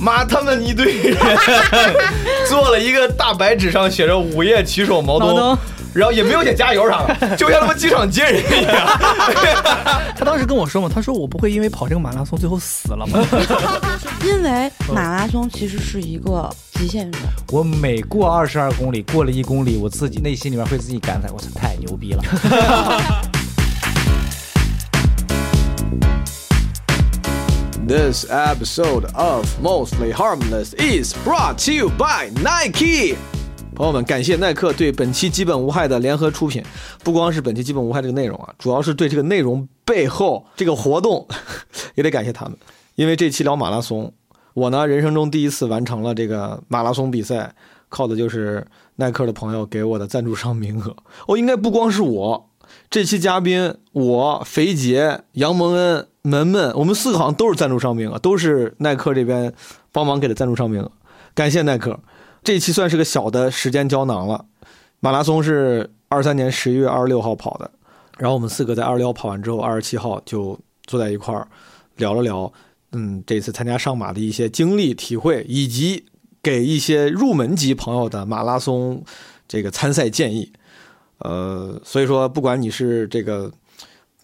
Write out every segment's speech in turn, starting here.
妈，他们一堆 人做了一个大白纸，上写着“午夜骑手毛毛东东”，然后也没有写加油啥 的，就像他妈机场接人一样。他当时跟我说嘛，他说我不会因为跑这个马拉松最后死了嘛。因为马拉松其实是一个极限运动，我每过二十二公里，过了一公里，我自己内心里面会自己感慨，我操，太牛逼 了！ This episode of Mostly Harmless is brought to you by Nike。朋友们，感谢耐克对本期基本无害的联合出品。不光是本期基本无害这个内容啊，主要是对这个内容背后这个活动也得感谢他们，因为这期聊马拉松，我呢人生中第一次完成了这个马拉松比赛，靠的就是耐克的朋友给我的赞助商名额。哦，应该不光是我，这期嘉宾我、肥杰、杨蒙恩、门门，我们四个好像都是赞助商名额，都是耐克这边帮忙给的赞助商名额，感谢耐克。这期算是个小的时间胶囊了。马拉松是二三年十一月二十六号跑的，然后我们四个在二十六号跑完之后，二十七号就坐在一块儿聊了聊，嗯，这次参加上马的一些经历、体会，以及给一些入门级朋友的马拉松这个参赛建议。呃，所以说，不管你是这个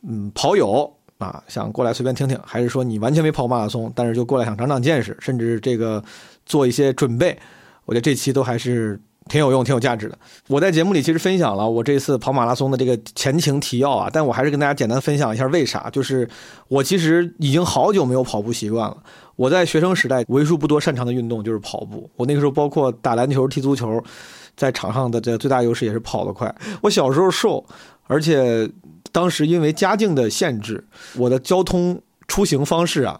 嗯跑友啊，想过来随便听听，还是说你完全没跑过马拉松，但是就过来想长长见识，甚至这个做一些准备，我觉得这期都还是挺有用、挺有价值的。我在节目里其实分享了我这次跑马拉松的这个前情提要啊，但我还是跟大家简单分享一下为啥。就是我其实已经好久没有跑步习惯了。我在学生时代为数不多擅长的运动就是跑步，我那个时候包括打篮球、踢足球，在场上的这最大优势也是跑得快。我小时候瘦，而且当时因为家境的限制，我的交通出行方式啊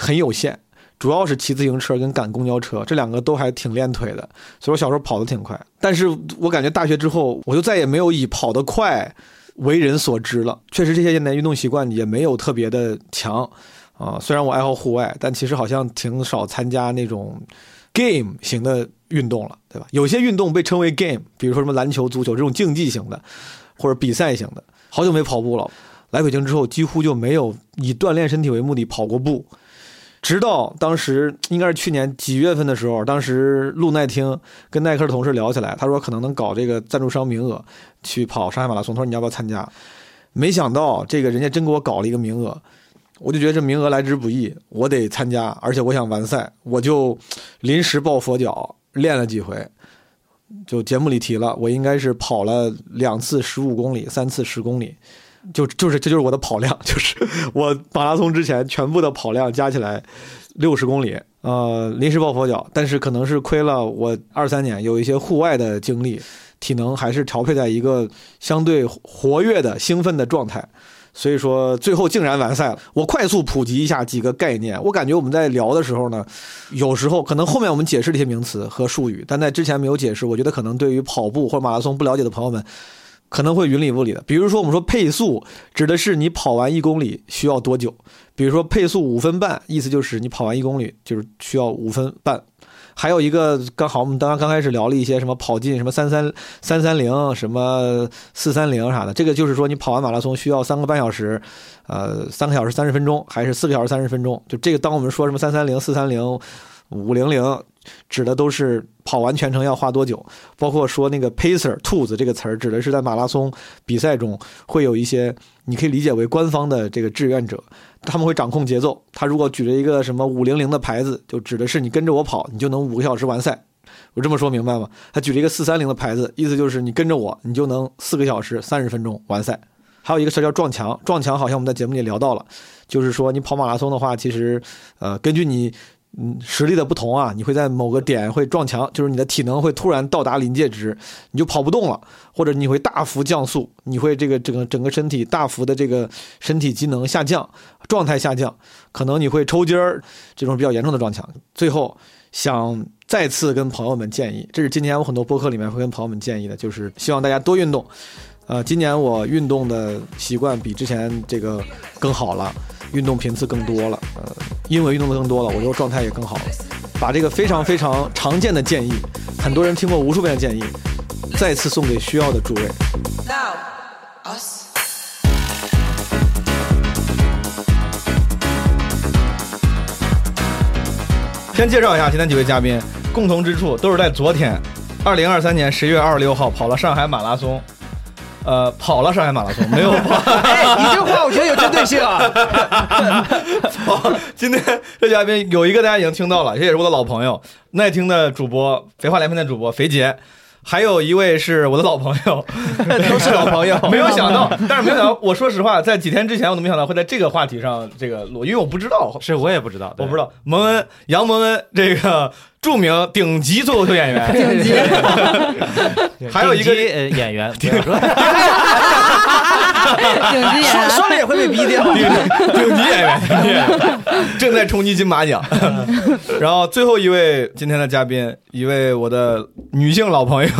很有限，主要是骑自行车跟赶公交车，这两个都还挺练腿的，所以我小时候跑得挺快。但是我感觉大学之后，我就再也没有以跑得快为人所知了。确实，这些年运动习惯也没有特别的强啊、虽然我爱好户外，但其实好像挺少参加那种 game 型的运动了，对吧？有些运动被称为 game，比如说什么篮球、足球这种竞技型的，或者比赛型的。好久没跑步了，来北京之后几乎就没有以锻炼身体为目的跑过步。直到当时应该是去年几月份的时候，当时路耐听跟耐克的同事聊起来，他说可能能搞这个赞助商名额去跑上海马拉松，他说你要不要参加？没想到这个人家真给我搞了一个名额，我就觉得这名额来之不易，我得参加，而且我想完赛，我就 临时抱佛脚练了几回。就节目里提了，我应该是跑了两次十五公里，三次十公里，就就是这就是我的跑量， 就是我马拉松之前全部的跑量加起来六十公里，呃，临时抱佛脚，但是可能是亏了我二三年有一些户外的经历，体能还是调配在一个相对活跃的、兴奋的状态。所以说，最后竟然完赛了。我快速普及一下几个概念。我感觉我们在聊的时候呢，有时候可能后面我们解释这些名词和术语，但在之前没有解释。我觉得可能对于跑步或者马拉松不了解的朋友们，可能会云里雾里的。比如说，我们说配速指的是你跑完一公里需要多久，比如说配速五分半，意思就是你跑完一公里就是需要五分半。还有一个，刚好我们刚刚开始聊了一些什么跑进什么三三三三零啊什么四三零啥的，这个就是说你跑完马拉松需要三个半小时，呃，三个小时三十分钟，还是四个小时三十分钟？就这个，当我们说什么三三零、四三零、五零零，指的都是跑完全程要花多久。包括说那个 pacer 兔子这个词儿，指的是在马拉松比赛中会有一些，你可以理解为官方的这个志愿者，他们会掌控节奏。他如果举着一个什么五零零的牌子，就指的是你跟着我跑，你就能五个小时完赛。我这么说明白吗？他举了一个四三零的牌子，意思就是你跟着我，你就能四个小时三十分钟完赛。还有一个词儿叫撞墙，撞墙好像我们在节目里聊到了，就是说你跑马拉松的话，其实呃根据你嗯实力的不同啊，你会在某个点会撞墙，就是你的体能会突然到达临界值，你就跑不动了，或者你会大幅降速，你会这个整个整个身体大幅的这个身体机能下降，状态下降，可能你会抽筋儿，这种比较严重的撞墙。最后想再次跟朋友们建议，这是今年我很多播客里面会跟朋友们建议的，就是希望大家多运动。呃，今年我运动的习惯比之前这个更好了，运动频次更多了，呃，因为运动的更多了，我就状态也更好了。把这个非常非常常见的建议，很多人听过无数遍的建议，再次送给需要的诸位。 先介绍一下今天几位嘉宾，共同之处都是在昨天，二零二三年十月二十六号跑了上海马拉松。呃，跑了上海马拉松，没有跑。 哎，你这话我觉得有针对性啊。跑今天这嘉宾有一个大家已经听到了，这也是我的老朋友，耐听的主播，肥话连篇的主播肥杰，还有一位是我的老朋友，都是老朋友没有想到， 但是没有想到，我说实话，在几天之前我都没想到会在这个话题上这个录，因为我不知道，是我也不知道，我对不知道蒙恩杨蒙恩这个著名顶级脱口秀演员，顶级， 还有一顶个级呃演员，不要说顶级演员。说了也会被逼掉。顶顶级演员，顶级演员， 正在冲击金马奖。然后最后一位今天的嘉宾，一位我的女性老朋友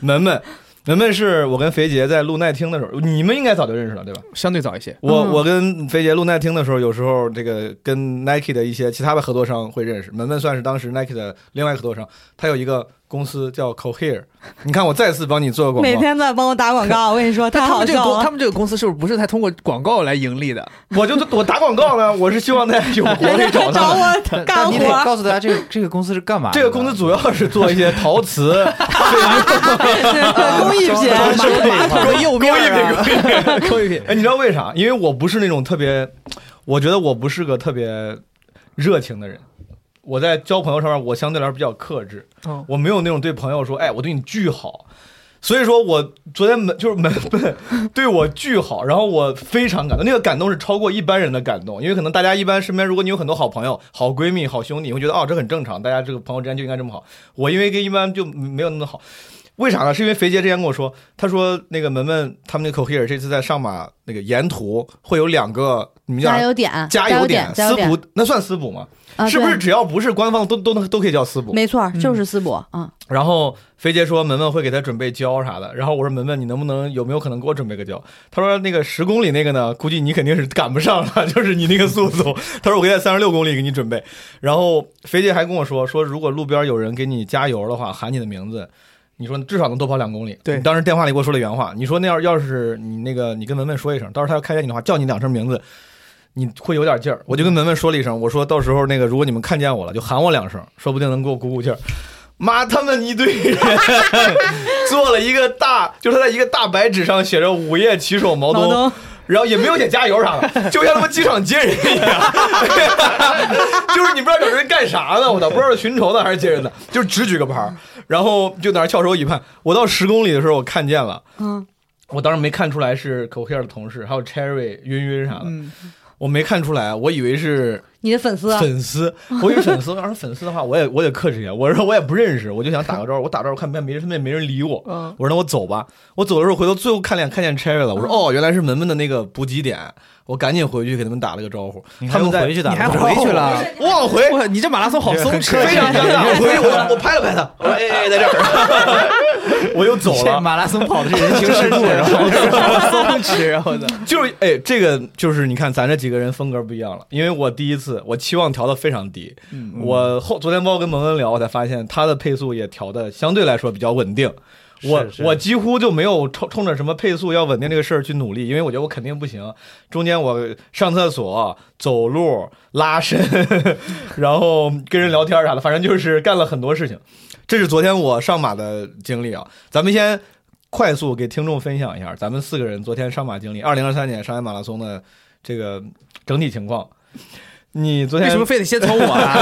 门门。 门门是我跟肥杰在录耐听的时候，你们应该早就认识了，对吧？相对早一些。我嗯我跟肥杰录耐听的时候，有时候这个跟 Nike 的一些其他的合作商会认识。门门算是当时 Nike 的另外一个合作商，他有一个公司叫 Cohere。你看，我再次帮你做广每告，天都在帮我打广告，我跟你说太但他好们这个笑啊公，了他。们这个公司是不是不是太通过广告来盈利的？我就我打广告呢，我是希望在有活 力找他找们。我干但你得活，告诉大家，这个这个公司是干嘛的？这个公司主要是做一 些陶瓷、对公益品，装修 这一块说右面啊，扣一品。哎，你知道为啥？因为我不是那种特别，我觉得我不是个特别热情的人。我在交朋友上面，我相对来说比较克制，哦嗯我没有那种对朋友说，哎，我对你巨好。所以说我昨天门就是门门对我巨好，然后我非常感动，那个感动是超过一般人的感动，因为可能大家一般身边，如果你有很多好朋友、好闺蜜、好兄弟，你会觉得哦这很正常，大家这个朋友之间就应该这么好。我因为跟一般就没有那么好，为啥呢？是因为肥杰之前跟我说，他说那个门门他们那个 Cohere 这次在上马那个沿途会有两个你们叫 加油点，加油点加私油点补，那算私补吗？啊是不是对只要不是官方都都能都可以叫私补？没错，就是私补啊，然后肥杰说门门会给他准备胶啥的，然后我说门门你能不能有没有可能给我准备个胶？他说那个十公里那个呢，估计你肯定是赶不上了， 就是你那个速度。他说我可以在三十六公里给你准备。然后肥杰还跟我说说如果路边有人给你加油的话，喊你的名字。你说至少能多跑两公里。对你当时电话里给我说了原话，你说那要要是你那个你跟文文说一声，到时候他要看见你的话，叫你两声名字，你会有点劲儿。我就跟文文说了一声，我说到时候那个如果你们看见我了，就喊我两声，说不定能给我鼓鼓劲儿。妈，他们一堆 人做了一个大，就是他在一个大白纸上写着“午夜骑手毛毛东”，东然后也没有写加油啥的，就像他妈机场接人一样，就是你不知道有人干啥呢，我操，不知道是寻仇的还是接人的，就是只举个牌儿，然后就在那儿翘首以盼。我到十公里的时候，我看见了，嗯，我当时没看出来是 Cohere 的同事，还有 Cherry、晕晕啥的，嗯，我没看出来，我以为是你的粉丝粉丝，啊我以为粉丝，要是粉丝的话，我也我得克制一下，我说我也不认识，我就想打个招呼，我打招呼看没人，他们也没人理我，嗯我说那我走吧。我走的时候回头最后看见看见 Cherry 了，我说哦，原来是门门的那个补给点，我赶紧回去给他们打了个招呼你。他还们用在回去打你还广告，回去 了？往回哇，你这马拉松好松弛，啊非 常尴尬，我回去我我拍了拍他，我说哎哎哎在 这儿，我又走这了。马拉松跑的这人情世 故，然后好松弛，然后呢？就是哎，这个就是你看咱这几个人风格不一样了，因为我第一次我期望调的非常低，嗯我后昨天包括跟蒙恩聊，我才发现他的配速也调的相对来说比较稳定。我是是我几乎就没有冲冲着什么配速要稳定这个事儿去努力，因为我觉得我肯定不行。中间我上厕所、走路、拉伸， 然后跟人聊天啥的，反正就是干了很多事情。这是昨天我上马的经历啊。咱们先快速给听众分享一下咱们四个人昨天上马经历，二零二三年上海马拉松的这个整体情况。你昨天 为什么非得先从我啊？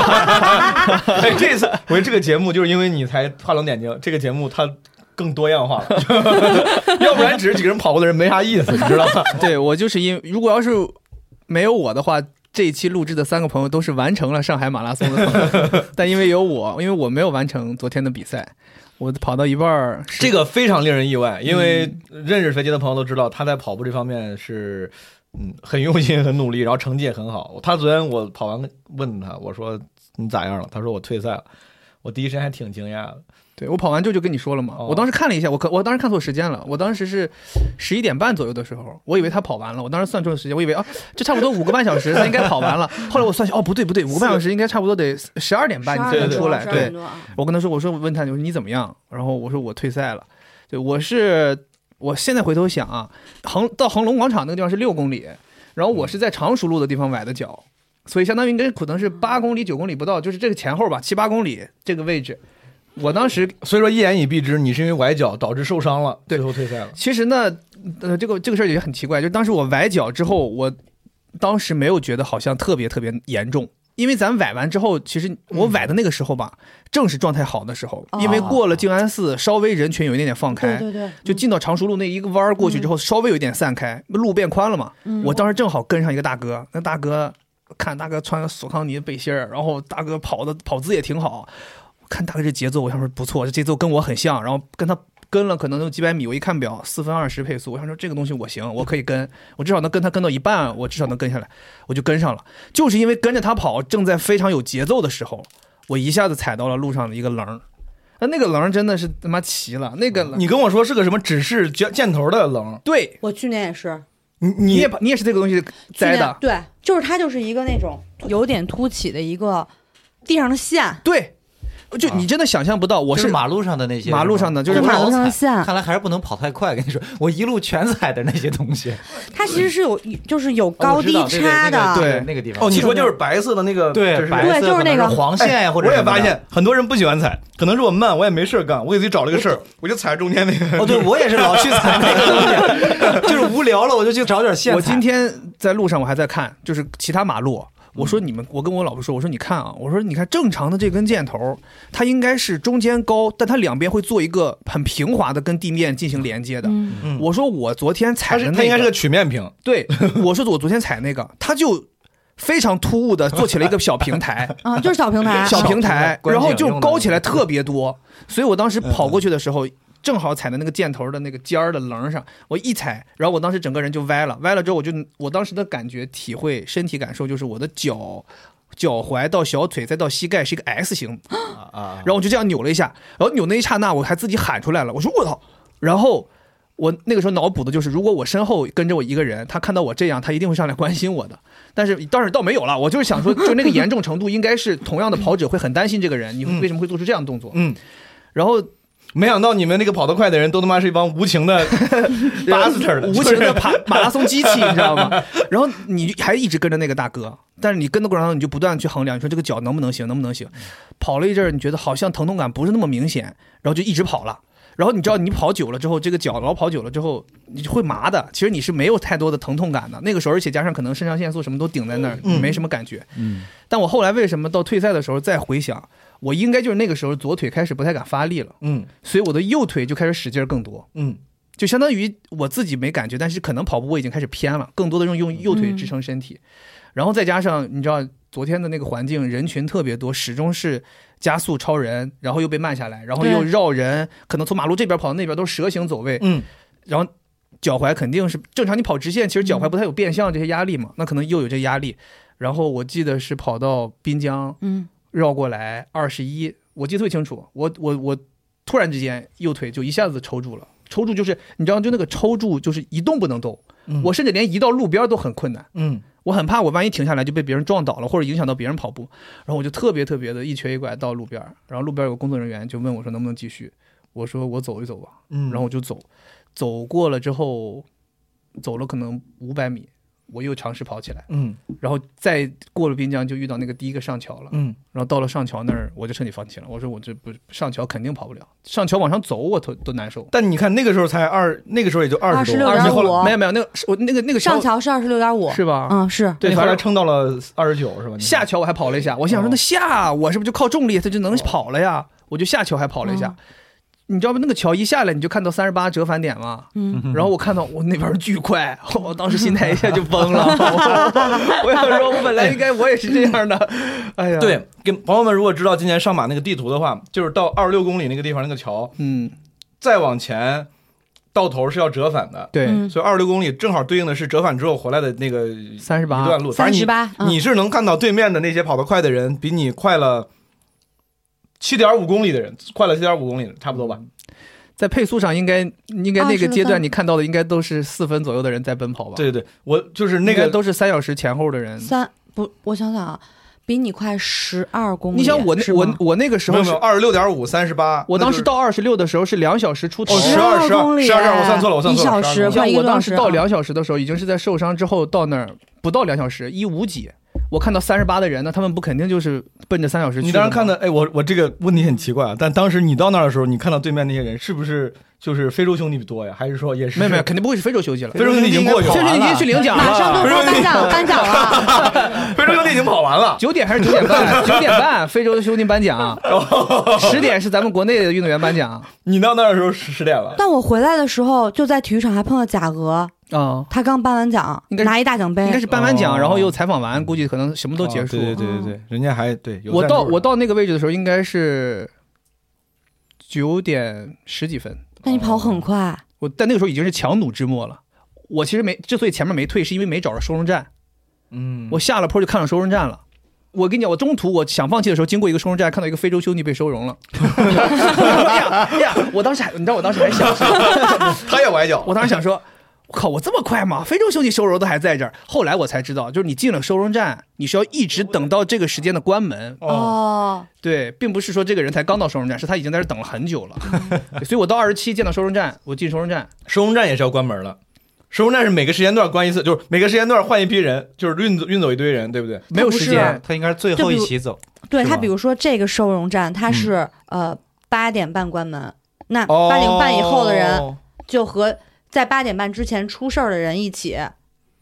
哎，这 次我觉得这个节目就是因为你才画龙点睛，这个节目它更多样化了， 要不然只是几个人跑过的人没啥意思，你知道吗？ 对我就是因，如果要是没有我的话。这一期录制的三个朋友都是完成了上海马拉松的 朋友，但因为有我，因为我没有完成昨天的比赛，我跑到一半儿，这个非常令人意外，因为认识肥杰的朋友都知道，他在跑步这方面是。嗯，很用心， 很努力，然后成绩也很好。他昨天我跑完问他，我说你咋样了？他说我退赛了。我第一时间还挺惊讶的。对我跑完之后就跟你说了嘛，哦我当时看了一下，我可我当时看错时间了，我当时是十一点半左右的时候，我以为他跑完了，我当时算错了时间，我以为啊，这差不多五个半小时他应该跑完了，后来我算一下，哦不对不对，五个半小时应该差不多得十二点半你才12能点出来，多对，对，我跟他说，我说我问他，我说你怎么样？然后我说我退赛了。对，我是我现在回头想啊，恒到恒隆广场那个地方是六公里，然后我是在常熟路的地方崴的脚，所以相当于跟可能是八公里、九公里不到，就是这个前后吧，七八公里这个位置。我当时所以说一言以蔽之，你是因为崴脚导致受伤了，最后退赛了。其实呢，呃，这个这个事儿也很奇怪，就当时我崴脚之后，我当时没有觉得好像特别特别严重，因为咱崴完之后，其实我崴的那个时候吧，正是状态好的时候，因为过了静安寺，稍微人群有一点点放开，哦对对对，嗯就进到常熟路那一个弯儿过去之后，稍微有一点散开，路变宽了嘛。我当时正好跟上一个大哥，那大哥看大哥穿个索康尼背心儿，然后大哥跑的跑姿也挺好，我看大哥这节奏，我想说不错，这节奏跟我很像，然后跟他。跟了可能有几百米，我一看表，四分二十配速，我想说这个东西我行，我可以跟，我至少能跟他跟到一半，我至少能跟下来，我就跟上了。就是因为跟着他跑，正在非常有节奏的时候，我一下子踩到了路上的一个棱儿，那那个棱儿真的是他妈齐了，那个棱儿你跟我说是个什么只是箭箭头的棱，对，我去年也是你你你也把你也是这个东西去栽年的，对，就是它就是一个那种有点凸起的一个地上的线，对，啊就你真的想象不到，我就是是马路上的那些马路上的就是马路上的的线看来还是不能跑太快。跟你说，我一路全踩的那些东 西，它其实是有就是有哦高低差的，对那个地方。哦，你说就是白色的那个，对就是哎白色对就是那个可能黄线呀，或者我也什么的发现很多人不喜欢踩，可能是我慢，我也没事儿干，我给自己找了个事儿，我就踩中间那个。哦，对我也是老去踩那个东西， 就是无聊了我就去找点线踩。我今天在路上我还在看，就是其他马路。我说嗯你们，我跟我老婆说，我说你看啊，我说你看正常的这根箭头，它应该是中间高，但它两边会做一个很平滑的跟地面进行连接的。嗯，嗯我说我昨天它踩的是那个，它应该是个曲面屏，对，我说我昨天踩那个，它就非常突兀的做起了一个小平台，啊，就是小平台，小平台，然后观景就用的嗯高起来特别多，所以我当时跑过去的时候，正好踩在那个箭头的那个尖儿的棱上，我一踩，然后我当时整个人就歪了，歪了之后我就我当时的感觉体会身体感受就是我的脚。脚踝到小腿再到膝盖是一个 S 型，啊然，后我就这样扭了一下，然后扭那一刹那我还自己喊出来了，我说我操！然后我那个时候脑补的就是，如果我身后跟着我一个人，他看到我这样，他一定会上来关心我的。但是当然倒没有了，我就是想说，就那个严重程度，应该是同样的跑者会很担心这个人，你为什么会做出这样的动作？嗯，然后没想到你们那个跑得快的人都他妈是一帮无情 的 bastard，无情的爬马拉松机器，你知道吗？ 然后你还一直跟着那个大哥，但是你跟的过程当中，你就不断地去衡量，你说这个脚能不能行，能不能行？跑了一阵儿，你觉得好像疼痛感不是那么明显，然后就一直跑了。然后你知道，你跑久了之后，这个脚老跑久了之后，你会麻的。其实你是没有太多的疼痛感的。那个时候，而且加上可能肾上腺素什么都顶在那儿，没什么感觉。嗯，但我后来为什么到退赛的时候再回想，我应该就是那个时候左腿开始不太敢发力了，嗯所以我的右腿就开始使劲儿更多。嗯，就相当于我自己没感觉，但是可能跑步我已经开始偏了，更多的用用右腿支撑身体，然后再加上你知道昨天的那个环境，人群特别多，始终是加速超人，然后又被慢下来，然后对又绕人，可能从马路这边跑到那边都是蛇形走位，嗯，然后脚踝肯定是正常，你跑直线其实脚踝不太有变向这些压力嘛，那可能又有这压力，然后我记得是跑到滨江，嗯，绕过来二十一，我记得特别清楚。我我我突然之间右腿就一下子抽住了，抽住就是你知道，就那个抽住就是一动不能动，嗯我甚至连移到路边都很困难。嗯我很怕我万一停下来就被别人撞倒了，或者影响到别人跑步，然后我就特别特别的一瘸一拐到路边儿，然后路边有个工作人员就问我说能不能继续，我说我走一走吧，嗯，然后我就走，走过了之后，走了可能五百米，我又尝试跑起来，嗯然后再过了滨江就遇到那个第一个上桥了，嗯然后到了上桥那儿，我就彻底放弃了。我说我这不上桥肯定跑不了，上桥往上走我都都难受。但你看那个时候才二，那个时候也就二十多， 26.5你后来我没有没有，那个是我那个那个上桥是二十六点五，是啊吧？嗯是，对，对，你后反来正撑到了二十九是吧？你下桥我还跑了一下，我哦想说那下我是不是就靠重力它就能跑了呀？我就下桥还跑了一哦下。你知道吗？那个桥一下来你就看到三十八折返点嘛，嗯然后我看到我那边巨快， 我当时心态一下就 崩了。我我想说，我本来应该我也是这 样的，哎呀，，对，给朋友们如果知道今年上马那个地图的话，就是到二十六公里那个地方那个桥，嗯，再往前到头是要折返的，对，嗯所以二十六公里正好对应的是折返之后回来的那个一三十八，段路，反三正十你八，嗯你是能看到对面的那些跑得快的人比你快了七点五公里的人，快了七点五公里的人，差不多吧？在配速上应该应该那个阶20段分你看到的应该都是四分左右的人在奔跑吧？，对对对，我就是那应该个都是三小时前后的人。三不，我想想啊，比你快十二公里，你想我那是我吗我那个时没候有没是有，二十六点五三十八，我当那就时是到二十六的时候是两小时出头哦，十12二12公里， 12我算错了我算错了一小12时，啊你快像一我个多当小时时到啊两小时的时候已经是在受伤之后到那儿不到两小时一五几，我看到三十八的人呢，他们不肯定就是奔着三小时去你当时看的的，哎，我我这个问题很奇怪啊，但当时你到那儿的时候，你看到对面那些人是不是就是非洲兄弟多呀？还是说也是没有没有，肯定不会是非洲休息了，非洲兄弟已经过去了非洲兄弟已经去领奖了，马上都说颁奖颁奖了， 非洲兄弟已经跑完 了？九点还是九点半？九点半，非洲兄弟 颁奖，十点是咱们国内的运动员颁奖你到那儿的时候十十点了，但我回来的时候就在体育场还碰到贾俄，啊。他刚颁完奖，应该是拿一大奖杯，应该是颁完奖，哦然后又采访完，估计可能什么都结束。哦对对对对对，人家还对。有我赞到助的我到那个位置的时候，应该是九点十几分。但你跑很快，我但那个时候已经是强弩之末了。我其实没之所以前面没退，是因为没找着收容站。嗯，我下了坡就看到收容站了。我跟你讲，我中途我想放弃的时候，经过一个收容站，看到一个非洲兄弟被收容了。 哎呀哎呀！我当时还，你知道我当时还想，他也崴脚，我当时想说，我靠，我这么快吗？非洲兄弟收容都还在这儿。后来我才知道，就是你进了收容站，你是要一直等到这个时间的关门。哦，哦，对，并不是说这个人才刚到收容站，是他已经在这儿等了很久了。 对所以我到二十七见到收容站，我进收容站，收容站也是要关门了。收容站是每个时间段关一次，就是每个时间段换一批人，就是运走运走一堆人，对不对？没有不是时间。他应该是啊最后一起走，对是他，吧比如说这个收容站，它是、呃八点半关门，那哦，八点半以后的人哦就和在八点半之前出事儿的人一起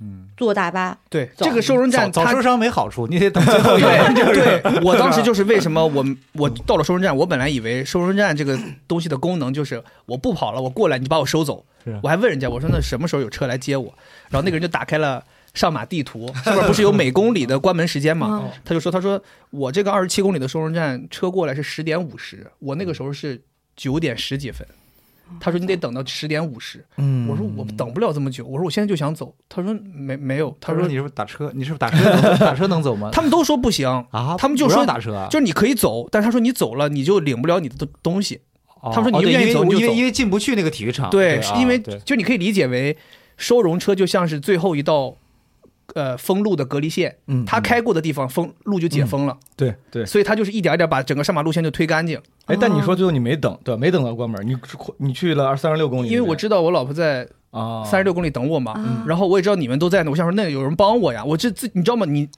嗯，坐大巴。对，这个收容站 早它早受伤没好处，你得等最 后一个。嗯对对，我当时就是为什么我我到了收容站，我本来以为收容站这个东西的功能就是我不跑了，我过来你就把我收走是啊。我还问人家我说那什么时候有车来接我？然后那个人就打开了上马地图，上面不是有每公里的关门时间嘛？嗯他就说他说我这个二十七公里的收容站车过来是十点五十，我那个时候是九点十几分。他说你得等到十点五十，嗯我说我等不了这么久，我说我现在就想走。他说没没有，他他说说你是不是打车？你是不是打车能？打车能走吗？他们都说不行，啊，他们就不说让打车啊，就是你可以走，但是他说你走了，你就领不了你的东东西。他们说你哦对愿意走因你就为因为走因为进不去那个体育场，对，是啊因为对就你可以理解为收容车就像是最后一道呃封路的隔离线，嗯他开过的地方封路就解封了，对对，所以他就是一点一点把整个上马路线就推干净。哎，但你说最后你没等，对吧，没等到关门，你你去了二三十六公里，因为我知道我老婆在啊三十六公里等我嘛，然后我也知道你们都在那，我想说那有人帮我呀，我这自你知道吗？你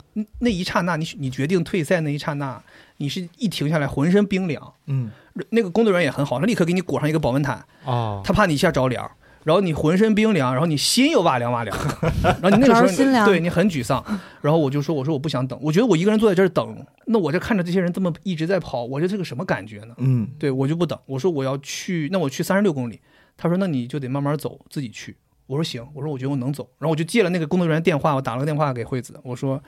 那一刹那，你你决定退赛那一刹那，你是一停下来浑身冰凉，嗯那个工作人员也很好，他立刻给你裹上一个保温毯。哦，他怕你一下着凉，然后你浑身冰凉，然后你心又哇凉哇凉，然后你那个时着候心凉对你很沮丧。然后我就说，我说我不想等，我觉得我一个人坐在这儿等，那我这看着这些人这么一直在跑，我这是个什么感觉呢？嗯，对我就不等，我说我要去，那我去三十六公里。他说那你就得慢慢走，自己去。我说行，我说我觉得我能走，然后我就借了那个工作人员电话，我打了个电话给惠子，我说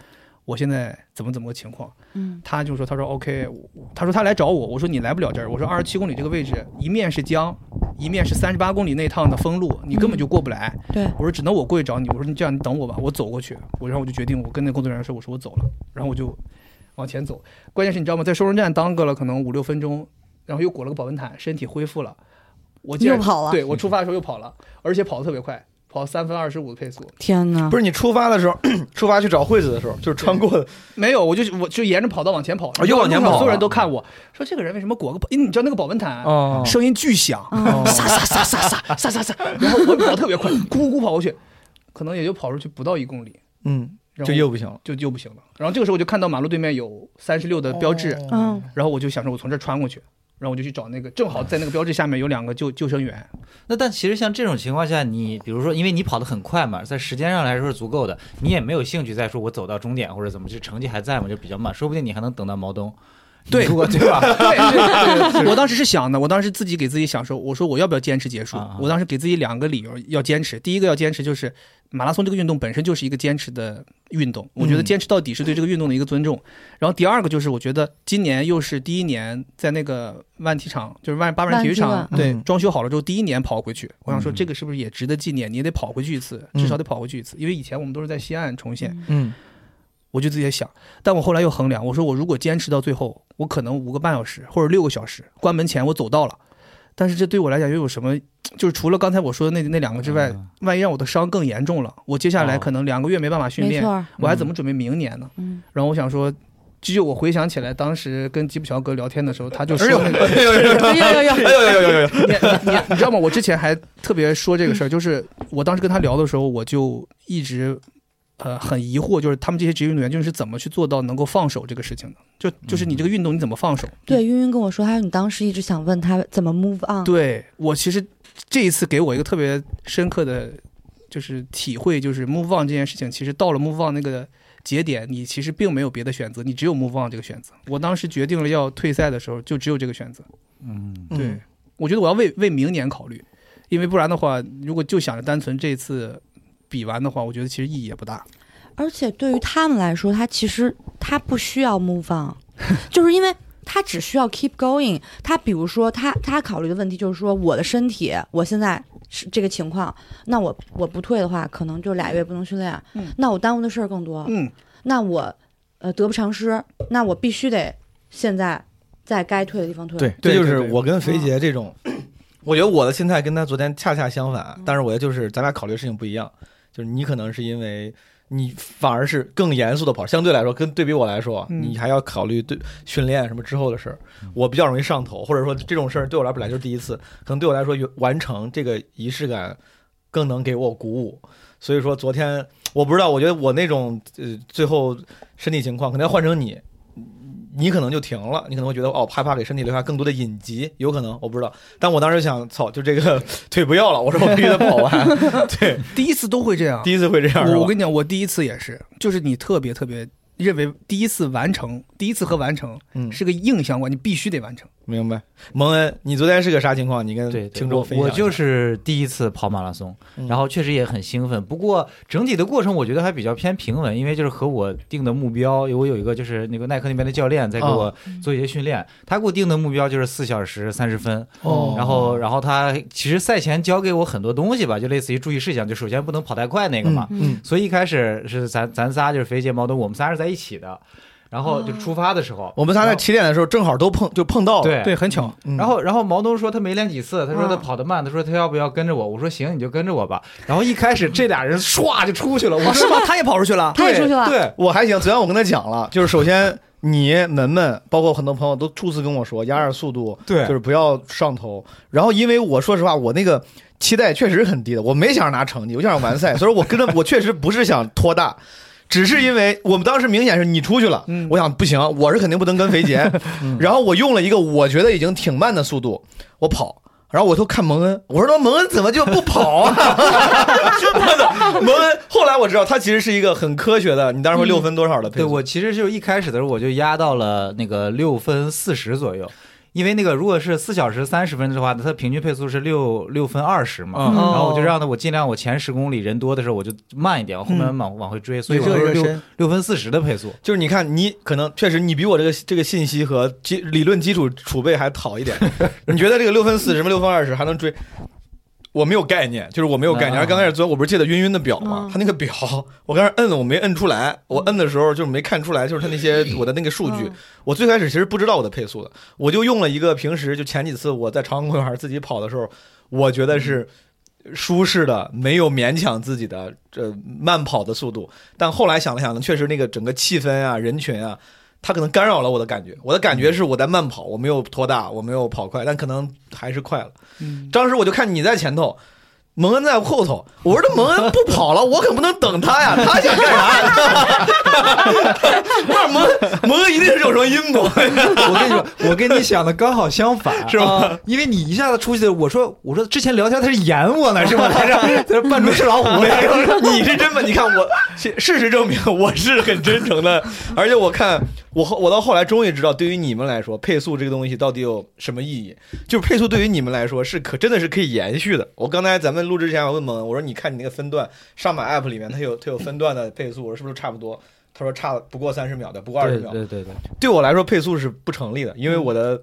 我现在怎么怎么个情况。嗯，他就说：“他说 OK，我我他说他来找我，我说你来不了这儿，我说二十七公里这个位置，一面是江，一面是三十八公里那趟的封路，你根本就过不来。对，我说只能我过去找你，我说你这样你等我吧，我走过去。我然后我就决定，我跟那工作人员说，我说我走了，然后我就往前走。关键是你知道吗，在收容站耽搁了可能五六分钟，然后又裹了个保温毯，身体恢复了，我竟然又跑了对我出发的时候又跑了，而且跑得特别快，跑三分二十五的配速。天哪！不是你出发的时候，出发去找惠子的时候，就是穿过的，没有，我就我就沿着跑道往前跑，哦又往前跑了所有人都看我说这个人为什么裹个保，因为你知道那个保温毯、哦声音巨响，嗯沙沙沙沙沙沙沙沙，然后我跑得特别快，咕咕咕跑过去，可能也就跑出去不到一公里，嗯，然后这又不行了。就又不行了。然后这个时候我就看到马路对面有三十六的标志，嗯，然后我就想说我从这儿穿过去，然后我就去找那个，正好在那个标志下面有两个救救生员，那但其实像这种情况下，你比如说，因为你跑得很快嘛，在时间上来说是足够的，你也没有兴趣再说我走到终点或者怎么，就成绩还在嘛，就比较慢，说不定你还能等到毛东。对如果 对吧？对对 对，我当时是想的，我当时自己给自己想说，我说我要不要坚持结束啊啊？我当时给自己两个理由要坚持，第一个要坚持就是马拉松这个运动本身就是一个坚持的运动，我觉得坚持到底是对这个运动的一个尊重。然后第二个就是我觉得今年又是第一年在那个万体场，就是万八万体育万场体万对嗯装修好了之后第一年跑回去，我想说嗯这个是不是也值得纪念？你也得跑回去一次，嗯至少得跑回去一次，因为以前我们都是在西岸重现。嗯，我就自己在想，但我后来又衡量，我说我如果坚持到最后，我可能五个半小时或者六个小时关门前我走到了，但是这对我来讲又有什么？就是除了刚才我说的那那两个之外，嗯万一让我的伤更严重了，我接下来哦可能两个月没办法训没练，错儿，我还怎么准备明年呢？嗯，然后我想说，这就我回想起来当时跟吉普乔格聊天的时候，他就说哎呦那哎个。呦哎呦哎呦呦呦，哎呦哎呦哎呦，你你你知道吗？我之前还特别说这个事儿，就是我当时跟他聊的时候，我就一直呃很疑惑，就是他们这些职业运动员就是怎么去做到能够放手这个事情的？就就是你这个运动你怎么放手？ 对，啊晕晕跟我说，他说你当时一直想问他怎么 move on，对我其实这一次给我一个特别深刻的就是体会，就是 move on 这件事情，其实到了 move on 那个节点，你其实并没有别的选择，你只有 move on 这个选择。我当时决定了要退赛的时候，就只有这个选择。嗯，对，我觉得我要为为明年考虑，因为不然的话，如果就想着单纯这次比完的话，我觉得其实意义也不大。而且对于他们来说，他其实他不需要 move on，就是因为他只需要 keep going。他比如说他他考虑的问题就是说，我的身体我现在是这个情况，那我我不退的话，可能就俩月不能训练，嗯那我耽误的事儿更多，嗯，那我呃得不偿失，那我必须得现在在该退的地方退。对，这对就是对对我跟肥姐这种，嗯我觉得我的心态跟她昨天恰恰相反，但是我觉得就是咱俩考虑的事情不一样，就是你可能是因为。你反而是更严肃的跑，相对来说，跟对比我来说，啊嗯你还要考虑对训练什么之后的事儿。我比较容易上头，或者说这种事儿对我来本来就是第一次，可能对我来说完成这个仪式感更能给我鼓舞。所以说昨天我不知道，我觉得我那种呃最后身体情况，可能要换成你，你可能就停了，你可能会觉得哦，害怕给身体留下更多的隐疾，有可能我不知道。但我当时想，操，就这个 腿不要了，我说我必须得跑 完。对，第一次都会这样。 第一次会这样是我我吧？跟你讲，我第一次也是，就是你特别特别认为第一次完成，第一次和完成嗯，是个硬相关，你必须得完成。明白。蒙恩，你昨天是个啥情况？你跟对，对听我众分享我一下就是 第一次跑马拉松嗯，然后确实也很兴奋，不过整体的过程我觉得还比较偏平稳，因为就是和我定的目标，我有一个就是那个耐克那边的教练在给哦我做一些训练，他给我定的目标就是四小时三十分，哦然后然后他其实赛前教给我很多东西吧，就类似于注意事项，就首先不能跑太快那个嘛，嗯所以一开始是咱咱仨就是肥姐、毛豆，我们仨是在一起的，然后就出发的时候，哦我们仨在起点的时候正好都碰就碰到了。对对，很巧，嗯，然后，然后毛东说他没练几次，他说他嗯跑得慢，他说他要不要跟着我？我说行，你就跟着我 吧。然后一开始这俩人唰就出去了，我是说 吗？他也跑出去了。他也出去了，对哎我还行，昨天我跟他讲了，就是首先你门门，包括很多朋友都初次跟我说压点速度，对就是不要上头。然后因为我说实话，我那个期待确实很低的，我没想着拿成绩，我就想完赛，所以我跟着我确实不是想拖大。只是因为我们当时明显是你出去了，嗯我想不行，我是肯定不能跟肥 杰，嗯然后我用了一个我觉得已经挺慢的速度，我跑，然后我就看蒙恩，我说他妈蒙恩怎么就不跑啊？ 我的蒙恩，后来我知道他其实是一个很科学的，你当时说六分多少的配嗯对速？我其实就一开始的时候我就压到了那个六分四十左右，因为那个如果是四小时三十分的话，它平均配速是六六分二十嘛。嗯然后我就让他，我尽量我前十公里人多的时候我就慢一点，我后面往往回追，所以我热都热是六身六分四十的配速。就是你看，你可能确实你比我这个这个信息和基理论基础储备还好一点。 你觉得这个六分四十吗？六分二十还能追？我没有概念，就是我没有概念。啊而刚开始昨天我不是借的晕晕的表吗？嗯他那个表，我刚开始摁我没摁出来，我摁的时候就是没看出来，就是他那些我的那个数据。嗯我最开始其实不知道我的配速的，我就用了一个平时就前几次我在长安公园自己跑的时候，我觉得是舒适的，没有勉强自己的这慢跑的速度。但后来想了想呢，确实那个整个气氛啊、人群啊，它可能干扰了我的感觉。我的感觉是我在慢跑，我没有拖大，我没有跑快，但可能还是快了。嗯，当时我就看你在前头。蒙恩在后头，我说这蒙恩不跑了，我可不能等他呀，他想干 啥？我说蒙恩蒙恩一定是有什么阴谋， 我跟你说，我跟你想的刚好相 反，是吗啊因为你一下子出去，我说我说之前聊天他是演我呢，是吧？在这在这扮猪吃老虎没呢。有，你是真的。你看我，事事实证明我是很真诚的，而且我看我后我到后来终于知道，对于你们来说，配速这个东西到底有什么意义？就是配速对于你们来说是可真的是可以延续的。我刚才咱们录之前我问蒙恩，我说你看你那个分段，上马 app 里面它有它有分段的配速，我说是不是差不多？他说差不过三十秒的，不过二十 对秒。对对对，对我来说配速是不成立的，因为嗯我的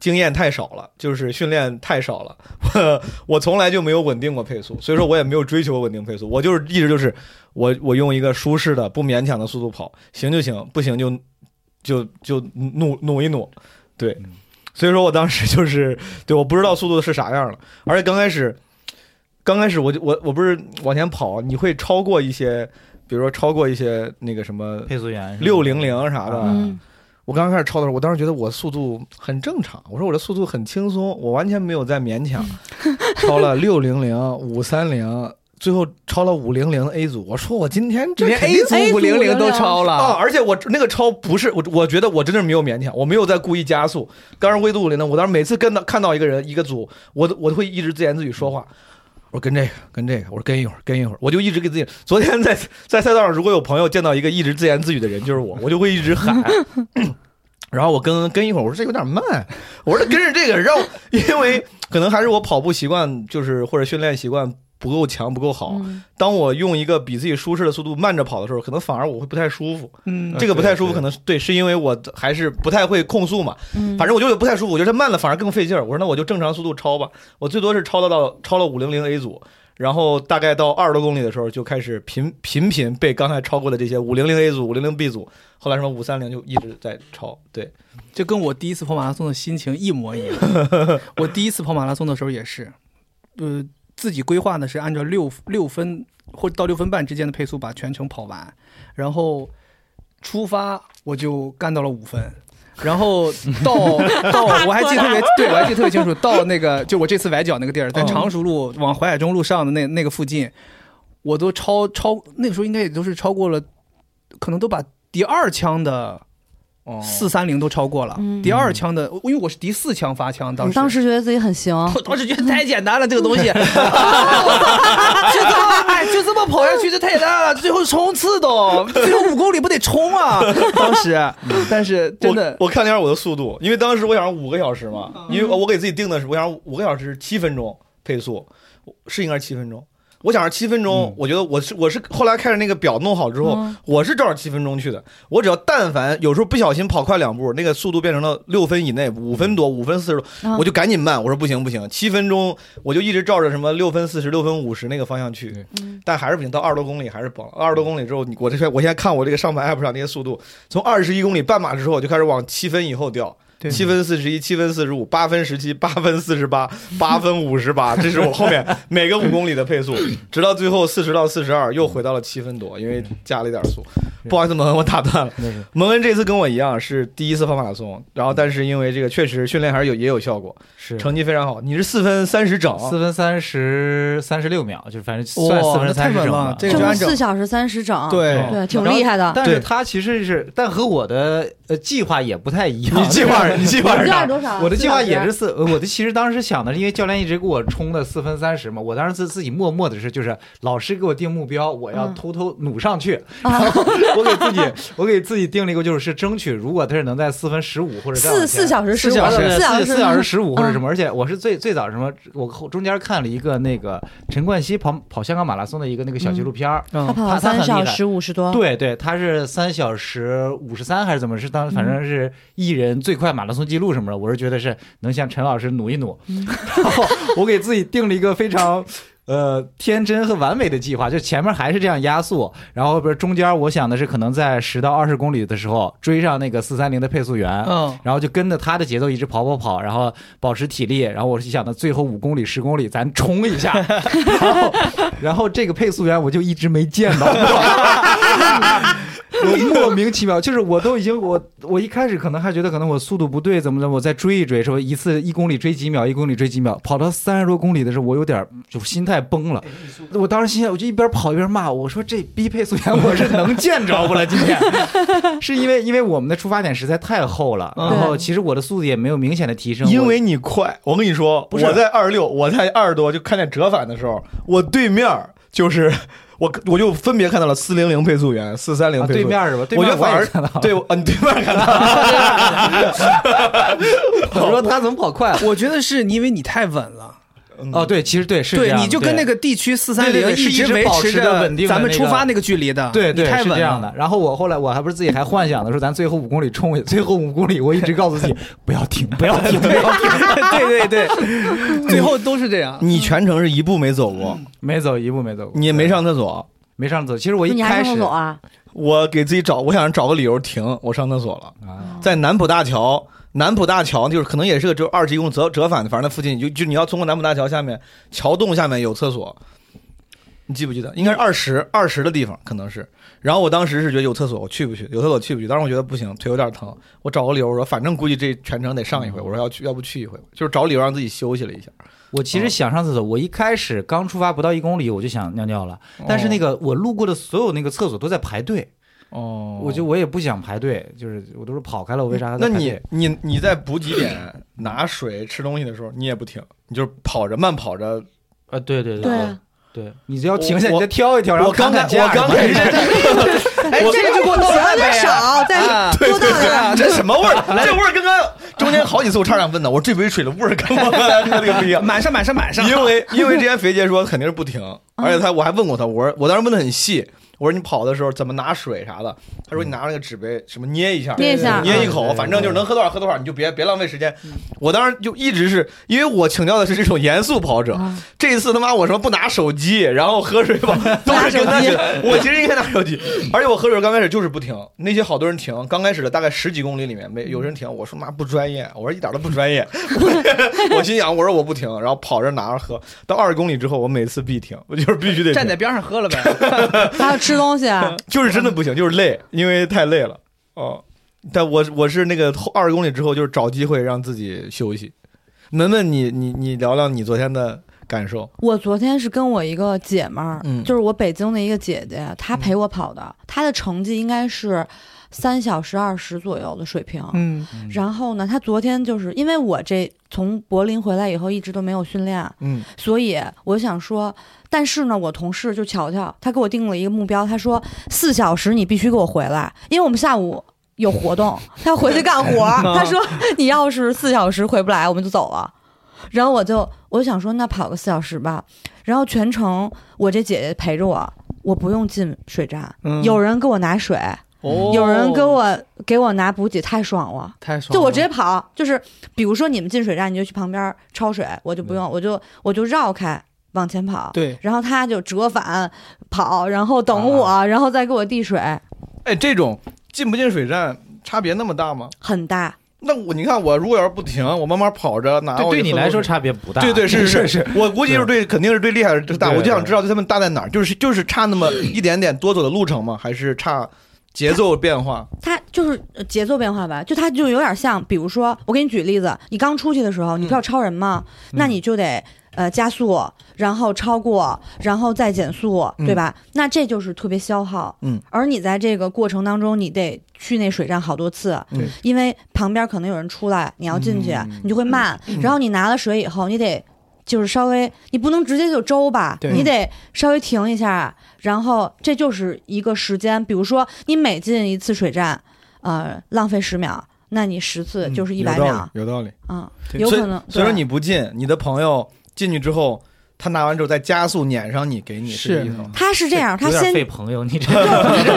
经验太少了，就是训练太少了， 我我从来就没有稳定过配速，所以说我也没有追求稳定配速，我就是一直就是我我用一个舒适的、不勉强的速度跑，行就行，不行就就就努努一努，对嗯，所以说我当时就是对我不知道速度是啥样了，而且刚开始。刚开始我就我我不是往前跑，你会超过一些，比如说超过一些那个什么配速员是吧六零零啥的，嗯，我刚开始抄的时候，我当时觉得我速度很正常，我说我这速度很轻松，我完全没有在勉强，抄了六零零、五三零、最后超了五零零 A 组，我说我今天这连肯定 A 组五零零都超啊！哦了，而且我那个超不是我，我觉得我真的没有勉强，我没有在故意加速。刚是微度五零的，我当时每次跟到看到一个人一个组，我都我都会一直自言自语说话。我说跟这个跟这个，我说跟一会儿跟一会儿，我就一直给自己。昨天在在赛道上，如果有朋友见到一个一直自言自语的人，就是我，我就会一直喊。 然后我跟跟一会儿，我说这有点慢，我说跟着这个，让我 因为可能还是我跑步习惯就是或者训练习惯不够强不够好，嗯当我用一个比自己舒适的速度慢着跑的时候，可能反而我会不太舒服。嗯，这个不太舒服，对可能是对，是因为我还是不太会控速嘛。嗯，反正我就有不太舒服，我觉得慢了反而更费劲儿。我说那我就正常速度超吧，我最多是超到到超了五零零 A 组，然后大概到二十多公里的时候就开始频频频被刚才超过的这些五零零 A 组、五零零 B 组，后来什么五三零就一直在超。对，就跟我第一次跑马拉松的心情一模一样。我第一次跑马拉松的时候也是，呃，自己规划的是按照六六分或者到六分半之间的配速把全程跑完，然后出发我就干到了五分。然后到到我还记得特别对我还记得特别清楚，到那个就我这次崴脚那个地儿，在常熟路往淮海中路上的那那个附近，我都超超那个时候应该也都是超过了，可能都把第二枪的四三零都超过了，嗯第二枪的，因为我是第四枪发枪，当你时当时觉得自己很行， 我当时觉得太简单了，这个 东西，啊就这么哎，就这么跑下去，这太简单了，最后冲刺都，最后五公里不得冲啊！当时，嗯 但是真的，我我看了一下我的速度，因为当时我想让五个小时嘛，因为我给自己定的是我想让五个小时是七分钟配速，是应该是七分钟。我想是七分嗯钟，我觉得我是我是后来开始那个表弄好之后，嗯我是照着七分钟去的。我只要但凡有时候不小心跑快两步，那个速度变成了六分以内，五分多，五分四十多，嗯我就赶紧慢。我说不行不行，七分钟我就一直照着什么六分四十、六分五十那个方向去。嗯但还是不行，到二十多公里还是崩了。二十多公里之后，你我这我现在看我这个上盘 app 上那些速度，从二十一公里半马之后就开始往七分以后掉，对七分四十一、七分四十五、八分十七、八分四十八、八分五十八，这是我后面每个五公里的配速，直到最后四十到四十二又回到了七分多，因为加了一点速。不好意思，蒙恩，我打断了。蒙恩这次跟我一样是第一次跑马拉松，然后但是因为这个确实训练还是有也有效果，是成绩非常好。你是四分三十整，四分三十三十六秒，就是反正哇算四那分太三十稳整嗯了这个就就按是照四小时三十整，对对，挺厉害的。但对是他其实是，但和我的呃计划也不太一样。你计划是你计划你是这啥啊样？多少？我的计划也是啊四四，呃我的其实当时想的是，因为教练一直给我冲的四分三十嘛，我当时自自己默默的是，就是老师给我定目标，我要嗯偷偷努上去。小时啊我给自己，我给自己定了一个，就是是争取，如果他是能在四分十五或者再往四前四小时十五，四小时四小时嗯四小时十五或者什么？么，而且我是最最早什么，我后中间看了一个那个陈冠希跑跑香港马拉松的一个那个小纪嗯录片儿。他跑了嗯他他三很小厉害时五十多，对对，他是三小时五十三还是怎么？是当反正是一人最快马拉松记录什么的。我是觉得是能向陈老师努一努， 然后我给自己定了一个非常。呃，天真和完美的计划，就前面还是这样压缩，然后不是中间，我想的是可能在十到二十公里的时候追上那个四三零的配速员，嗯，然后就跟着他的节奏一直跑跑跑，然后保持体力。然后我是想的，最后五公里、十公里咱冲一下。然后，然后这个配速员我就一直没见到过。 我莫名其妙，就是我都已经我我一开始可能还觉得可能我速度不对怎么怎么，我再追一追，说一次一公里追几秒，一公里追几秒，跑到三十多公里的时候，我有点儿就心态崩了。我当时心想，我就一边跑一边骂，我说这逼配速员我是能见着不了今天， 是因为因为我们的出发点实在太厚了，嗯然后其实我的速度也没有明显的提升，因我为你快，我跟你说，不是我在二十六，我在二十多就看见折返的时候，我对面儿就是我，我就分别看到了四零零配速员、四三零啊配对速员。面是吧？对我面觉得反也而看到了，对，我 啊，你对面儿看到，我说他怎么跑快了？我觉得是因为你太稳了，哦，对，其实对是这嗯对，样你就跟对那个地区四三对零对对是一直直维保持持着着稳定的咱们那出个发那个距离啊的，对对，你太是稳这样的了。。然后我后来我还不是自己还幻想的说，咱最后五公里冲一下，最后五公里我一直告诉自己 不要停，不要停，不 要停，对对 对，最后都是这样。你全程是一步没走过，没走一步，没走过，你也没上厕所。没上走。其实我一你还开上厕始所啊？我给自己找，我想找个理由停，我上厕所了，啊，在南浦大桥。南浦大桥就是可能也是个只有二十一公里折折返的，反正那附近你就就你要通过南浦大桥下面桥洞下面有厕所，你记不记得？应该是二十二十的地方，可能是。然后我当时是觉得有厕所，我去不去？有厕所去不去？当时我觉得不行，腿有点疼，我找个理由，我说反正估计这全程得上一回，我说要去，要不去一回，就是找理由让自己休息了一下。我其哦实想上厕所，我一开始刚出发不到一公里我就想尿尿了，但是那个我路过的所有那个厕所都在排队，哦我就我也不想排队，就是我都是跑开了，我为啥还在那排队？你你你在补给点拿水吃东西的时候，你也不停，你就是跑着慢跑着。呃啊，对对对啊，对，你只要停下，我你再挑一挑，然后我刚看开看我刚开始，哎，这个就给我倒出 来有点呗。 少，啊再多倒点儿。这什么味儿？这味儿跟刚中间好几次我差点问呢，我说这杯水的味儿跟我刚 才喝那哎个不一样。满上满上满上，因 为因为之前肥姐说肯定是不停，嗯而且她我还问过她，我说我当时问的很细，我说你跑的时候怎么拿水啥的，她说你拿那个纸杯什么捏一下，捏一下嗯捏一口，嗯反正就是能喝多少喝多少，你就别别浪费时间。我当时就一直是因为我请教的是这种严肃跑者，嗯这一次他妈我什么不拿手机，然后喝水 吧都是跟他学，我其实应该拿手机，而且我喝水刚开始就是不停，那些好多人停，刚开始的大概十几公里里面没有人停，我说妈不专业，我说一点都不专业， 我心想，我说我不停，然后跑着拿着喝，到二十公里之后，我每次必停，我 就是必须得停站在，边上喝了 呗。还有吃东西，啊就是真的不行，就是累，因为太累了。哦，但我我是那个二十公里之后，就是找机会让自己休息。门门，你你你聊聊你昨天的感受，我昨天是跟我一个姐们儿，嗯就是我北京的一个姐姐，嗯她陪我跑的，她的成绩应该是三小时二十左右的水平。嗯，然后呢，她昨天就是因为我这从柏林回来以后一直都没有训练，啊嗯，所以我想说，但是呢，我同事就乔乔，他给我定了一个目标，他说四小时你必须给我回来，因为我们下午。有活动，他要回去干 活儿。他说：“你要是四小时回不来，我们就走了。”然后我就我想说，那跑个四小时吧。然后全程我这姐姐陪着我，我不用进水站，嗯有人给我拿水，哦有人给我给我拿补给，太爽了。太爽了，就我直接跑，就是比如说你们进水站，你就去旁边焯水，我就不用，我就我就绕开往前跑，对然后他就折返跑，然后等我，然后再给我递水，哎，这种进不进水站差别那么大吗？很大。那我你看我如果要是不停，我慢慢跑着拿，对我就对你喝口来说水差别不大，对对 是是是，我估计就是对，肯定是对厉害的就是大。对我就想知道对他们大在哪儿，就是就是差那么一点点多走的路程吗？还是差节奏变化？它就是呃节奏变化吧，就它就有点像，比如说我给你举例子，你刚出去的时候，你不是要超人吗？嗯那你就得呃加速，然后超过，然后再减速，对吧？那这就是特别消耗。嗯，而你在这个过程当中，你得去那水站好多次，对嗯因为旁边可能有人出来，你要进去，你就会慢。然后你拿了水以后，你得。就是稍微，你不能直接就周吧，对你得稍微停一下，然后这就是一个时间。比如说，你每进一次水站，呃，浪费十秒，那你十次就是一百秒，嗯有道理。嗯，对有所以可能。所以说对你不进，你的朋友进去之后，他拿完之后再加速撵上你，给你是这个意思吗？他是这 样，他有点先费朋友，你这，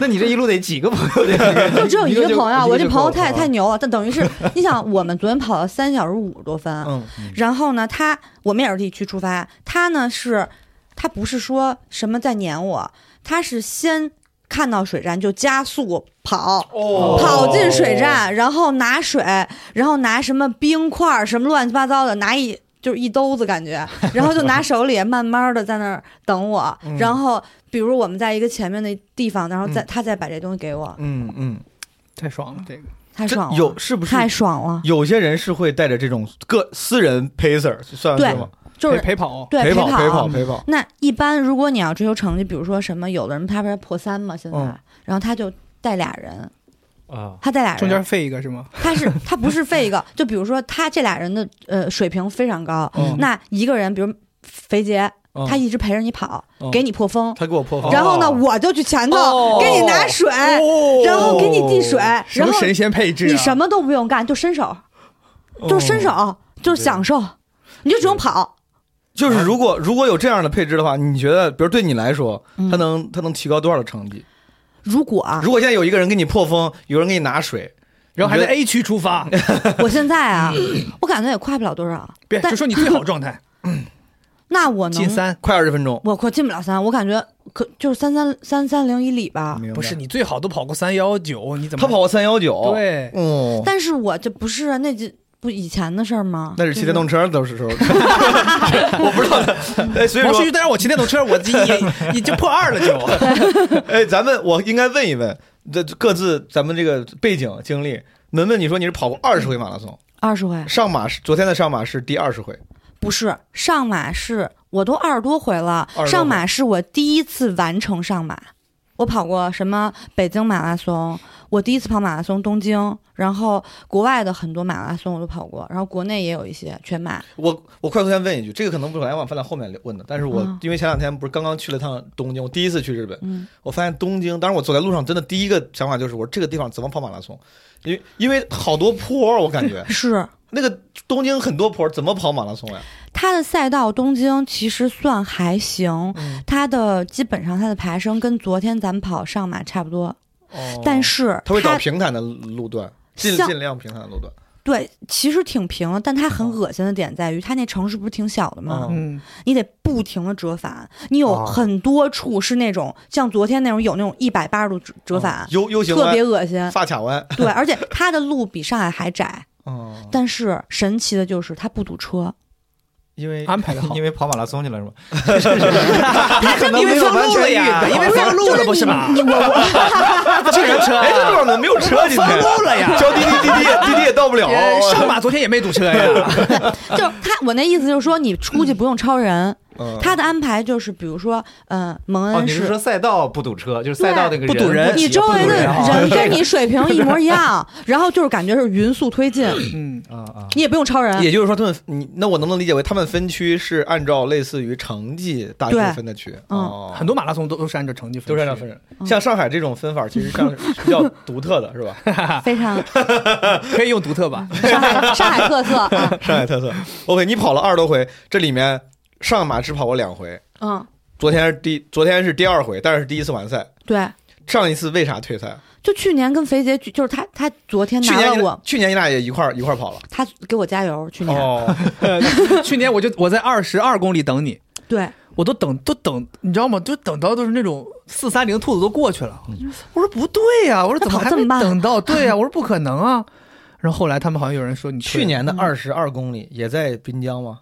那你这一路得几个朋友得？就 只有一个朋友，我这朋友太啊太太牛了。但等于是，你想，我们昨天跑了三小时五十多分，嗯，然后呢，他我们也是地区出发，他呢是，他不是说什么在撵我，他是先看到水站就加速跑，哦跑进水站，然后拿水，然后拿什么冰块儿什么乱七八糟的，拿一就是一兜子感 觉，然后就拿手里慢慢的在那儿等我，嗯然后比如我们在一个前面的地方，然后再、他再把这东西给我，嗯嗯，太爽了，这个太这爽了，有是不是？太爽了，有些人是会带着这种个私人 pacer 算是对吗？就是陪陪跑，对陪跑陪跑嗯跑陪跑，那一般如果你要追求成绩，比如说什么，有的人他不是破三嘛，现在，嗯然后他就带俩人，啊，他带俩中间人，废一个是吗？他是他不是费一个，就比如说他这俩人的呃水平非常高，嗯那一个人比如肥杰，嗯他一直陪着你跑，嗯给你破风。他给我破防。然后呢，哦我就去前头给你拿水，哎然后给你递水，哦什然么后神仙配置啊？你什么都不用干，就伸手，哦就伸手，就是享受，你就只用跑。就是如果如果有这样的配置的话，你觉得，比如对你来说，嗯他能他能提高多少的成绩？如果啊，如果现在有一个人给你破风，有人给你拿水，然后还在 A 区出发， 我现 在啊，我感觉也快不了多少。别但就说你最好状态，那我能进，三。快二十分钟，我快进不了三，我感觉可就是三三三三零以里吧。明白不是你最好都跑过三幺九，你怎么他跑过三幺九，，对哦，但是我这不是啊那这不以前的事儿吗？那是骑电动车都是 时候， 我不知道的。 哎，所以毛说书记，但是我骑电动车，我也也就破二了就。 哎，咱们我应该问一问，这各自咱们这个背景经历。门门，你说你是跑过二十回马拉松，二十回上马是昨天的上马是第二十回，不是上马是，我都二十多回了20多。回上马是我第一次完成上马，我跑过什么北京马拉松，我第一次跑马拉松东京，然后国外的很多马拉松我都跑过，然后国内也有一些全马。我我快速先问一句，这个可能不是来往放在后面问的，但是我、嗯因为前两天不是刚刚去了趟东京，我第一次去日本，嗯，我发现东京，当时我走在路上，真的第一个想法就是我说这个地方怎么跑马拉松，因为因为好多坡儿，我感 觉是那个东京很多坡儿，怎么跑马拉松呀？它的赛道东京其实算还行，嗯，它的基本上它的爬升跟昨天咱们跑上马差不多，哦但是他会找平坦的路段，尽像尽量平坦的路段。对其实挺平的，但它很恶心的点在于它那城市不是挺小的吗？嗯嗯，啊你得不停的折返，你有很多处是那种、像昨天那种有那种一百八十度折嗯折返， ，U U 型特别弯，。恶心发卡弯。对，而且它的路比上海还窄，哦，但是神奇的就是它不堵车，因为安排的好因。为跑马拉松去了是吧？可能因为没有封完路全了预呀备因为封路了不是吧？这个车哎，这地方怎么没有车 今封天？路了呀！哦叫滴滴滴滴也滴滴也到不了。也上马昨天也没堵车 呀，就是它我那意思就是说你出去不用超人，嗯它的安排就是比如说，嗯、呃，蒙哦，恩你是是。说赛道不堵车，就是赛道那个不堵人你周围的啊人跟你水平一模一样，然后就是感觉是匀速推进，嗯，啊啊，你也不用超人。也就是说，他们你那我能不能理解为他们分区是按照类似于成绩大学对分的区？嗯哦，很多马拉松都都是按照成绩分，都是按照分。人。嗯像上海这种分法，其实上是比较独特的，是 吧？非常可以用独特吧？上海上海特色啊，上海特色。OK，你跑了二十多回，这里面上马只跑过两回，嗯，昨天是第昨天是第二回，但是第一次完赛。对，上一次为啥退赛？就去年跟肥姐聚，就是他，他昨天去拿年了你我，嗯去年你俩也一块儿一块儿跑了。他给我加油。去年、哦，去年我就我在二十二公里等你，对，我都等都等，你知道吗？就等到都是那种四三零兔子都过去了，我说不对呀、我说怎么跑还这没啊么慢等到？对 呀、我说不可能啊。然后后来他们好像有人说你退去年的二十二公里也在滨江吗？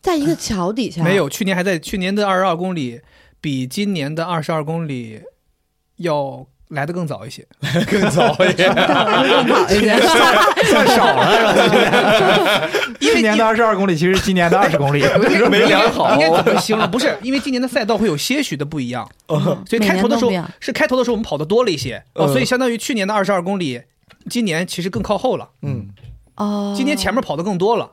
在一个桥底下，没有，去年还在去年的二十二公里比今年的二十二公里要来的更早一 些。更早一 点。更好一些。算少了是 吧？去年的二十二公里其实是今年的二十公 里，没量好应该怎么形容？不是，因为今年的赛道会有些许的不一样，所以开头的时候嗯每年都不一样是开头的时候我们跑的多了一些哦，嗯所以相当于去年的二十二公里，今年其实更靠后了，嗯，哦，今年前面跑的更多了。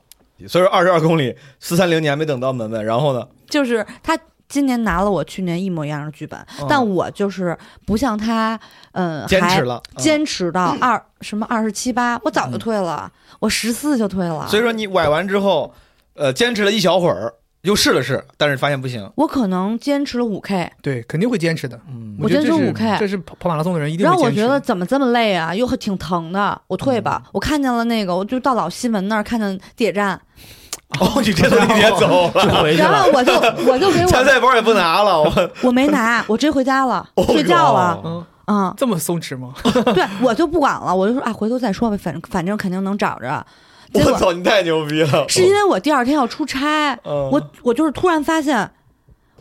所以说二十二公里四三零年没等到门门，然后呢？就是他今年拿了我去年一模一样的剧本，哦但我就是不像他，嗯、呃，坚持还了，嗯坚持到二、什么二十七八，我早就退了，我十四就退了。所以说你崴完之后，呃，坚持了一小会儿，又试了试，但是发现不行。我可能坚持了五 K，对，肯定会坚持的。嗯，我觉得坚这持是五 K 这是跑跑马拉松的人一定然会后我坚持嗯觉得怎么这么累啊，又挺疼的，我退吧。我看见了那个，我就到老西门那儿看见地铁站， 哦，你这都别走 了，回去然了后。我就 我就给参我赛包也不拿 了，我我没拿，我直接回家 了，睡觉了。哦嗯，这么松弛吗？对我就不管了，我就说啊，回头再说呗，反正反正肯定能找着。结我果操，你太牛逼了！是因为我第二天要出差，嗯我我就是突然发现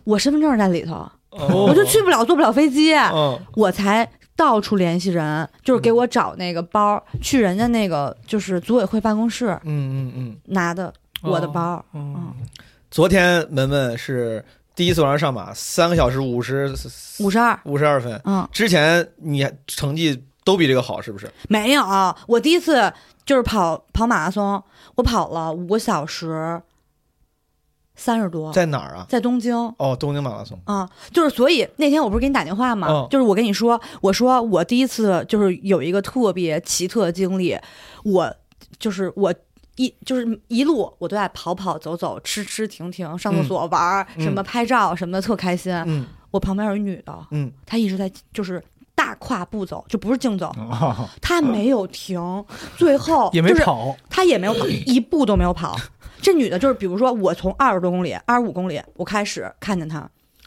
我身份证在里哦头，我我就去不了，坐不了飞机。哦嗯我才到处联系人，就是给我找那个包，去人家那个就是组委会办公室嗯嗯嗯。拿的我的包。嗯，昨天门门是第一次晚上上马，三个小时五十五十二，五十二分。嗯，之前你成绩都比这个好，是不是？没有，我第一次就是跑跑马拉松，我跑了五个小时三十多，在在哪儿啊？东京。哦，东京马拉松。啊、就是所以那天我不是给你打电话吗？嗯就是我跟你说，我说我第一次就是有一个特别奇特的经历，我就是我一就是一路我都在跑跑走走、吃吃停停、上厕所、玩儿嗯什么拍照什么的，特开心。嗯我旁边有一女的，嗯，她一直在就是大跨步走，就不是竞走，哦 她没有停，最后也没就是跑，他也没有跑，一步都没有跑。这女的就是，比如说我从二十多公里、二十五公里，我开始看见她，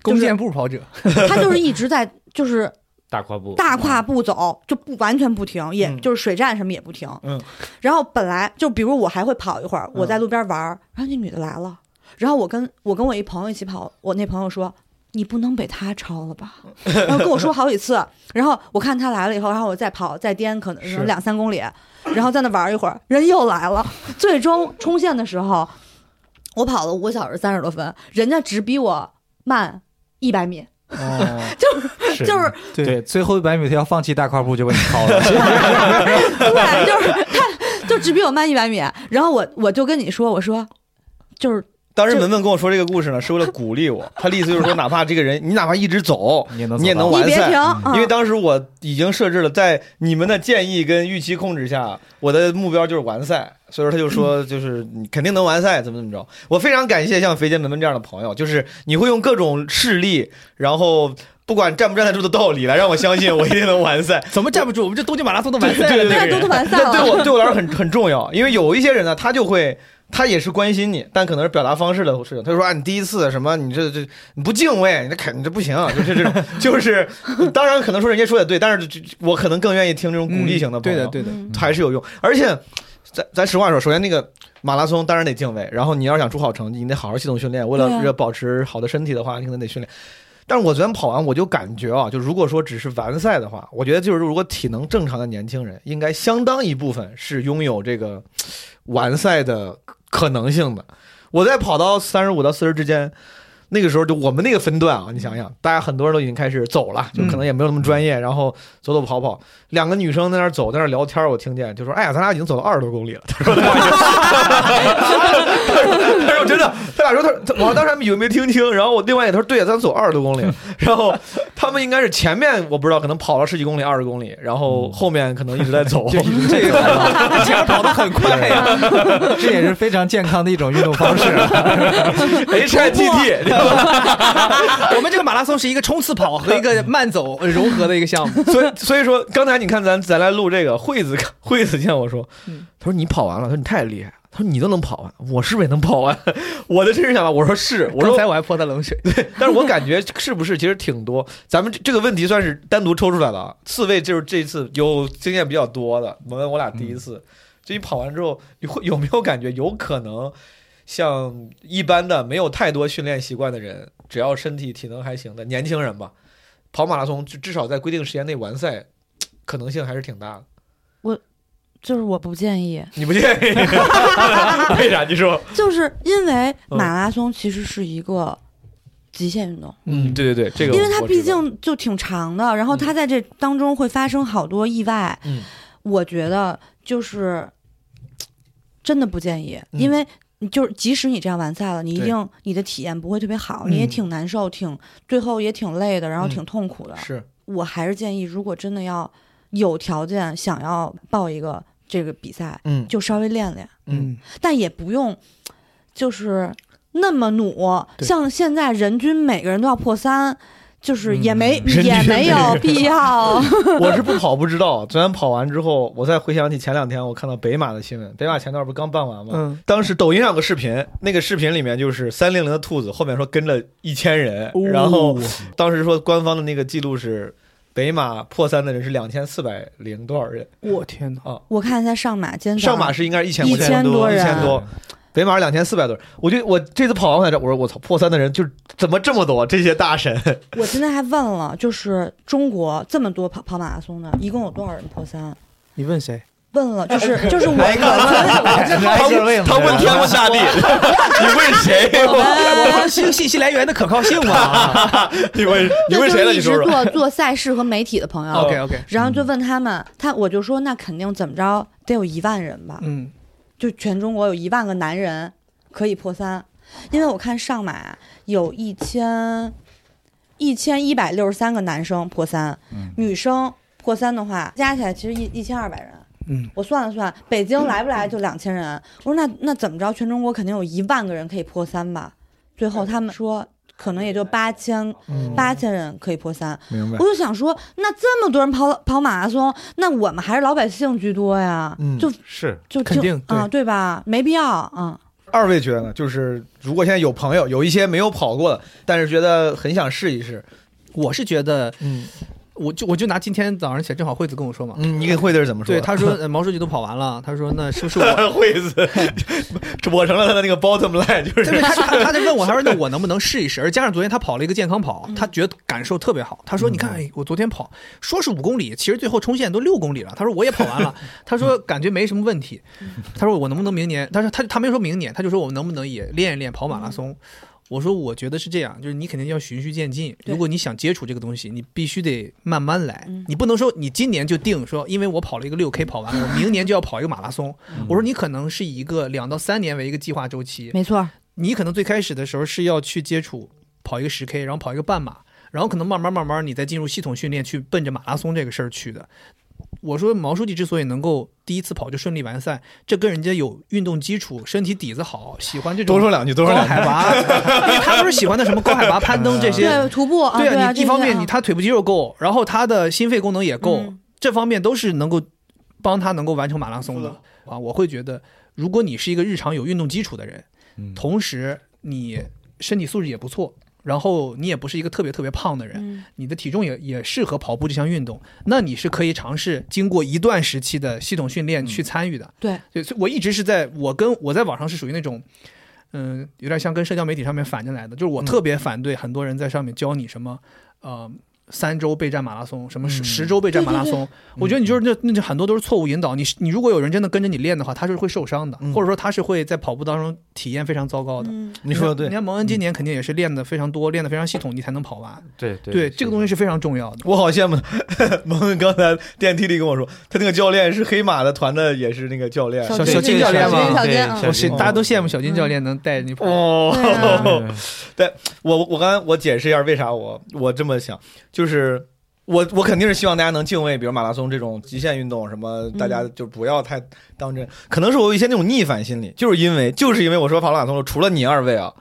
弓就 是箭步跑者。她就是一直在，就是大跨步，大跨步走，就不完全不停，也、嗯就是水站什么也不停。嗯，然后本来就比如我还会跑一会儿，我在路边玩儿，然后那女的来了，然后我跟我跟我一朋友一起跑，我那朋友说。你不能被她超了吧？ 然后跟我说好几次，然后我看她来了以后，然后我再跑再颠，可能可能两三公里，然后在那玩一会儿，人又来了。最终冲线的时候，我跑了五个小时三十多分，人家只比我慢一百米，哦，是就是对对，最后一百米他要放弃大跨步就把你超 了，对，就是他就只比我慢一百米。然后我我就跟你说，我说就是当时文文跟我说这个故事呢，是为了鼓励我。他的意思 就是说，哪怕这个人，你哪怕一直走，你也能你也走到 能你完别赛停，。因为嗯当时我已经设置了，在你们的建议跟预期控制下，我的目标就是完赛。所以说他就说，就是你肯定能完赛，怎么怎么着。我非常感谢像肥姐、文文这样的朋友，就是你会用各种事例，然后不管站不站得住的道理来让我相信我一定能完赛。怎么站不住？我们这东京马拉松都完赛了，对现在对都都完赛那 对了。我对我来说很很重要，因为有一些人呢，他就会。他也是关心你，但可能是表达方式的事情。他就说啊，你第一次什么，你这这你不敬畏，你这肯你这不行，就是这种， 就是当然可能说人家说的对，但是就就我可能更愿意听这种鼓励型的朋嗯对友，的，对 的，嗯还是有用。而且咱咱实话说，首先那个马拉松当然得敬畏，然后你要想出好成绩，你得好好系统训练。为了对啊为了保持好的身体的话，你可能得训练。但是我昨天跑完，我就感觉啊，就如果说只是完赛的话，我觉得就是如果体能正常的年轻人，应该相当一部分是拥有这个完赛的可能性的。我在跑到三十五到四十之间，那个时候就我们那个分段啊，你想想，大家很多人都已经开始走了，就可能也没有那么专业，然后走走跑跑，两个女生在那儿走，在那儿聊天，我听见就说：“哎呀，咱俩已经走到二十多公里了。” 他说：“他说真的，他俩说他他我当时还以为没听清，然后我另外一个他说对呀，咱走二十多公 里，然后他们应该是前面我不知道，可能跑了十几公里、二十公里，然后后面可能嗯一直在 走，这个前面跑得很快呀， 这也是非常健康的一种运动方式。，H I T T，我们这个马拉松是一个冲刺跑和一个慢走呃融合的一个项目。所以所以说刚才你看咱咱来录这个，惠子惠子见我说嗯，他说你跑完了，他说你太厉害了，他说你都能跑完，我是不是也能跑完？ 我的真实想法，我说是，我刚说才我还泼他冷水， 但是我感觉是不是其实挺多， 咱们这这个问题算是单独抽出来了。啊。刺猬就是这次有经验比较多的，我问我俩第一次，这一跑完之后，你会有没有感觉有可能像一般的没有太多训练习惯的人，只要身体体能还行的年轻人吧，跑马拉松至至少在规定时间内完赛，可能性还是挺大的。就是我不建议，你不介意？ 为啥？你说？就是因为马拉松其实是一个极限运动，嗯，对对对，这个因为它我毕知道竟就挺长的，然后它在这当中会发生好多意外。嗯我觉得就是真的不建议，嗯因为你就是即使你这样完赛了，你一对定你的体验不会特别好，嗯你也挺难受，挺最后也挺累的，然后嗯挺痛苦的。是我还是建议，如果真的要有条件想要报一个这个比赛，嗯就稍微练练，嗯，但也不用就是那么努。对像现在人均每个人都要破三。就是也没、嗯人也均没有必要， 我是不跑不知道，昨天跑完之后，我再回想起前两天我看到北马的新闻，北马前段不是刚办完吗？嗯，当时抖音上有个视频，那个视频里面就是三零零的兔子后面说跟了一千人，哦然后哦当时说官方的那个记录是北马破三的人是两千四百零多少人，我天哪，我看一下上马，今天早上上马是应该是一千一千多一人千多。北马是两千四百多人，我就我这次跑完回来，我说我操，破三的人就是怎么这么多？这些大神，我今天还问了，就是中国这么多跑跑马拉松的，一共有多少人破三？你问谁？问了，就是哎就是我哎他问他问天问大 地，你问谁？我们关心啊信息来源的可靠性 啊。你问你问谁了？就你一说直说。做做赛事和媒体 的朋友， OK OK，然后嗯就问他们，他我就说那肯定怎么着得有一万人吧，嗯，就全中国有一万个男人可以破三，因为我看上马有一千一千一百六十三个男生破三，女生破三的话加起来其实一一千二百人。嗯，我算了算，北京来不来就两千人。我说那那怎么着，全中国肯定有一万个人可以破三吧？最后他们说可能也就八千嗯嗯八千人可以破三。明白我就想说，那这么多人跑跑马拉松，那我们还是老百姓居多呀，嗯就是就肯定就啊，对吧？没必要啊。二位觉得呢？就是如果现在有朋友有一些没有跑过的，但是觉得很想试一试，我是觉得嗯，我就我就拿今天早上起来，正好惠子跟我说嘛，嗯，你给惠子怎么说？对，他说、呃毛书记都跑完了，他说那是不是我？惠子， 我成了他的那个 bottom line，就 对是对，他他他就问我，他说那我能不能试一试？而加上昨天他跑了一个健康跑，嗯他觉得感受特别好。他说你看，哎，我昨天跑说是五公里，其实最后冲线都六公里了。他说我也跑 完了，他说感觉没什么问题。嗯 他说我能不能明年？他说他他没说明年，他就说我们能不能也练一练跑马嗯拉松。我说，我觉得是这样，就是你肯定要循序渐进。对如果你想接触这个东西，你必须得慢慢来。嗯你不能说你今年就定说，因为我跑了一个六 K 跑完了，我明年就要跑一个马拉松。嗯我说你可能是以一个两到三年为一个计划周期，没错，你可能最开始的时候是要去接触跑一个十 K，然后跑一个半马，然后可能慢慢慢慢你再进入系统训练，去奔着马拉松这个事儿去的。我说毛书记之所以能够第一次跑就顺利完赛，这跟人家有运动基础、身体底子好，喜欢这种多说两句，多高说两句。海拔，因为他不是喜欢的什么高海拔攀登这些，对徒步啊，对对啊，你一方面你他他腿部肌肉够，然后他的心肺功能也够，嗯这方面都是能够帮他能够完成马拉松的啊。我会觉得，如果你是一个日常有运动基础的人，嗯同时你身体素质也不错，然后你也不是一个特别特别胖的人，嗯你的体重也也适合跑步这项运动，那你是可以尝试经过一段时期的系统训练去参与的。对，对，所以我一直是在我跟我在网上是属于那种，嗯、有点像跟社交媒体上面反着来的，就是我特别反对很多人在上面教你什么，呃。三周备战马拉松，什嗯么十十周备战马拉松，我觉得你就是那那就很多都是错误引导。你你如果有人真的跟着你练的话，他是会受伤的，或者说他是会在跑步当中体验非常糟糕的。嗯，你说的对，你嗯看蒙恩今年肯定也是练的非常多，练的非常系统，你才能跑完。对对对，这个东西西是非常重要的。我好羡慕 他蒙恩。刚才电梯里跟我说，他那个教练是黑马的团的，也是那个教练。小金教练嘛小金小金我小是金大家都羡慕小金教练能带着你跑。哦，对啊我我刚才我解释一下为啥我我这么想，就是我我肯定是希望大家能敬畏，比如马拉松这种极限运动，什么大家就不要太当真。可能是我有一些那种逆反心理，就是因为就是因为我说跑马拉松，除了你二位啊。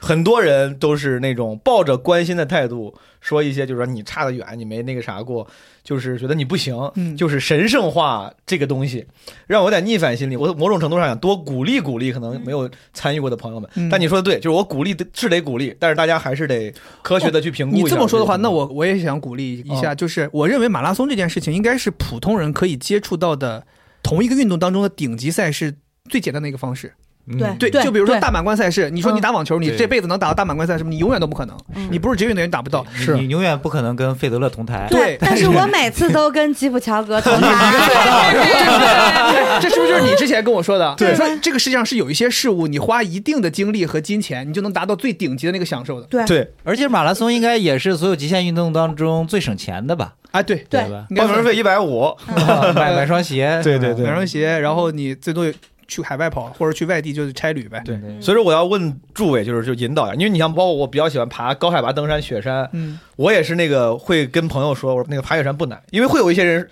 很多人都是那种抱着关心的态度说一些，就是说你差得远，你没那个啥过，就是觉得你不行，嗯就是神圣化这个东西，让我有点逆反心理。我某种程度上想多鼓励鼓励，可能没有参与过的朋友们。嗯但你说的对，就是我鼓励的是得鼓励，但是大家还是得科学的去评估一哦你下、这么说的话，那我我也想鼓励一下，就是我认为马拉松这件事情应该是普通人可以接触到的同一个运动当中的顶级赛事最简单的一个方式。对嗯对，就比如说大满贯赛事，你说你嗯打网球，你对这辈子能打到大满贯赛事吗？你永远都不可能，嗯你不是职业运 动员你打不到。是你永远不可能跟费德勒同台。对但是我每次都跟基普乔格同台， 哎这是不是就是你之前跟我说的？对你说这个世界上是有一些事物，你花一定的精力和金钱，你就能达到最顶级的那个享受的。对对而且马拉松应该也是所有极限运动当中最省钱的吧？啊，对，对吧？应该报是名费一百五，嗯啊买买双鞋，对对对买双鞋，然后你最多去海外跑，或者去外地就是差旅呗。对所以说我要问诸位，就是就引导一下，因为你像包括我比较喜欢爬高海拔登山、雪山， 嗯，我也是那个会跟朋友说，我说那个爬雪山不难，因为会有一些人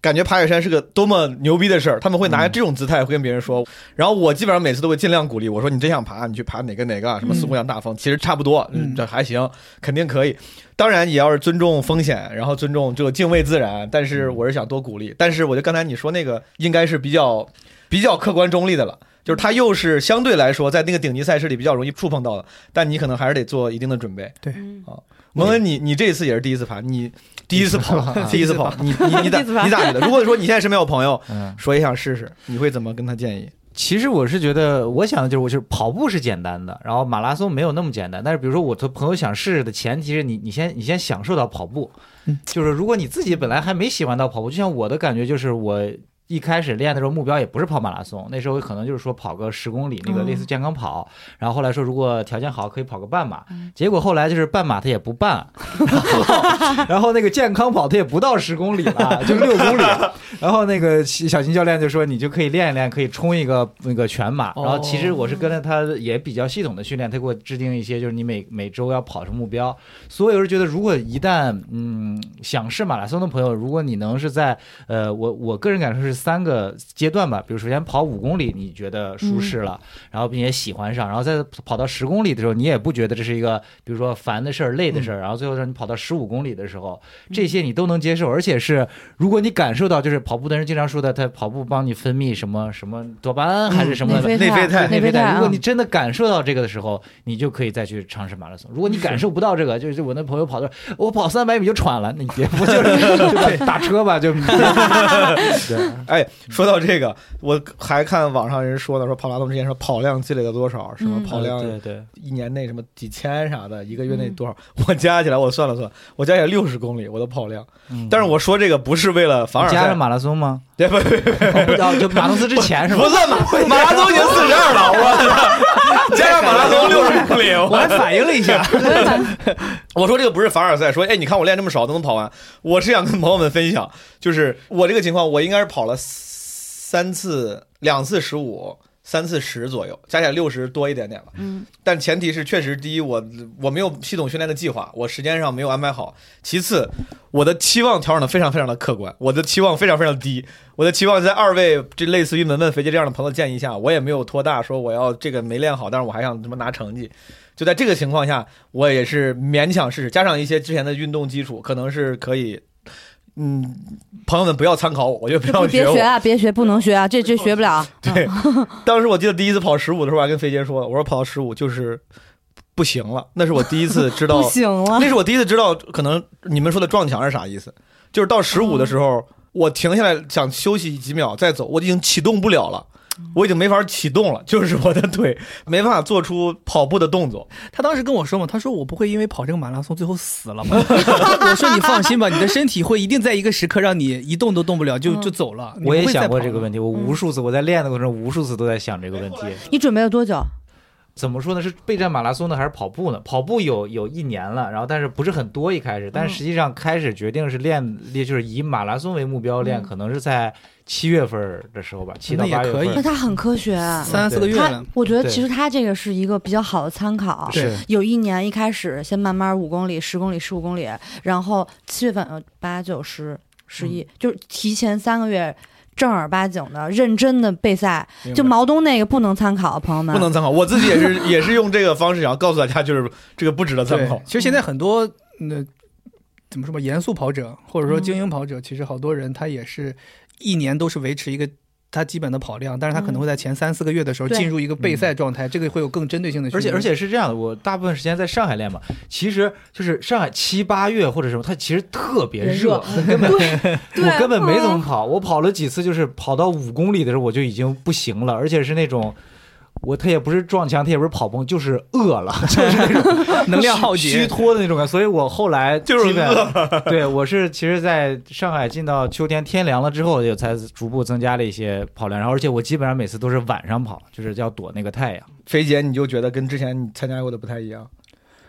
感觉爬雪山是个多么牛逼的事儿，他们会拿这种姿态会跟别人说。然后我基本上每次都会尽量鼓励，我说你真想爬，你去爬哪个哪个啊，什么四姑娘大峰，其实差不多，嗯嗯这还行，肯定可以。嗯当然也要是尊重风险，然后尊重这个敬畏自然，但是我是想多鼓励。但是我就刚才你说那个应该是比较比较客观中立的了。就是它又是相对来说在那个顶级赛事里比较容易触碰到的，但你可能还是得做一定的准备。蒙恩，你你这一次也是第一次爬，你第一次跑，第一次跑，你 你你咋你咋觉得？如果说你现在身边有朋友嗯，说也想试试，你会怎么跟他建议？其实我是觉得，我想的就是，我就是跑步是简单的，然后马拉松没有那么简单。但是比如说，我的朋友想试试的前提是你，你先你先享受到跑步嗯，就是如果你自己本来还没喜欢到跑步，就像我的感觉就是我。一开始练的时候，目标也不是跑马拉松，那时候可能就是说跑个十公里，那个类似健康跑。然后后来说，如果条件好，可以跑个半马。结果后来就是半马他也不办，然后然后那个健康跑他也不到十公里了，就六公里。然后那个小秦教练就说，你就可以练一练，可以冲一个那个全马。然后其实我是跟着他也比较系统的训练，他给我制定一些就是你每每周要跑什么目标。所以我是觉得，如果一旦嗯想试马拉松的朋友，如果你能是在呃我我个人感受是三个阶段吧。比如首先跑五公里，你觉得舒适了，然后并且喜欢上，然后再跑到十公里的时候，你也不觉得这是一个比如说烦的事儿、累的事儿，然后最后让你跑到十五公里的时候，这些你都能接受，而且是如果你感受到就是跑步的人经常说的，他跑步帮你分泌什么什么多巴胺还是什么内啡的。内啡肽内啡肽嗯肽，如啊果你，真的感受到这个的时候，你就可以再去尝试马拉松。如果你感受不到这个，就是我那朋友跑的，我跑三百米就喘了，那你别不就是 对吧打车吧，就对哎，说到这个，我还看网上人说呢，说跑马拉松之前说跑量积累了多少，什么嗯跑量对对，一年内什么几千啥的，一个月内多少？我加起来，我算了算，我加起来六十公里，我的跑量。嗯但是我说这个不是为了凡尔加赛上，马拉松吗？对不不哦不哦就马拉松之前是吧不？算马马拉松已经四十二了，我操 加上马拉松六十公里，我我还反应了一 下，我说这个不是凡尔赛，说哎，你看我练这么少都能跑完，我是想跟朋友们分享，就是我这个情况，我应该是跑了三次，两次十五，三次十左右，加起来六十多一点点了。嗯，但前提是，确实第一，我我没有系统训练的计划，我时间上没有安排好；其次，我的期望调整的非常非常的客观，我的期望非常非常低。我的期望在二位这类似于文文、肥姐这样的朋友建议下，我也没有拖大，说我要这个没练好，但是我还想他妈拿成绩。就在这个情况下，我也是勉强试试，加上一些之前的运动基础，可能是可以。嗯，朋友们不要参考我，我就不要别学我学。啊，别学，不能学啊，这这学不了。对，当时我记得第一次跑十五的时候，我还跟肥姐说，我说跑十五就是不行了，那是我第一次知道 不，行啊了那，是我第一次知道，可能你们说的撞墙是啥意思，就是到十嗯五的时候，我停下来想休息几秒再走，我已经启动不了了。嗯我已经没法启动了，就是我的腿没办法做出跑步的动作。他当时跟我说嘛，他说我不会因为跑这个马拉松最后死了嘛。 我说你放心吧，你的身体会一定在一个时刻让你一动都动不了，就嗯就走了。 我也想过这个问题，题，我无数次我在练的过程中，无数次都在想这个问题。你准备了多久？怎么说呢？是备战马拉松呢，还是跑步呢？跑步有有一年了，然后但是不是很多一开始，嗯但实际上开始决定是练，练就是以马拉松为目标练，可能是在七月份儿的时候吧，七到嗯那也八月可以份那他儿。很科学啊，三四个月他 了，我觉得对其实他这个是一个比较好的参考。对是有一年一开始先慢慢五公里、十公里、十五公里，然后七月份呃八九十十嗯一，就是提前三个月正儿八经的认真的备赛。就毛东那个不能参考，朋友们。不能参考，我自己也 是也是用这个方式想要告诉大家，就是这个不值得参对考。其实现在很多那、怎么说吧，严肃跑者或者说精英跑者，其实好多人他也是一年都是维持一个。他基本的跑量，但是他可能会在前三四个月的时候对进入一个嗯备赛状态，这个会有更针对性的训而且练。而且是这样的，我大部分时间在上海练嘛，其实就是上海七八月或者什么，它其实特别热，根 本我根本没嗯怎么跑，我跑了几次，就是跑到五公里的时候我就已经不行了，而且是那种。我他也不是撞墙，他也不是跑崩，就是饿了， 就是那种能量耗竭虚虚脱的那种感觉。所以我后来就是基本对我是其实在上海进到秋天天凉了之后，也才逐步增加了一些跑量，然后而且我基本上每次都是晚上跑，就是要躲那个太阳。肥姐，你就觉得跟之前你参加过的不太一样？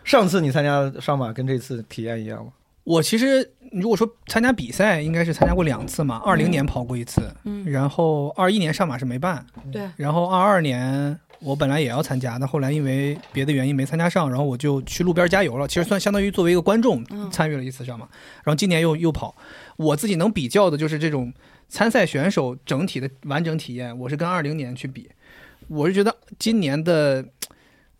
上次你参加上马跟这次体验一样吗？我其实如果说参加比赛，应该是参加过两次嘛。二零年跑过一次，嗯，然后二一年上马是没办，对，然后二二年我本来也要参加，但后来因为别的原因没参加上，然后我就去路边加油了。其实算相当于作为一个观众嗯参与了一次上马，然后今年又又跑。我自己能比较的就是这种参赛选手整体的完整体验，我是跟二零年去比，我是觉得今年的。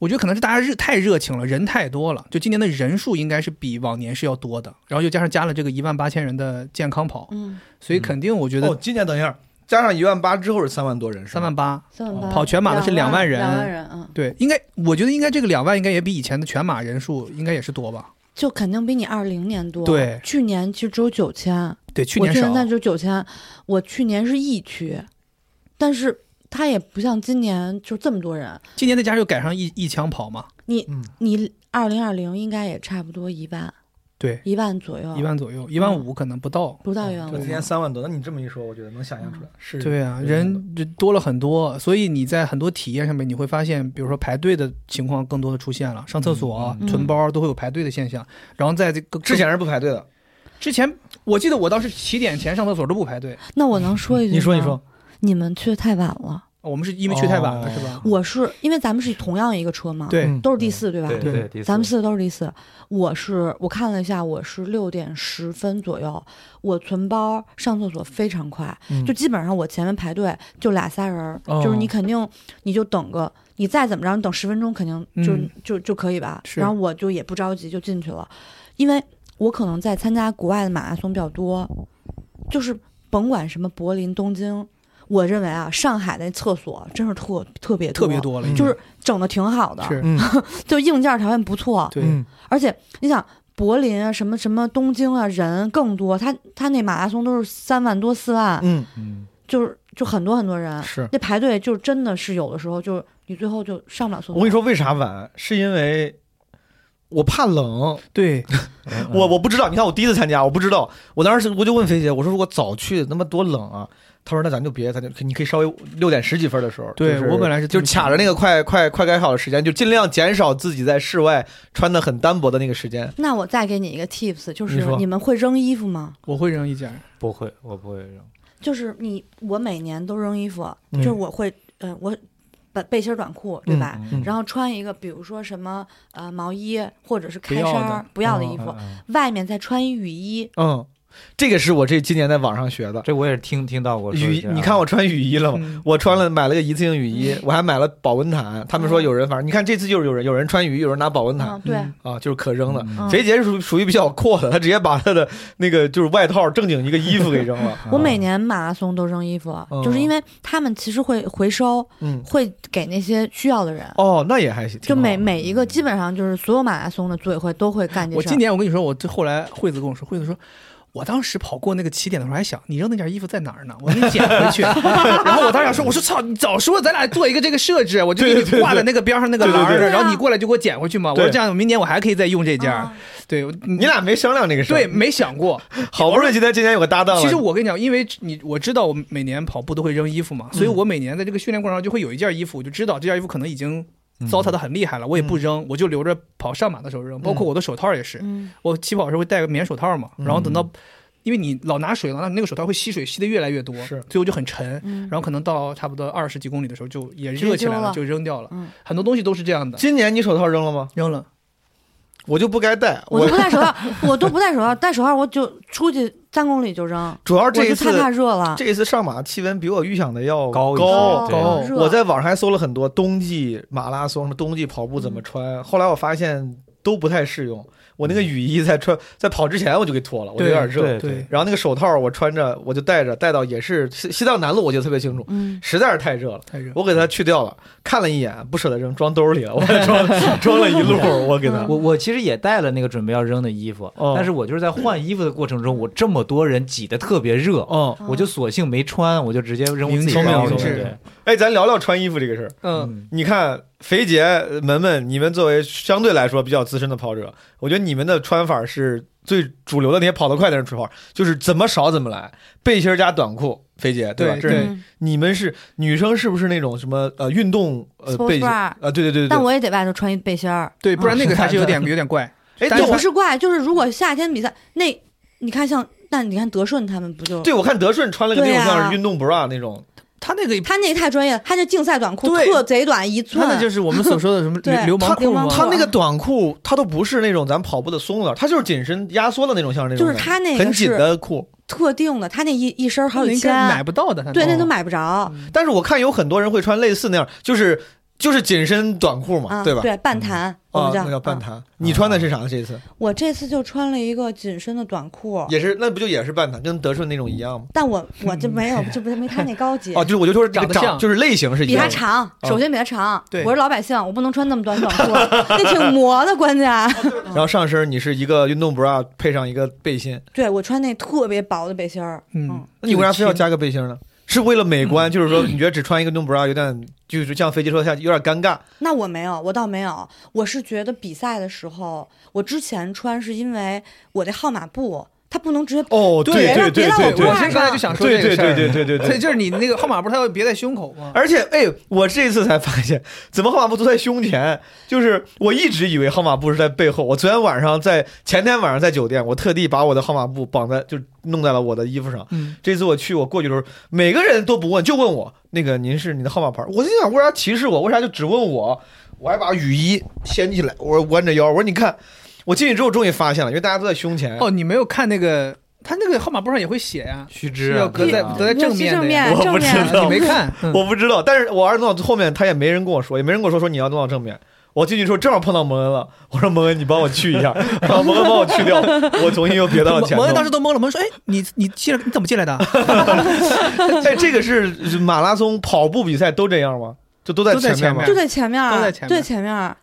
我觉得可能是大家热太热情了，人太多了。就今年的人数应该是比往年是要多的，然后又加上加了这个一万八千人的健康跑，嗯，所以肯定我觉哦得，今年等一下，加上一万八之后是三万多人，是吗三万八三万八哦跑全马的是两万人两万人啊，对，应该我觉得应该这个两万应该也比以前的全马人数应该也是多吧？就肯定比你二零年多。对去年其实只有九千，对，去年我去少年。在只有九千，我去年是疫区，但是它也不像今年就这么多人。今年再加上又赶上一一枪跑嘛，你、嗯你二零二零应该也差不多一万对，一万左右，一万哦左右，一万五可能不到。不到一万我五今。年三万多，那你这么一说，我觉得能想象出来。是，对啊，人就多了很多，所以你在很多体验上面，你会发现，比如说排队的情况更多的出现了，上厕所、嗯存包都会有排队的现象。然后在这个之前是不排队的。之前，我记得我当时起点前上厕所都不排队，那我能说一句？你说你说，你们去太晚了。哦我们是因为去太晚了，哦是吧？我是因为咱们是同样一个车嘛，对，嗯都是第四对吧？对对对，第四咱们四个都是第四。我是我看了一下，我是六点十分左右，我存包上厕所非常快，嗯就基本上我前面排队就俩仨人儿，哦就是你肯定你就等个，你再怎么着你等十分钟肯定就、嗯就就可以吧。是然后我就也不着急就进去了，因为我可能在参加国外的马拉松比较多，就是甭管什么柏林、东京。我认为啊，上海那厕所真是特特别特别，多了，嗯就是整的挺好的，是，嗯，就硬件条件不错，对，嗯而且你想柏林啊，什么什么东京啊，人更多，他他那马拉松都是三万多四万，嗯，嗯，就是就很多很多人，是。那排队就真的是有的时候就你最后就上嗯不了厕所。我跟你，说为啥晚，是因为我怕冷，对，嗯嗯我我不知道。你看我第一次参加，我不知道。我当时我就问菲姐，我说如果早去那么多冷啊，她说那咱就别，咱就你可以稍微六点十几分的时候。对就是我本来是就这么卡着那个快快快改好的时间，就尽量减少自己在室外穿的很单薄的那个时间。那我再给你一个 tips，就你是说你们会扔衣服吗？我会扔一 件，不会，我不会扔。就是你我每年都扔衣服，嗯就是我会，嗯、我把背心儿短裤对吧？嗯嗯然后穿一个，比如说什么呃毛衣或者是开不要衫的儿不要的衣服，嗯嗯外面再穿一雨衣，嗯，这个是我这今年在网上学的。这我也是听听到过说雨啊这，样你看我穿雨衣了吗？嗯我穿了买了个一次性雨衣，我还买了保温毯。他们说有人，反正你看这次就是有人，有人穿雨衣，有人拿保温毯嗯，对，嗯啊，就是可扔的。嗯嗯肥杰是属属于比较阔的，他 直接把他的那个就是外套正经一个衣服给扔了。我每年马拉松都扔衣服，就是因为他们其实会回收，嗯，会给那些需要的人。哦，那也还行，就挺好每每一个基本上就是所有马拉松的组委会都会干这我事儿今。年我跟你说，我这后来惠子跟我说，惠子说。我当时跑过那个起点的时候，还想你扔那件衣服在哪儿呢？我给你捡回 去。然后我当时想说，我说操，你早说咱俩做一个这个设置，我就给你挂在那个边上那个栏对儿对上，对然后你过来就给我捡回去嘛。我说对这样，明年我还可以再用这件儿啊。对，我你俩没商量这个事儿，对，没想过。好不容易今天今天有个搭档了，其实我跟你讲，因为你我知道我每年跑步都会扔衣服嗯嘛，所以我每年在这个训练过程中就会有一件衣服，我就知道这件衣服可能已经糟蹋的很厉害了，我也不扔，我就留着跑上马的时候扔。包括我的手套也是，嗯，我起跑的时候会戴个棉手套嘛，然后等到。因为你老拿水了，那你那个手套会吸水，吸的越来越多，是最后就很沉。嗯然后可能到差不多二十几公里的时候，就也热起来了，直就扔掉了。嗯很多东西都是这样的，今年你手套扔了吗？扔了。我就不该戴，我都不戴手套， 我都不戴手套，戴手套我就出去三公里就扔，主要我这一就太怕次热了。嗯这一次上马气温比我预想的要高一些高对高热哦我在网上还搜了很多冬季马拉松、什么冬季跑步怎么嗯穿，后来我发现都不太适用。我那个雨衣在穿 在跑之前我就给脱了，我就有点热。对对，然后那个手套我穿着，我就戴着，戴到也是西西藏南路，我记得特别清楚，嗯，实在是太热了，太热。我给它去掉了，看了一眼，不舍得扔，装兜里了，我装 装了一路，我啊给它。我我其实也带了那个准备要扔的衣服，哦但是我就是在换衣服的过程中，我这么多人挤得特别热，嗯，我就索性没穿，我就直接扔我自明智己包明里了。智对，哎，咱聊聊穿衣服这个事儿。嗯，你看，肥姐、呃门门，你们作为相对来说比较资深的跑者，我觉得你们的穿法是最主流的。那些跑得快的人穿法就是怎么少怎么来，背心儿加短裤。肥姐，吧？对这是对嗯你们是女生是不是那种什么呃运动呃 Sports 背心 bra 呃，对对对对。但我也得外头穿一背心儿，对，不然嗯那个还是有 点有点怪。哎，但对也我不是怪，就是如果夏天比赛，那你看像那你看德顺他们不就对我看德顺穿了个那种对啊像是运动 bra 那种，他那个他那个太专业了，他那竞赛短裤对特贼短，一寸穿的就是我们所说的什么对流流氓流裤氓吗？他那个短裤它都不是那种咱跑步的松的，它就是紧身压缩的那种，像是那种就是感觉他那个很紧是的裤。特定的，他那一一身儿好那几应该买千，不到的。他对，那都哦买不着，但是我看有很多人会穿类似那样，就是就是紧身短裤嘛，啊，嗯对吧？对，半弹，我啊们，那叫叫半。啊弹。你穿的是啥？这次我这次就穿了一个紧身的短裤，也是，那不就也是半弹，跟德顺那种一样吗？但我我这没有，就不没他那高级嗯哦，，就是哦我就说这长个得长，像就是类型是一比他样的。长，首先比他长。对我是老百姓，我不能穿那么短短裤，那挺磨的，关 键。然后上身你是一个运动 bra 配上一个背心，对我穿那特别薄的背心儿，嗯嗯，那你为啥非要加个背心呢？是为了美观，就是说你觉得只穿一个运动 bra 有点，就是像飞机说的下有点尴尬。那我没有，我倒没有，我是觉得比赛的时候，我之前穿是因为我的号码布他不能直接哦，对对对别对让对我对我挂先刚才就想说对这对个事儿对对对对对所以就是你那个号码不是它要别在胸口 吗？而且，哎，我这次才发现，怎么号码布都在胸前？就是我一直以为号码布是在背后。我昨天晚上在前天晚上在酒店，我特地把我的号码布绑在，就弄在了我的衣服上。嗯，这次我去，我过去的时候，每个人都不问，就问我那个您是你的号码牌儿。我心想，为啥歧视我？为啥就只问我？我还把雨衣掀起来，我说弯着腰，我说你看，我进去之后终于发现了，因为大家都在胸前。哦，你没有看那个，它那个号码簿上也会写呀，须知啊嗯是要搁在搁在正面正的面呀，我正不知面道你没看？嗯我不知道，但是我儿子弄到后面，他也没人跟我说，也没人跟我说说你要弄到正面。我进去之后正好碰到蒙恩了，我说蒙恩你帮我去一下，然后蒙恩帮我去 掉，我重新又别到了前蒙头恩。当时都懵了，蒙恩说：“哎，你你进来，你怎么进来的？哎，这个是马拉松跑步比赛都这样吗？就都在都在前面吗？前就在前面儿，都在前面对前面儿，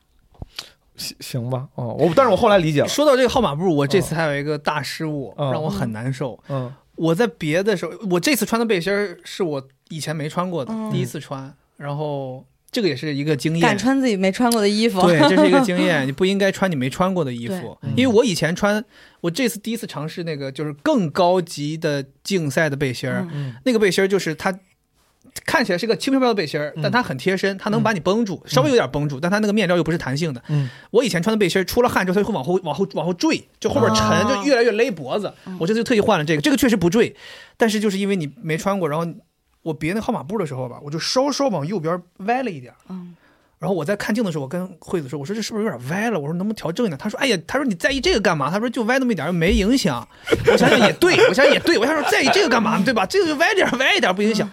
行行吧，哦，我但是我后来理解了，说到这个号码布，我这次还有一个大失误，嗯让我很难受。嗯，我在别的时候，我这次穿的背心儿是我以前没穿过的，嗯第一次穿，然后这个也是一个经验。敢穿自己没穿过的衣服，对，嗯这是一个经验，你不应该穿你没穿过的衣服，对因为我以前穿，我这次第一次尝试那个就是更高级的竞赛的背心儿，嗯那个背心儿就是它看起来是个轻飘飘的背心儿，但它很贴身，它能把你绷住，稍微有点绷住，但它那个面料又不是弹性的。嗯我以前穿的背心儿出了汗之后，它就会往后往后往后坠，就后边沉，哦就越来越勒脖子。我这次就特意换了这个，这个确实不坠，但是就是因为你没穿过，然后我别那个号码布的时候吧，我就稍稍往右边歪了一点儿。嗯然后我在看镜的时候，我跟惠子说：“我说这是不是有点歪了？我说能不能调正一点？”他说：“哎呀，他说你在意这个干嘛？他说就歪那么一点儿没影响。”我想想也对，我想想也对，我想说在意这个干嘛？对吧？这个就歪点儿歪一点儿不影响。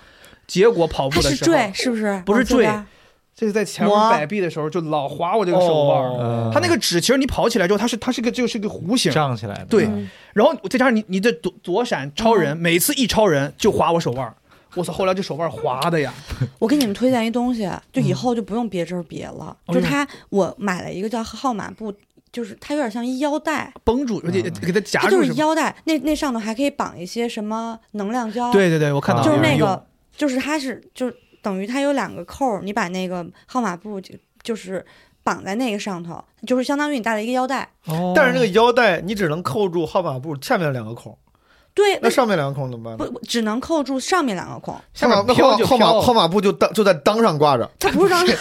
结果跑他步的是时候，坠是不是？不是往左坠边这个在前面磨摆臂的时候就老划我这个手腕儿。哦他那个指，其实你跑起来之后，它是它是个就是个弧形，胀起来的。嗯对，嗯然后再加上你你的左左闪超人，每次一超人就划我手腕儿。我操！后来这手腕儿划的呀，我给你们推荐一东西，就以后就不用别针儿别了。哦就用它，我买了一个叫号码布，就是它有点像一腰带，绷住，而且给它夹它住就是是吗？腰带，那那上头还可以绑一些什么能量胶，，对对对，我看到啊就是有人那用个，就是它是就是等于它有两个扣儿，你把那个号码布就就是绑在那个上头，就是相当于你带了一个腰带。哦但是那个腰带你只能扣住号码布下面两个孔，对，那上面两个孔怎么办呢？不不只能扣住上面两个孔，号码那号飘就号码飘了号码布就当就在裆上挂 着，它不是当时，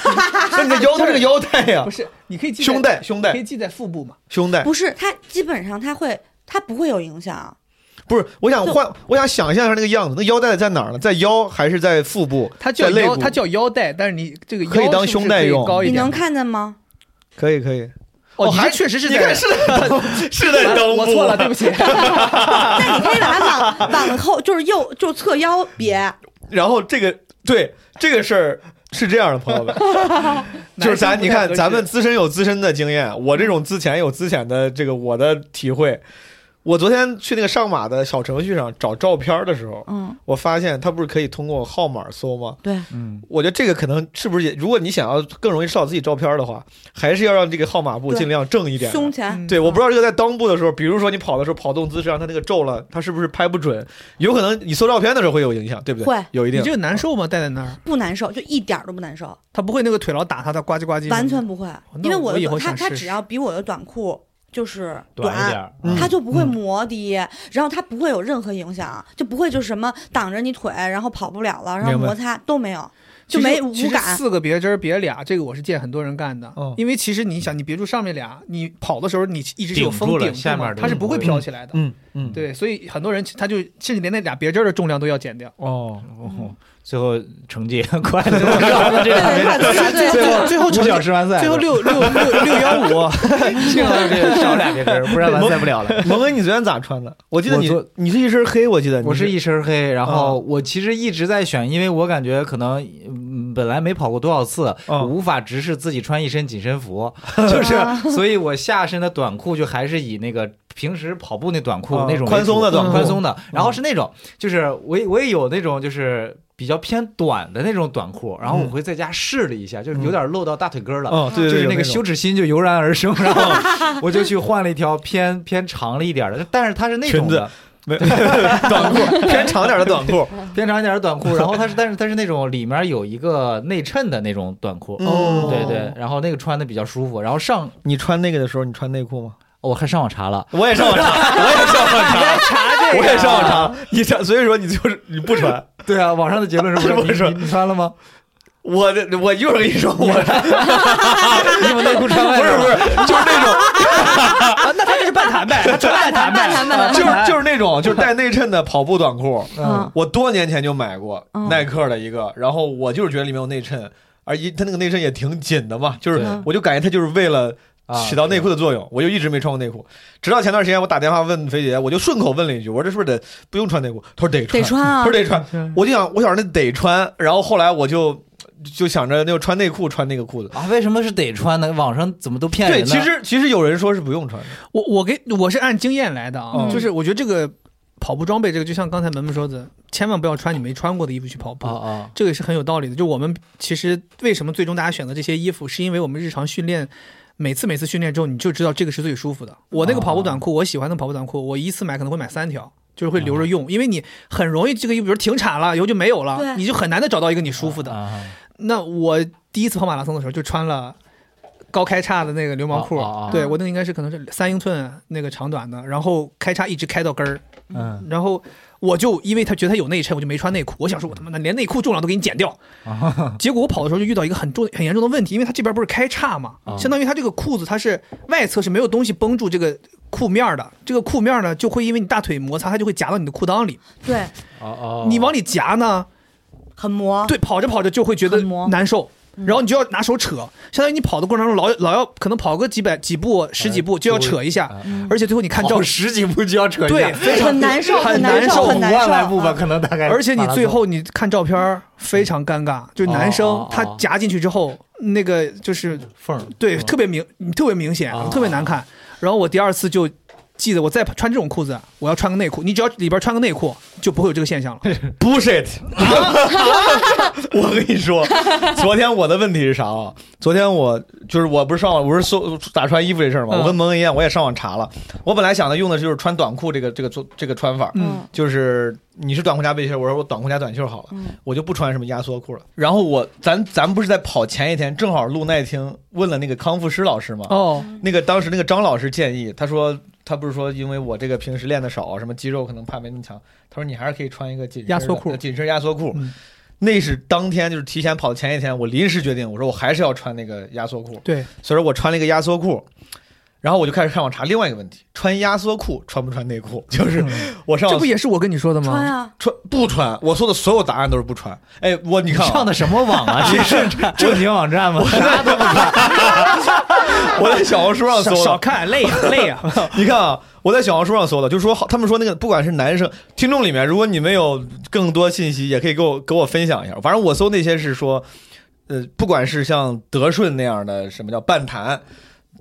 那你的腰它是个腰带呀不，是，你可以系在啊胸，带胸可以带系在腹部嘛？胸带，不是它基本上它会它不会有影响，不是，我想就换，我想想象一下那个样子，那腰带在哪儿呢？在腰还是在腹部？它叫在肋骨腰，它叫腰带，但是你这个腰可以当是不是胸带可以用高一你点能。看见吗？可以可以，哦哦，你还这确实是你在看是在 是在裆部，我错了，对 不起。但你可以把它绑绑后，就是右就侧腰别。然后这个对这个事儿是这样的，朋友 们，就是咱你看咱们资深有资深的经验，我这种资浅有资浅的这个我的体会。我昨天去那个上马的小程序上找照片的时候，嗯，我发现它不是可以通过号码搜吗？对，嗯，我觉得这个可能是不是也，如果你想要更容易找自己照片的话，还是要让这个号码布对尽量正一点的。胸嗯前。对，我不知道这个在裆部的时候，比如说你跑的时候跑动姿势让它那个皱了，它是不是拍不准？有可能你搜照片的时候会有影响，对不对？会有一你定这。个难受吗？戴在那儿，不难受，就一点儿都不难受，它不会那个腿老打它，它呱唧呱唧。完全。不会。因为我我的以后想短它它试只试要比我的短裤就是啊短一点儿，啊嗯它就不会磨的，然后它不会有任何影响，就不会就什么挡着你腿，然后跑不了了，然后明白摩擦都没有，其就实没无其实感。四个别针儿别俩，这个我是见很多人干的哦，因为其实你想，你别住上面俩，你跑的时候你一直是有顶风住了顶住下嘛面的它是不会嗯飘起来的。嗯嗯，对，所以很多人他就甚至连那俩别针儿的重量都要减掉。哦，哦 最后 成绩快乐多少了？这对，快两位对对对最后最后五成小时完哎赛，最后六六六六幺五， 幸好这个少俩别针儿，不然完赛不了 了。蒙恩，你昨天咋穿的？我记得我你昨你是一身黑，我记得你我是一身黑，然啊后嗯我其实一直在选，因为我感觉可能嗯本来没跑过多少次，啊我无法直视自己穿一身紧身 服，就是，所以我下身的短裤就还是以那个平时跑步那短裤啊那种为主嗯宽松的短裤宽松的，然后是那种就是我也我也有那种就是。比较偏短的那种短裤，然后我嗯回在家试了一下，就是有点露到大腿根儿了，哦，对就对，是那有个羞耻心就油然而生，然后我就去换了一条偏偏长了一点的，但是它是那种裙子的，没短裤，偏长点的短 裤。偏长一点的短裤，然后它是，但是它是那种里面有一个内衬的那种短裤，哦对对，然后那个穿的比较舒服，然后上哦你穿那个的时候，你穿内裤吗？我还上网查了，我也上网查，我也上网查，啊查这我也上网查，你这所以说你就是你不穿，对啊，网上的结论 是不是你你你穿了吗？ 我这我一会儿跟你说，我你把内裤穿外不面是了不是，就是那种啊，那他就是半谈呗，他纯半谈呗，谈呗 就是就是那种就是带内衬的跑步短裤，嗯我多年前就买过嗯耐克的一个，然后我就是觉得里面有内衬，而一它那个内衬也挺紧的嘛，就是对我就感觉它就是为了啊起到内裤的作用，我就一直没穿过内裤，直到前段时间我打电话问菲姐，我就顺口问了一句，我说这是不是得不用穿内裤？她说得穿，得穿啊她说得穿，我就想我想着那得穿，然后后来我就就想着就穿内裤穿那个裤子。啊？为什么是得穿呢？网上怎么都骗人对，呢？其实其实有人说是不用穿的，我我给我是按经验来的啊，嗯就是我觉得这个跑步装备，这个就像刚才萌萌说的，千万不要穿你没穿过的衣服去跑步。啊啊，这个也是很有道理的。就我们其实为什么最终大家选择这些衣服，是因为我们日常训练，每次每次训练之后，你就知道这个是最舒服的。我那个跑步短啊裤，我喜欢的跑步短裤，我一次买可能会买三条。就是会留着用，因为你很容易这个衣服，比如停产了，以后就没有了，对你就很难的找到一个你舒服啊的。啊那我第一次跑马拉松的时候，就穿了高开叉的那个流氓裤，啊啊啊对我那个应该是可能是三英寸那个长短的，然后开叉一直开到根儿，嗯，然后我就因为他觉得他有内衬，我就没穿内裤。我想说，我他妈的连内裤重量都给你剪掉。结果我跑的时候就遇到一个很重、很严重的问题，因为他这边不是开叉嘛，相当于他这个裤子它是外侧是没有东西绷住这个裤面儿的，这个裤面儿呢就会因为你大腿摩擦，它就会夹到你的裤裆里。对，哦哦，你往里夹呢，很磨，对，跑着跑着就会觉得哦很磨嗯难受。然后你就要拿手扯，相当于你跑的过程中老老要可能跑个几百几步十几步就要扯一下，而且最后你看照跑哦十几步就要嗯扯一对下，非常很难受，很难难受很五万来难受步吧，啊。可能大概。而且你最后你看照片儿非常尴尬，就是男生哦哦他夹进去之后，那个就是缝儿对特别明，特别明显哦，特别难看。然后我第二次就记得，我再穿这种裤子，我要穿个内裤，你只要里边穿个内裤，就不会有这个现象了。 bullshit！我啊跟你 说，昨天我的问题是啥啊？昨天我就是我不是上网，我是搜打穿衣服这事儿嘛，嗯我跟蒙恩一样，我也上网查了。我本来想的用的就是穿短裤这个这个做这个穿法，嗯就是你是短裤加背心儿，我说我短裤加短袖好了，嗯我就不穿什么压缩裤了。然后我咱咱不是在跑前一天，正好录耐听问了那个康复师老师嘛，嗯哦，那个当时那个张老师建议，他说他不是说因为我这个平时练的少，什么肌肉可能怕没那么强，他说你还是可以穿一个紧身的呃压缩裤紧身压缩裤。嗯那是当天就是提前跑的前一天，我临时决定，我说我还是要穿那个压缩裤，对，所以说我穿了一个压缩裤。然后我就开始上网查另外一个问题：穿压缩裤穿不穿内裤？ 就是我上 这网不也是我跟你说的穿吗？啊，穿不穿？我说的所有答案都是不穿。哎，我你看啊上的什么网啊？这是正经网站吗？啥都不看。 我在小红书上搜少的，少看，累 啊累啊！ 你看啊，我在小红书上搜的，就是说好他们说那个不管是男生听众里面，如果你们有更多信息，也可以给我给我分享一下。反正我搜那些是说，呃，不管是像德顺那样的什么叫半弹，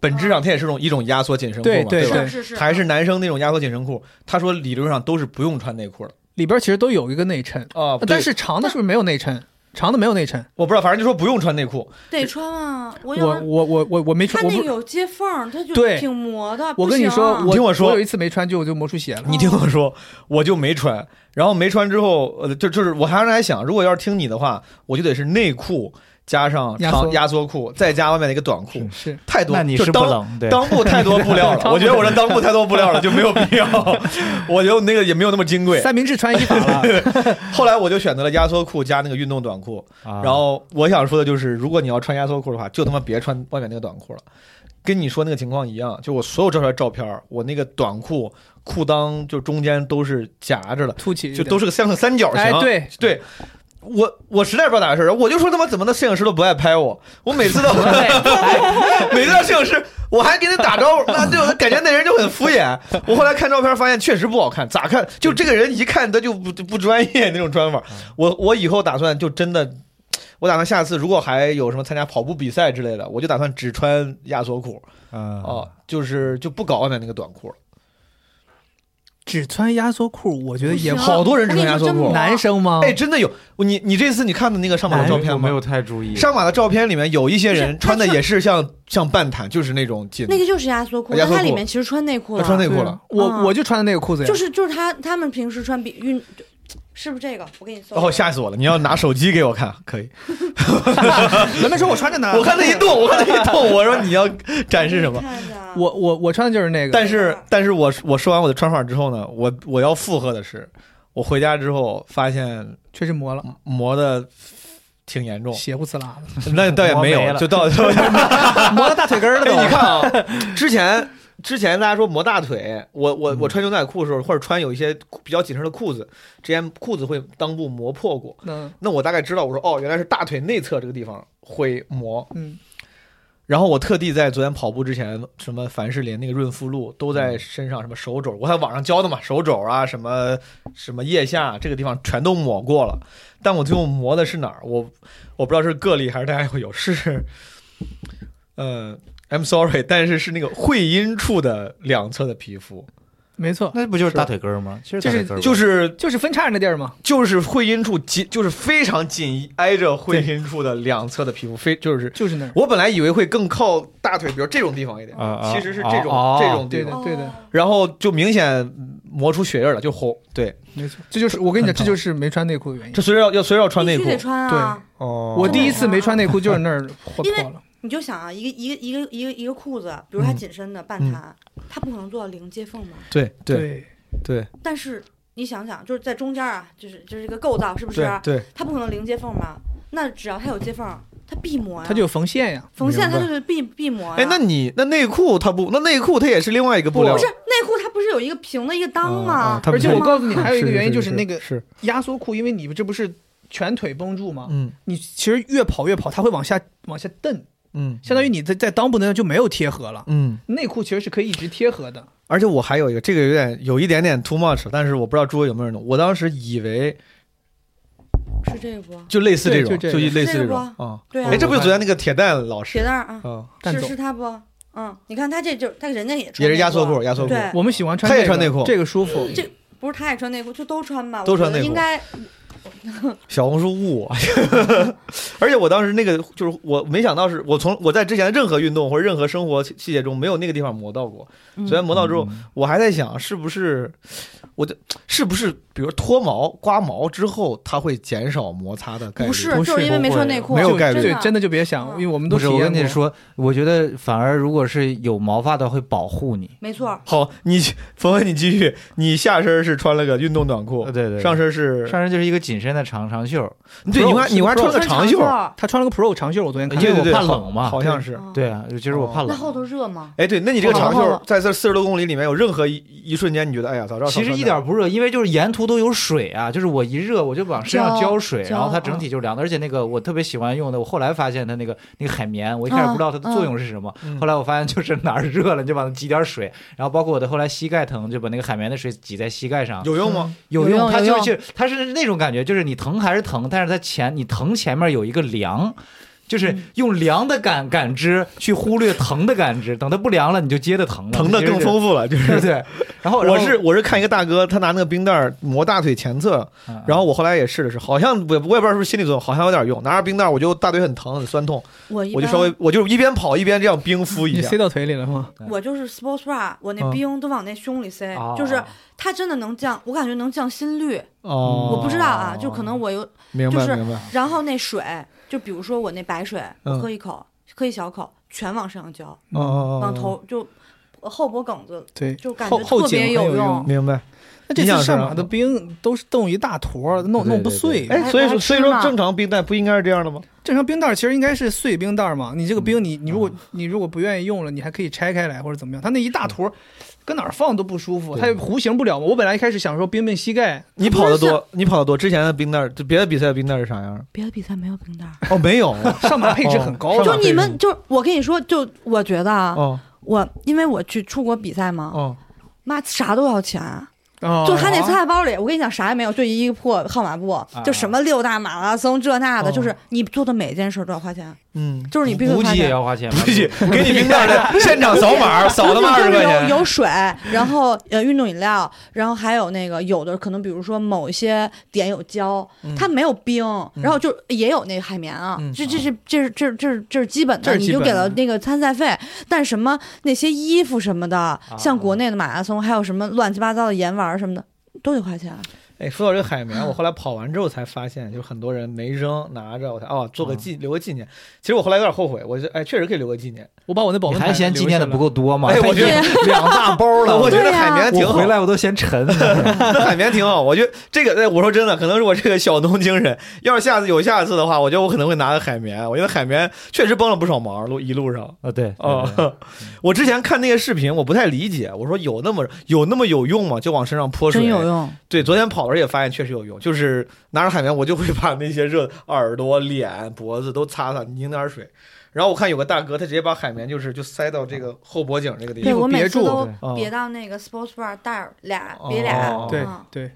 本质上它也是种一种压缩紧身裤嘛，对对吧？嗯对是是是，还是男生那种压缩紧身裤，他说理论上都是不用穿内裤的里边其实都有一个内衬，啊。对但是长的是不是没有内衬？长的没有内衬，我不知道，反正就说不用穿内裤。得穿啊。我要我我我我我没它穿，我那不个有接缝儿，它就对挺磨的。我不跟你行说，啊我听我说我有一次没穿就我就磨出血了。你听我说，我就没穿，然后没穿之后，呃，就就是我还是还想，如果要是听你的话，我就得是内裤加上压长缩压缩裤，再加外面的一个短裤，是太多， 那你就是不裆冷，对，裆部太多布料了，我觉得我这裆部太多布料了，就没有必要， 我觉得我那个也没有那么金贵。三明治穿衣 法了，后来我就选择了压缩裤加那个运动短裤，然然后我想说的就是，如果你要穿压缩裤的话，就他妈别穿外面那个短裤了。跟你说那个情况一样，就我所有照出来的照片儿，我那个短裤裤裆就中间都是夹着的，凸起一就点都是个像个三角形。哎对对，我我实在不知道咋回事儿，我就说他妈怎么那摄影师都不爱拍我，我每次都 每次到摄影师我还给他打招呼，那就感觉那人就很敷衍。我后来看照片发现确实不好看，咋看就这个人一看他就不不专业那种穿法。我我以后打算就真的。我打算下次如果还有什么参加跑步比赛之类的，我就打算只穿压缩裤啊、哦，就是就不搞外面那个短裤了。只穿压缩裤，我觉得也不行好多人我跟你穿压说缩真裤磨男生吗？哎，真的有你你这次你看的那个上马的照片哎我吗？没有太注意。上马的照片里面有一些不是人他穿的穿也是像像半坦，就是那种紧，那个就是压缩裤，压但缩它里裤面其实穿内裤他了，穿内对裤了。我嗯我就穿的那个啊裤子呀，就是就是他他们平时穿比运，是不是这个？我给你搜。哦哦，吓死我了！你要拿手机给我看，可以。门妹说我穿着呢，我看他一动，我看他一动，我说你要展示什么？看的我我我穿的就是那个，但是，但是我我说完我的穿法之后呢，我我要附和的是，我回家之后发现确实磨了，磨的挺严重，血不呲啦那倒也没磨没有，了就到就的， 磨到大腿根儿哎，了都。你看啊， 之前之前大家说磨大腿，我我嗯我穿牛仔裤的时候，或者穿有一些比较紧身的裤子，之前裤子会裆部磨破过。嗯那我大概知道，我说哦，原来是大腿内侧这个地方会磨。嗯，然后我特地在昨天跑步之前，什么凡士林那个润肤露都在身上，什么手肘，我在网上教的嘛，手肘啊，什么什么腋下这个地方全都抹过了。但我最后磨的是哪儿？我我不知道是个例还是大家会有是，呃，I'm sorry，但是是那个会阴处的两侧的皮肤，没错，那不就是大腿根儿吗？其实就大是腿根儿吧就是就是分叉那地儿嘛。就是会阴处紧，就是非常紧挨着会阴处的两侧的皮肤，非就是就是那儿。我本来以为会更靠大腿，比如这种地方一点啊，啊其实是这种、哦这种地对方，的，对的，然后就明显磨出血印儿了，就红。对，没错，这就是我跟你讲，很这就是没穿内裤的原因这。随着要要随着要穿内必裤须得，穿啊！哦我第一次没穿内裤就是那儿破因为破了，你就想啊，一个一个一个一个一个裤子，比如嗯它紧身的半弹，它不可能做到零接缝嘛。对对对，对但是你想想，就是在中间啊，就是就是一个构造，是不是？对对，它不可能零接缝嘛。那只要它有接缝，它必磨呀。它就有缝线呀。啊缝线，明白它就是必必磨呀。哎，那你那内裤它不，那内裤它也是另外一个布料，不是内裤，它不是有一个平的一个裆吗？哦它不而啊是且我告诉你，还有一个原因就是那个是压缩裤，因为你这不是全腿绷住吗？嗯你其实越跑越跑，它会往下往下蹬，嗯相当于你在在裆部那儿就没有贴合了。嗯，内裤其实是可以一直贴合的，而且我还有一个，这个有点有一点点 too much，但是我不知道诸位有没有人懂。我当时以为是这个不？就类似这对种，就这就个类似这个种不啊。对啊哎哎，，这不就昨天那个铁蛋老师铁蛋儿啊，啊，蛋是总是它不？嗯，你看他这就他人家也穿也是压缩内裤，嗯啊压缩裤。对，我们喜欢穿他也这个穿内裤嗯这个舒服。这不是他也穿内裤，就都穿吧，都穿内我觉裤得应该小红书误我， 而且我当时那个就是我没想到是我从我在之前任何运动或者任何生活细细节中没有那个地方磨到过，嗯虽然磨到之后，我还在想是不是我的是不是比如脱毛刮毛之后它会减少摩擦的概率？不是，不是就是因为没穿内裤，没有概率对，真的的。就别想，因为我们都不是，体我验跟过你。说，我觉得反而如果是有毛发的会保护你。没错，好，你冯文你继续，你下身是穿了个运动短裤呃，对对对上身是上身就是一个紧身的长长袖，对，你 Pro，还是你还穿了个穿长袖袖，，他穿了个 Pro 长袖，我昨天看对因为对我对怕好冷嘛好像是。嗯对啊，其实我怕那冷。后头热吗？哎，对，那你这个好长了好袖了在这四十多公里里面有任何一一瞬间，你觉得哎呀，早知道少其实穿一点点儿不热，因为就是沿途都有水啊，就是我一热我就往身上浇浇水，浇然后它整体嗯就凉的。而且那个我特别喜欢用的，我后来发现它那个那个海绵，我一开始不知道它的作用是什么，嗯嗯后来我发现就是哪儿热了你就往它挤点水，然后包括我的后来膝盖疼，就把那个海绵的水挤在膝盖上，有用吗？有有用它有就用是它是那种感觉，就是你疼还是疼，但是它前你疼前面有一个凉。就是嗯用凉的感感知去忽略疼的感知，等它不凉了，你就接着疼了，疼的更丰，丰富了，就对 是。对。然后然后我是我是看一个大哥，他拿那个冰袋儿磨大腿前侧，嗯然后我后来也试了试，好像我也我也不知道是不是心理作用，好像有点用。拿着冰袋儿我就大腿很疼很酸痛，我一我就般稍微我就一边跑一边这样冰敷一你下塞。到腿里了吗？我就是 sports bra，我那嗯冰都往那胸里塞哦，哎就是它真的能降，我感觉能降心率，哦，我不知道啊，就可能我有。明白就是明白。然后那水，就比如说我那白水，我嗯喝一口，喝一小口，全往身上浇，哦哦往哦哦，头就后脖梗子，对，就感觉后后特颈别很有用。。明白。那这你想次上是马的兵都是动一大坨，弄对弄对不对碎。哎，还所以还说吃所以说呢正常冰袋不应该是这样的吗？正常冰袋儿其实应该是碎冰袋儿嘛，你这嗯个冰你你如啊果你如果不愿意用了，你还可以拆开来或者怎么样。它那一嗯大坨，搁哪儿放都不舒服，它也弧形不了嘛。我本来一开始想说冰冰膝盖，你跑得多，你跑得多。之前的冰袋儿，就别的比赛的冰袋儿是啥样？别的比赛没有冰袋儿，哦，没有。啊 上马配置很高哦的上就马，你们就我跟你说，就我觉得啊，哦我因为我去出国比赛嘛，哦，妈啥都要钱，啊就他那菜包里，我跟你讲啥也没有，就一个破号码布，就什么六大马拉松这那的，哦就是你做的每件事都要花钱，嗯，就是你必须补花给也钱。要花钱吧， 必须给你冰袋儿的，现场扫码，扫他妈二就十是块有钱。。有水，然后呃运动饮料，然后还有那个有的可能比如说某一些点有胶，它没有冰，然后就也有那个海绵啊，这这是这是这是这是这是基本这的，是你基就本给了的那个参赛费，但什么那些衣服什么的，像国内的马拉松还有什么乱七八糟的盐丸什么的都得花钱，啊哎，说到这个海绵，我后来跑完之后才发现，就是很多人没扔，拿着我才哦，做个纪留个纪念。其实我后来有点后悔，我就哎，确实可以留个纪念。我把我那保你温还坛嫌纪念的不够，够多吗？哎我觉得两大包了， 我觉哦得对呀海绵挺我好回，来我都嫌沉。那海绵挺好。我觉得这个，哎，我说真的，可能是我这个小农精神。要是下次有下次的话，我觉得我可能会拿个海绵。我觉得海绵确实帮了不少忙，路一路上。啊，对，对对哦，我之前看那个视频，我不太理解，我说有那么有那么有用吗？就往身上泼水，真有用。对，昨天跑的时候也发现确实有用，就是拿着海绵，我就会把那些热耳朵、脸、脖子都擦擦，拧点水。然后我看有个大哥，他直接把海绵就是就塞到这个后脖颈这个地对方。我每别次住都哦别到那个 sports bar 带儿俩哦别俩，哦对嗯对，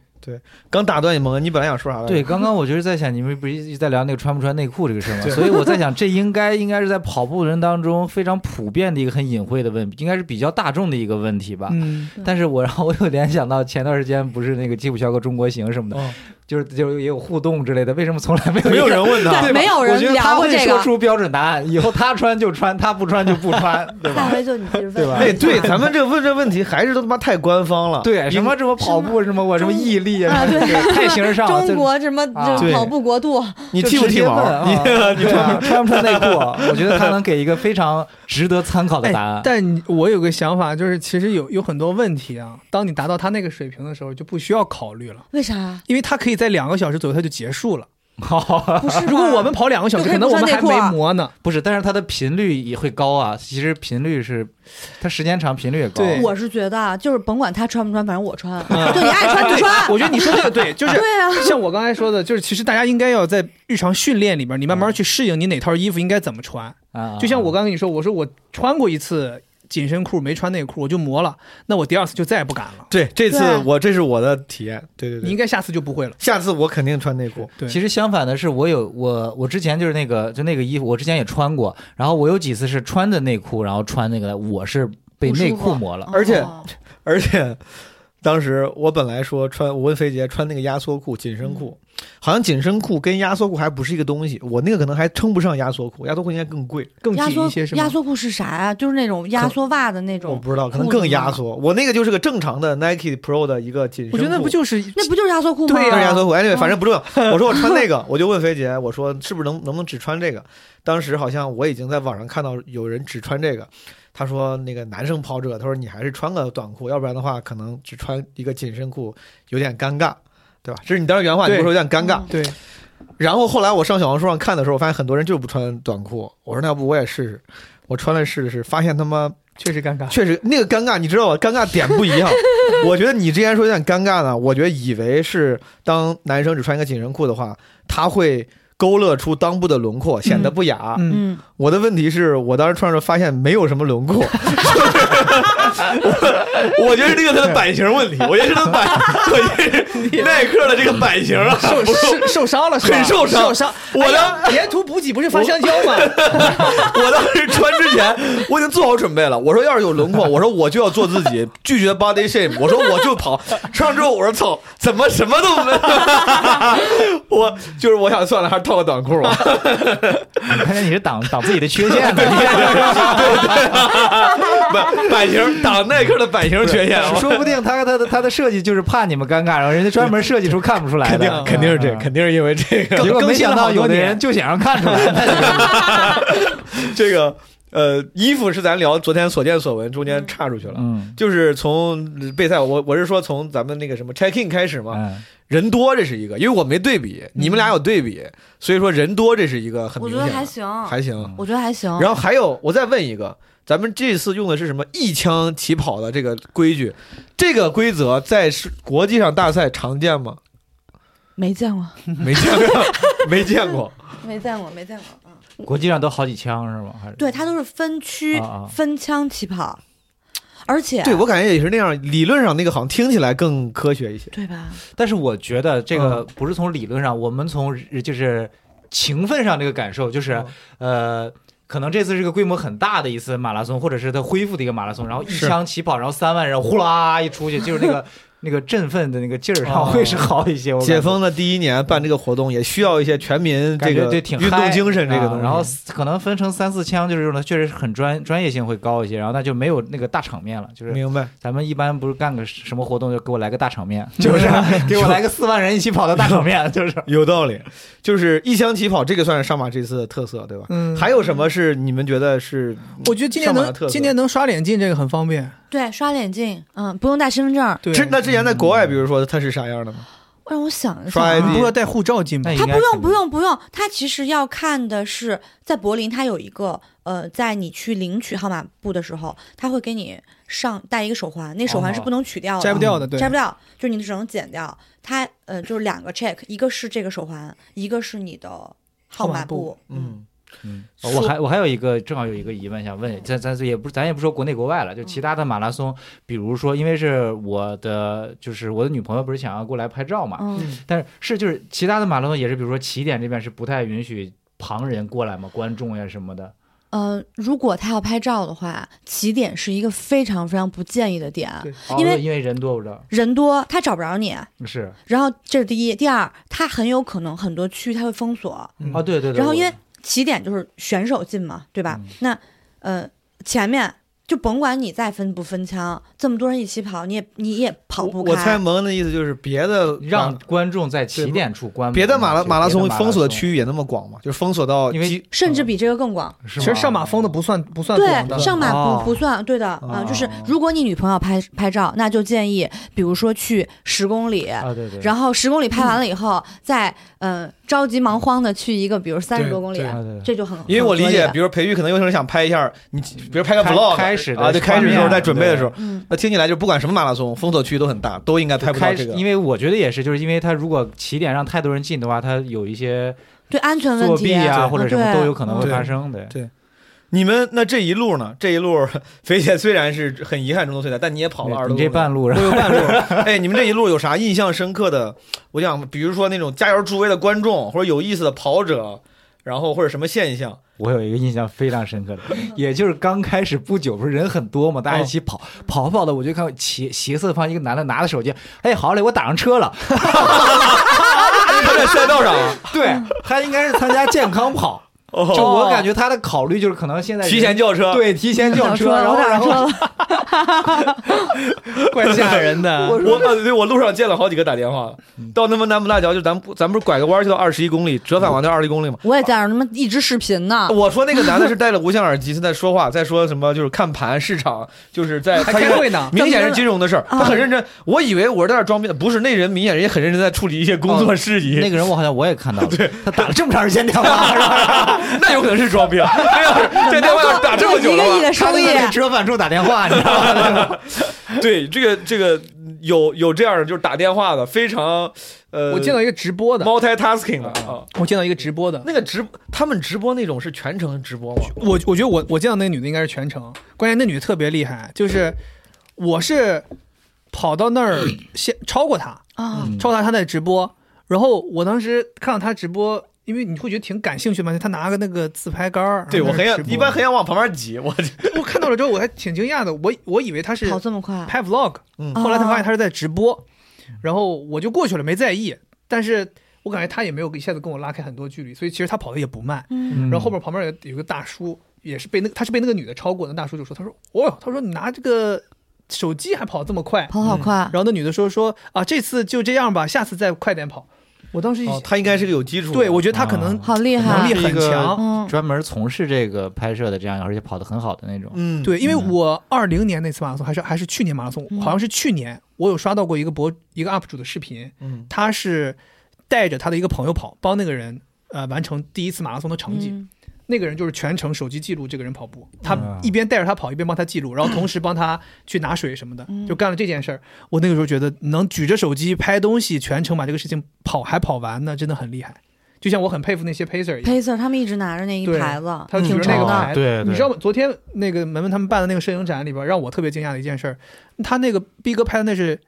刚打断你蒙恩，你本来想说啥来着？对，刚刚我就是在想，你们不是一直在聊那个穿不穿内裤这个事儿吗？对所以我在想，这应该应该是在跑步人当中非常普遍的一个很隐晦的问，应该是比较大众的一个问题吧。嗯，但是我然后我又联想到前段时间不是那个吉普乔格中国行什么的，哦就是就是也有互动之类的，为什么从来没有没有一个人问他，对吧没有人我觉得聊他过会这说个。出标准答案，以后他穿就穿，他不穿就不 穿，对吧？下回就你自己对吧问。哎，对，咱们这个问这问题还是都他妈太官方了。对，什么什么跑步什么我什么毅力啊对太形而上了，中国什么啊这跑步国度？你就剃不直剃接毛？问啊你你对啊穿不穿内裤？ 我觉得他能给一个非常值得参考的答案。哎但我有个想法，就是其实有有很多问题啊，当你达到他那个水平的时候，就不需要考虑了，为啥？因为他可以在两个小时左右他就结束了。不 是吗如果我们跑两个小时，就可可以能不我们穿还内裤没啊磨呢。不是，但是它的频率也会高啊。其实频率是，它时间长，频率也高。对我是觉得啊，就是甭管他穿不穿，反正我穿，嗯就你爱穿就 穿。我觉得你说这个 对，就是对啊，像我刚才说的，就是其实大家应该要在日常训练里边，你慢嗯慢去适应你哪套衣服应该怎么穿。啊，就像我刚跟你说，我说我穿过一次紧身裤，没穿内裤，我就磨了，那我第二次就再也不敢了。对，这次对我这是我的体验。对对你应对，该下次就不会了。下次我肯定穿内裤。对其实相反的是，我有我我之前就是那个就那个衣服，我之前也穿过，然后我有几次是穿着内裤，然后穿那个，我是被内裤磨了。 而且哦 而且当时我本来说穿，我问飞姐穿那个压缩裤、紧身嗯裤，好像紧身裤跟压缩裤还不是一个东西，我那个可能还称不上压缩裤，压缩裤应该更贵，更压紧缩一些是压吗？缩裤是啥呀、就是那种压缩袜的那哦我种，不知道，可能更压缩。我那个就是个正常的 Nike Pro 的一个紧身裤，我觉得不就是那不就是压缩裤吗？对呀、压缩裤，哎，对，嗯反正不重要。我说我穿那个，我 就问菲姐，我说是不是能能不能只穿这个？当时好像我已经在网上看到有人只穿这个，他说那个男生跑者，他说你还是穿个短裤，要不然的话可能只穿一个紧身裤有点尴尬，对吧？这是你当时原话，你对不说有点尴尬。嗯对，然后后来我上小红书上看的时候，我发现很多人就是不穿短裤，我说那要不我也试试，我穿了试了试，发现他妈确实尴尬。 确实，那个尴尬，你知道吧？尴尬点不一样。我觉得你之前说有点尴尬呢，我觉得以为是当男生只穿一个紧身裤的话，他会勾勒出裆部的轮廓，显得不雅。嗯，嗯，我的问题是我当时穿着发现没有什么轮廓，我我觉得是这个它的版型问题，我觉得是它的 版，我觉得是耐克的这个版型啊，受受受伤了是吧？很受伤受伤。我当哎呀沿途补给不是发香蕉 吗？我当时穿之前，我已经做好准备了。我说要是有轮廓，我说我就要做自己，拒绝 body shame。我说我就跑。上之后我说操，怎么什么都没？ 我就是我想算了，还是套个短裤吧。看来你是挡挡自己的缺 陷的。版版型挡耐克的版型缺陷，啊我说不定他他的他的设计就是怕你们尴尬，然后人家专门设计出看不出来肯的，定肯定是这个，嗯肯定是因为这 个结果更没新想了到好多有的年 人就想让看出来，这个呃衣服是咱聊昨天所见所闻中间岔出去了。嗯就是从备赛，我我是说从咱们那个什么 check in 开始嘛，嗯，人多这是一个，因为我没对比，你们俩有对比，所以说人多这是一个很我明觉显的，得还行，还行。我觉得还行。然后还有，我再问一个，咱们这次用的是什么一枪起跑的这个规矩？这个规则在是国际上大赛常见 吗？没见过，没见过， 没见过。没见过，没见过。嗯，国际上都好几枪是吗？还是对，它都是分区、啊啊分枪起跑，而且 对我感觉也是那样，理论上那个好像听起来更科学一些。对吧？但是我觉得这嗯个不是从理论上，我们从日就是情分上这个感受，就是嗯呃。可能这次是个规模很大的一次马拉松，或者是他恢复的一个马拉松，然后一是 枪起跑，然后三万人呼啦一出去，就是那个那个振奋的那个劲儿上会是好一些。我感觉哦解封的第一年办这个活动，也需要一些全民这感觉个对挺运动嗨精神这个啊东西。然后可能分成三四枪，就是这种的，确实很专专业性会高一些，然后那就没有那个大场面了，就是。 明白，咱们一般不是干个什么活动就给我来个大场 面，就是给我来个四万人一起跑的大场面，就是有道理，就是一枪起跑，这个算是上马这次的特色，对吧？嗯，还有什么是你们觉得是我觉得今年上马的特能色今年能刷脸进这个很方便，对，刷脸镜，嗯，不用带身份证，对，之那之前在国外，比如说它是啥样的吗？让我想一刷下你啊。不是要带护照进吗那？应他该不用嗯肯定哦不用不用，他其实要看的是在柏林，他有一个呃，在你去领取号码布的时候，他会给你上戴一个手环，那手环是不能取掉的，哦摘不掉的，对，摘不掉，就是你只能剪掉。它呃就是两个 check，一个是这个手环，一个是你的号码码布。嗯，嗯，嗯，我还我还有一个正好有一个疑问想问，咱咱也不咱也不说国内国外了，就其他的马拉松，比如说，因为是我的就是我的女朋友不是想要过来拍照嘛，嗯，但是是就是其他的马拉松也是，比如说起点这边是不太允许旁人过来嘛，观众呀什么的。呃，如果他要拍照的话，起点是一个非常非常不建议的点，对哦因为因为人多，我知道人多他找不着你。是然后这是第一，第二，他很有可能很多区他会封锁，哦，对对对。然后因我为起点就是选手进嘛，对吧？嗯那呃前面就甭管你再分不分枪，这么多人一起跑，你也你也跑我不开。我猜蒙恩的意思就是别的让马观众在起点处观摩别的马拉就马拉松别的封锁的区域也那么广嘛，就是封锁到因为基甚嗯至比这个更广，是其吗实上马封的不算不算广的对，上马不、哦不算，对的啊、哦就是如果你女朋友拍拍照，那就建议，比如说去十公里，啊对对，然后十公里拍完了以后，再嗯、呃着急忙慌的去一个，比如三十对多公里对，啊对对这就很因为我理很合解，的比如培育可能有些人想拍一下你，比如拍个开 vlog，开始的啊，对，开始的时画候面在准备的时候，嗯，那听起来就不管什么马拉松，封锁区都很大，都应该拍不到开这始，个因。为我觉得也是，就是因为他如果起点让太多人进的话，他有一些对安全问作题嗯弊啊或者什么都有可能会 对发生的。你们那这一路呢？这一路，肥姐虽然是很遗憾中途退赛，但你也跑了二十你多。这半路，然我后有半路。哎，你们这一路有啥印象深刻的？我想，比如说那种加油助威的观众，或者有意思的跑者，然后或者什么现象？我有一个印象非常深 刻的，也就是刚开始不久，不是人很多嘛，大家哦一起跑，跑跑的，我就看斜斜侧方一个男的拿着手机，哎，好嘞，我打上 车了。他在赛道上 啊对他应该是参加健康跑，就我感觉他的考虑就是可能现在人哦提前叫车，，对提前叫打车，然我后打然车后 了，怪吓人的。我嗯呃，对我路上见了好几个打电话的，到他妈南门大桥，就咱不咱不是拐个弯儿就到二十一公里，折返完就二十一公里嘛。我也在那儿他妈一直视频呢。 我说那个男的是戴了无线耳机，他在说话，在说什么就是看盘市场，就是在还他开会呢，明显是金融的事儿，啊他很认真。我以为我是在那儿装逼的，不是那人明显人家很认真在处理一些工作事宜，哦那个人我好像我也看到了，他打了这么长时 间电话，然后 那有可能是 装逼啊！这要是这电话要是打这么久一的个亿话，的他收在益，那折返处打电话，你知道吗？对这个这个有有这样的就是打电话的，非常呃，我见到一个直播的， multitasking 的啊。我见到一个直播的，那个直他们直播那种是全程直播吗？我我觉得我我见到那个女的应该是全程，关键那女的特别厉害，就是我是跑到那儿先超过她，啊，超过她她在直播，然后我当时看到她直播，因为你会觉得挺感兴趣嘛，她拿个那个自拍杆儿，对我很想然后在那儿直播一般很想往旁边挤，我我看到了之后我还挺惊讶的，我我以为她是跑这么快，拍 vlog，嗯后来才发哦现她是在直播，然后我就过去了没在意，但是我感觉她也没有一下子跟我拉开很多距离，所以其实她跑的也不慢，嗯，然后后边旁边有个有个大叔，也是被那个他是被那个女的超过的，那大叔就说，他说，哦，他说你拿这个手机还跑这么快，跑好快嗯然，后那女的说说啊，这次就这样吧，下次再快点跑。我当时一、哦，他应该是个有基础的。对我觉得他可能好厉能害力，很是一个强，嗯，专门从事这个拍摄的这样，而且跑得很好的那种。嗯，对，因为我二零年那次马拉松还是还是去年马拉松，嗯好像是去年我有刷到过一个博一个 UP 主的视频，嗯，他是带着他的一个朋友跑，帮那个人呃完成第一次马拉松的成绩，嗯那个人就是全程手机记录这个人跑步，他嗯一边带着他跑，一边帮他记录，然后同时帮他去拿水什么的嗯，就干了这件事儿。我那个时候觉得能举着手机拍东西，全程把这个事情跑还跑完呢，真的很厉害。就像我很佩服那些 pacer 一样， Pacer 他们一直拿着那一对牌子，他挺举着那长个的，牌，对你知道吗？昨天那个门门他们办的那个摄影展里边，让我特别惊讶的一件事儿，他那个逼哥拍的那是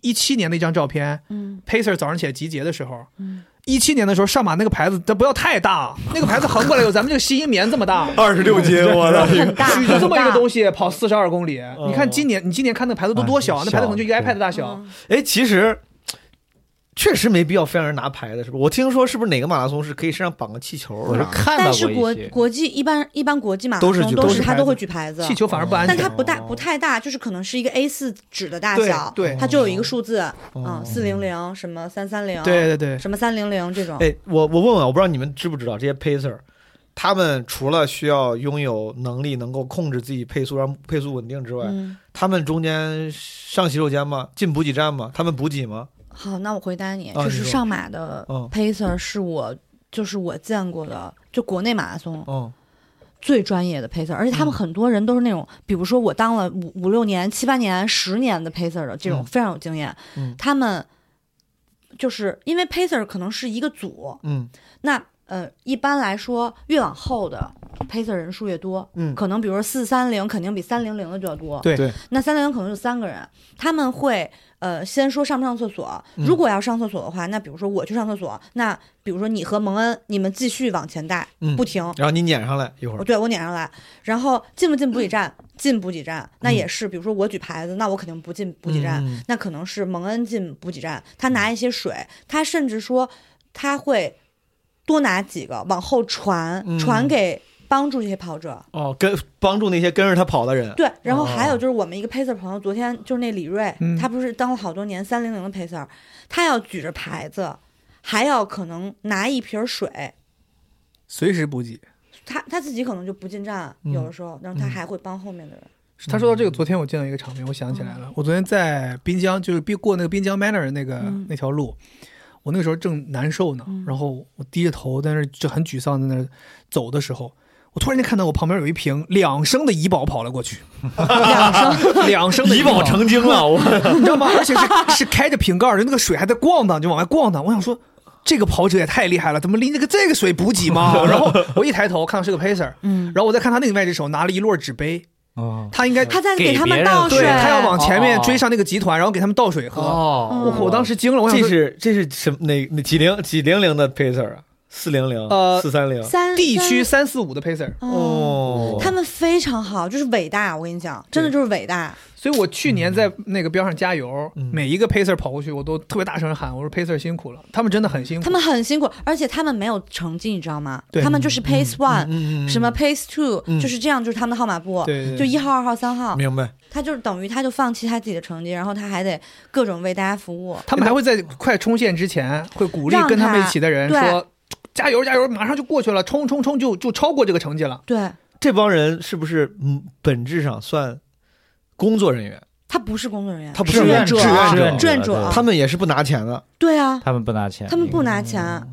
一七年的一张照片嗯，Pacer 早上起来集结的时候嗯，一七年的时候上马那个牌子，它不要太大，那个牌子横过来有咱们这个吸音棉这么大二十六 斤，我的很大，举着这么一个东西，西跑四十二公里，你看今年你今年看那牌子都多嗯小啊，那牌子可能就一个 iPad 大小。嗯哎，其实确实没必要非让人拿牌子，是不是？我听说是不是哪个马拉松是可以身上绑个气球啊我是的？看到但是过国一些，国际一般一般国际马拉都是松举都都是是它牌都子会举牌子，气球反而不安嗯但全。它不大不太大，就是可能是一个 A 四纸的大小，对对它就有一个数字哦啊，四零零什么三三零，对对对，什么三零零这种，哎，我我问问，我不知道你们知不知道这些 pacer，他们除了需要拥有能力能够控制自己配速让配速稳定之外，嗯，他们中间上洗手间吗？进补给站吗？他们补给吗？好，那我回答你，就啊你是说上马的嗯 pacer 是我就是我见过的，就国内马拉松嗯，最专业的 pacer，而且他们很多人都是那种，比如说我当了五五六年、七八年、十年的 pacer 的这种嗯非常有经验，嗯他们就是因为 pacer 可能是一个组，嗯，那呃一般来说越往后的 pacer 人数越多，嗯可能比如说四三零肯定比三零零的就要多，对对，那三零零可能就三个人，他们会呃先说上不上厕所，嗯如果要上厕所的话，那比如说我去上厕所，那比如说你和蒙恩你们继续往前带，嗯不停，然后你撵上来一会我儿，对我撵上来，然后进不进补给 站？进补给站，那也是，比如说我举牌子，那我肯定不进补给站，嗯那可能是蒙恩进补给站，他拿一些水，他甚至说他会多拿几个往后传，嗯传给帮助这些跑者。哦，跟帮助那些跟着他跑的人，对，然后哦还有就是我们一个 pacer 朋友，昨天就是那李锐，嗯他不是当了好多年三零零的 pacer，他要举着牌子，还要可能拿一瓶水，随时补给。他他自己可能就不进站，嗯有的时候，然后他嗯还会帮后面的人。他说到嗯这个，昨天我见到一个场面，我想起来了。我昨天在滨江，就是必过那个滨江 Manor 那个、嗯那条路，我那个时候正难受呢，嗯然后我低着头在那儿就很沮丧，在那儿走的时候，我突然间看到我旁边有一瓶两升的怡宝跑了过 去，两声两升的怡宝成精了，我你知道吗？而且是是开着瓶盖儿，就那个水还在咣当，就往外咣当。我想说，这个跑者也太厉害了，怎么拎着个这个水补给吗？然后我一抬头看到是个 pacer，嗯然后我再看他另外一只手拿了一摞纸杯，哦他应该他在给给他别们人倒喝水，对他要往前面哦追上那个集团，然后给他们倒水喝。哦，嗯我我当时惊了，我想这说是这是什么哪哪几零几零零的 pacer 啊？四零零，呃四三零，三地区三四五的 pacer，三哦。哦，他们非常好，就是伟大，我跟你讲，真的就是伟大。所以我去年在那个边上加油，嗯每一个 pacer 跑过去，我都特别大声喊，我说 pacer 辛苦了，他们真的很辛苦。他们很辛苦，而且他们没有成绩，你知道吗？嗯对他们就是 pace one，、嗯嗯嗯什么 pace two，、嗯就是这样，就是他们的号码布，对对对就一号、二号、三号，明白？他就是等于他就放弃他自己的成绩，然后他还得各种为大家服务。他们还会在快冲线之前，会鼓励让跟他们他一起的人对说：“加油，加油，马上就过去了，冲冲冲就就超过这个成绩了。对这帮人是不是嗯本质上算工作人员？他不是工作人员，他不是志愿志者，愿者志愿者对他们也是不拿钱的，对啊，他们不拿钱，他们不拿钱，啊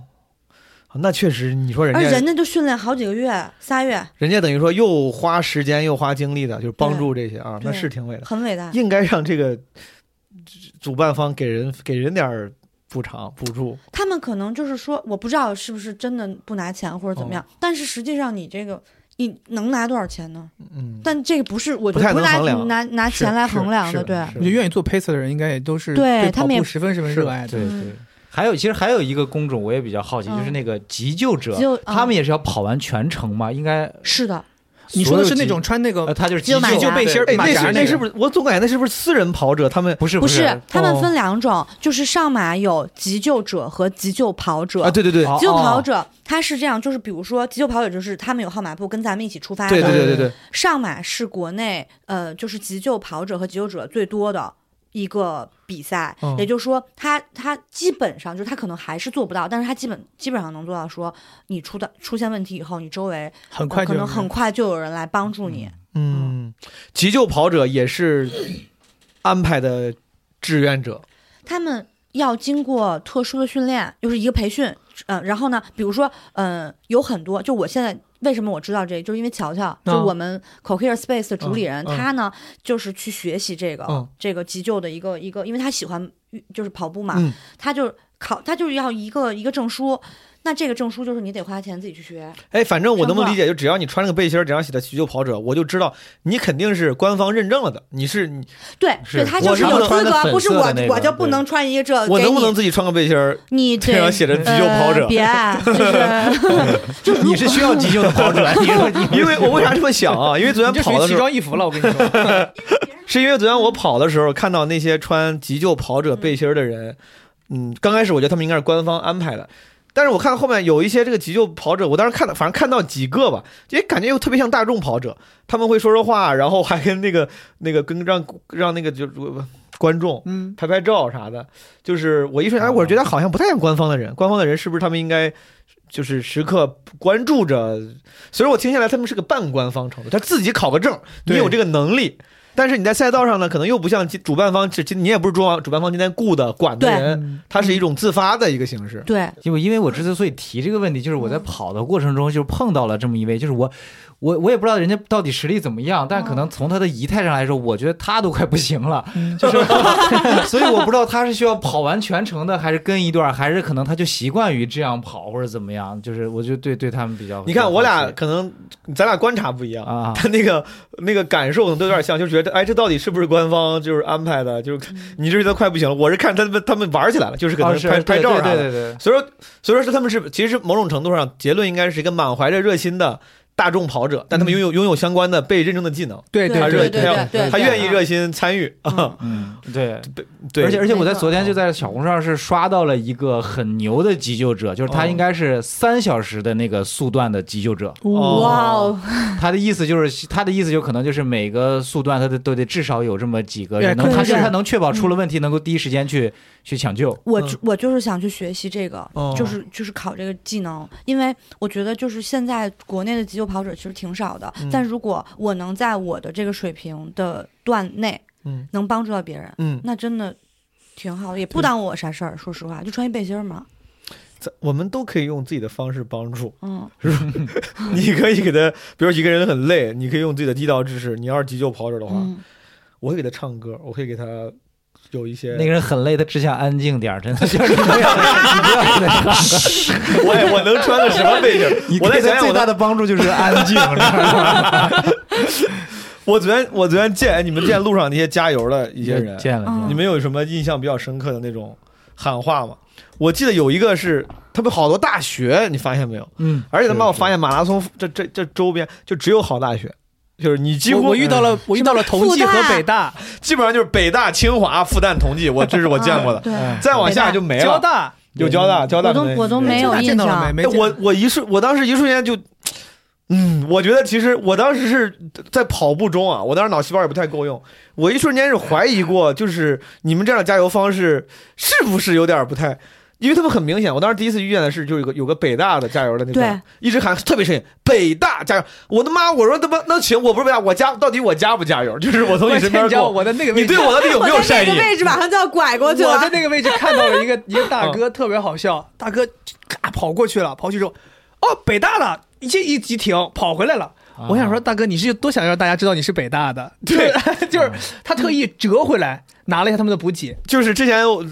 啊那确实，你说人而家人家就训练好几个月，仨月，人家等于说又花时间又花精力的，就是帮对助这些啊，那对是挺伟大，很伟大。应该让这个主办方给人给人点儿补偿补助。他们可能就是说，我不知道是不是真的不拿钱或者怎么样，但是实际上你这个你能拿多少钱呢？嗯，但这个不是，我觉不太得不拿能衡量拿拿是钱来是衡量的，是对，是我觉得愿意做 pacer 的人，应该也都是对对他跑们也步十分十分热爱的。对对嗯。还有，其实还有一个工种我也比较好奇，嗯就是那个急救者急救，他嗯们也是要跑完全程吗？应该，是的，你说的是那种穿那呃，个他就是急救马急救甲背心儿、哎，马那甲是儿那是个不是？我总感觉那是不是私人跑者？他们不是不是是，他们哦分两种，就是上马有急救者和急救跑者。啊，对对对，哦急救跑者他是这样，就是比如说急救跑者就是他们有号码布跟咱们一起出发的，对对对对对，上马是国内呃，就是急救跑者和急救者最多的一个比赛，嗯也就是说他，他基本上就是他可能还是做不到，但是他基本基本上能做到说，你出的出现问题以后，你周围、很呃快就可有能人很快就有人来帮助你。嗯，急救跑者也是安排的志愿者，他们要经过特殊的训练，又是一个培训，嗯、然后呢，比如说，嗯、有很多，就我现在为什么我知道这，就是因为乔乔，啊就我们 Cohere Space 的主理人，嗯嗯他呢就是去学习这个、嗯这个急救的一个一个，因为他喜欢就是跑步嘛，嗯他就考他就是要一个一个证书，那这个证书就是你得花钱自己去学。哎，反正我能不能上理解，就只要你穿了个背心儿，只要写的急救跑者，我就知道你肯定是官方认证了的。你是你，对，是对他我就是能有不能资穿格，粉不是色的我那，个我就不对能穿一个这呃给你。我能不能自己穿个背心儿，你 这对上写着急救跑者呃？别，就是 你是需要急救的跑者， 你说你因为我为啥这么想啊？因为昨你这天属跑于奇的时候，装异服了，我跟你说，是因为昨天我跑的时候看到那些穿急救跑者背心儿的人，嗯，刚开始我觉得他们应该是官方安排的。但是我看后面有一些这个急救跑者，我当时看到，反正看到几个吧，也感觉又特别像大众跑者，他们会说说话，然后还跟那个那个跟让让那个就观众 嗯，拍拍照啥的。就是我一瞬间，啊哎，我觉得好像不太像官方的人，官方的人是不是他们应该就是时刻关注着？所以我听下来，他们是个半官方程度，他自己考个证，你对有这个能力。但是你在赛道上呢，可能又不像其主办方，这这你也不是主办主办方今天雇的管的对。人，他是一种自发的一个形式嗯对，就因为我之所以提这个问题，就是我嗯在跑的过程中就碰到了这么一位，就是我，我我也不知道人家到底实力怎么样，但嗯可能从他的仪态上来说，我觉得他都快不行了，就是， 所以我不知道他是需要跑完全程的，还是跟一段，还是可能他就习惯于这样跑或者怎么样，就是我就对对他们比较，你看我俩比可能咱俩观察不一较样好奇啊，他那个那个感受都有点像，就觉得哎，这到底是不是官方就是安排的？就是你这觉得快不行了，我是看他们他们玩起来了，就是可啊能是拍、拍照啥的。对对对对，所以说，所以说是他们是其实某种程度上结论应该是一个满怀着热心的大众跑者，但他们拥有拥有相关的被认证的技能，对对他对热对对对对，他对愿意热心参与 啊。嗯对。对，而且而且我在没错昨天就在小红书上是刷到了一个很牛的急救者，哦就是他应该是三小时的那个速段的急救者。哇哦，他的意思就是他的意思就可能就是每个速段他都都得至少有这么几个人对能，对他是对他能确保出了问题能够第一时间去去抢救。我嗯就我就是想去学习这个哦，就是就是考这个技能，因为我觉得就是现在国内的急救跑者其实挺少的嗯，但如果我能在我的这个水平的段内嗯能帮助到别人，嗯，那真的挺好的，也不耽误我啥事儿。说实话，就穿一背心儿嘛，咱我们都可以用自己的方式帮助。嗯，你可以给他，比如一个人很累，你可以用自己的地道知识。你要是急救跑者的话，嗯我会给他唱歌，我会给他有一些那个人很累，他只想安静点儿，真的 就是你不要你不要给他我也我能穿个什么背景？你我在给想他想最我大的，的帮助就是安静。 我昨天我昨天见哎你们见路上那些加油的一些人，见了嗯你们有什么印象比较深刻的那种喊话吗？我记得有一个是他们好多大学，你发现没有？嗯，而且他妈，我发现现马拉松这这这周边就只有好大学，就是你几我乎嗯我遇到了我遇到了同济和北大、基本上就是北大、清华、复旦、同济，我这是我见 过的。哎对，再往下就没了，交大，有交大，交大嗯我都可能我都没有交大印见到了象，没？没但见我我一瞬，我当时一瞬间就，嗯，我觉得其实我当时是在跑步中啊，我当时脑细胞也不太够用，我一瞬间是怀疑过，就是你们这样的加油方式是不是有点不太。因为他们很明显，我当时第一次遇见的是，就是有个有个北大的加油的那个对，一直喊特别深，北大加油！我的妈！我说他妈那行，我不是北大，我加到底我加不加油？就是我从你我身边见着过，我的那个你位置对，我到底有没有我在善哪意个？位置马上就要拐过去我在了。那个位置看到了一个一个大哥，特别好笑，大哥咔跑过去了，跑去之后，哦，北大的。一一急停，跑回来了。嗯啊我想说，大哥，你是多想让大家知道你是北大的？对， 就是他特意折回来，拿了一下他们的补给。就是之前我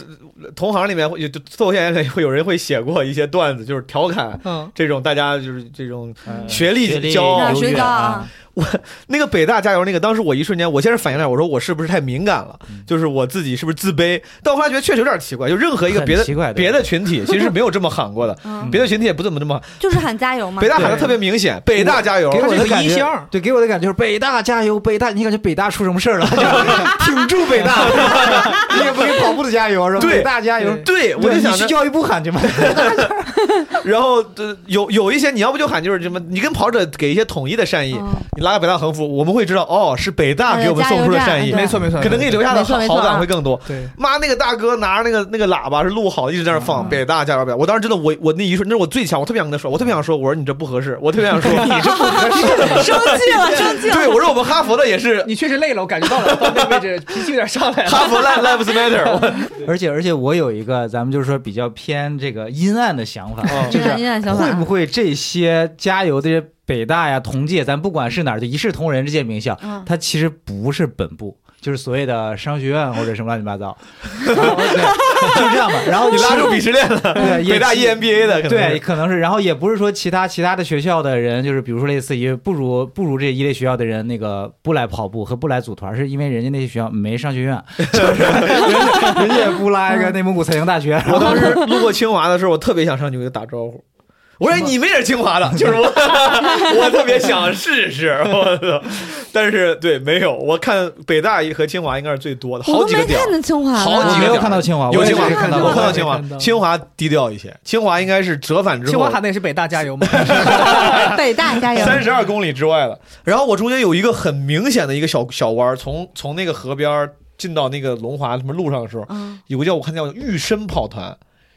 同行里面会有脱口秀演员里会有人会写过一些段子，就是调侃嗯，这种大家就是这种嗯学学历历骄傲啊，优学越长啊啊，那个北大加油那个，当时我一瞬间，我先是反应来，我说我是不是太敏感了，嗯就是我自己是不是自卑？但我后来觉得确实有点奇怪，就任何一个 别很奇怪的对别的群体，其实没有这么喊过的，嗯，别的群体也不怎么这么喊，就是喊加油嘛北。大喊的对特别明显，北大加油，给我他的是个感音觉箱，对，给我的感觉就是北大加油，北大，你感觉北大出什么事儿了？ 就是挺住 北大，你也不给跑步的加油是吧？对北大加油，对，我就你想去着，教育部喊去吧。然后呃有有一些你要不就喊就是什么，你跟跑者给一些统一的善意，嗯你拉个北大横幅，我们会知道哦是北大哎给我们加送油出的站善意，对没错没错，可能给你留下的没错好没错好感啊会更多。对， 妈，那个大哥拿着那个那个喇叭是录好的，一直在那儿放、北大加油表。我当时真的，我我那一瞬，那是我最强，我特别想跟他说，我特别想说，我说你这不合适，我特别想说 你这不合适。生气了，生气了。 对，我说我们哈佛的也是 你确实累了，我感觉到了，到那个位置脾气有点上来了。哈佛 Life Lives Matter 而且而且，我有一个咱们就是说比较偏这个阴暗的想法，哦就是啊阴 暗阴暗想法会不会这些加油的这 些北大呀、同届，咱不管是哪儿，就一视同仁这些名校，嗯它其实不是本部。就是所谓的商学院或者什么乱七八 糟，然后对就这样吧。然后你拉住鄙视链了，对也北大 E EMBA 的可能是对，可能是，然后也不是说其他其他的学校的人，就是比如说类似于不如不如这一类学校的人那个不来跑步和不来组团，是因为人家那些学校没商学 院，就是人家人家也不拉一个内蒙古财经大 学，我当时路过清华的时候，我特别想上去给他打招呼。哎我说你们也是清 华的，就是我，我特别想试试，我操！但是对，没有，我看北大和清华应该是最多的，好我几都个没点儿看。见清华好我几个没有点了。看到清华，哦有我也清华没看到，我我看到到清华看，到清华低调一些，清华应该是折返之清后华喊的也嗯是北大加油 嘛， 北大 加油！三十二公里之外了。然后我中间有一个很明显的一个小小弯儿，从从那个河边儿进到那个龙华什么路上的时候，嗯有个叫我看叫玉深跑团，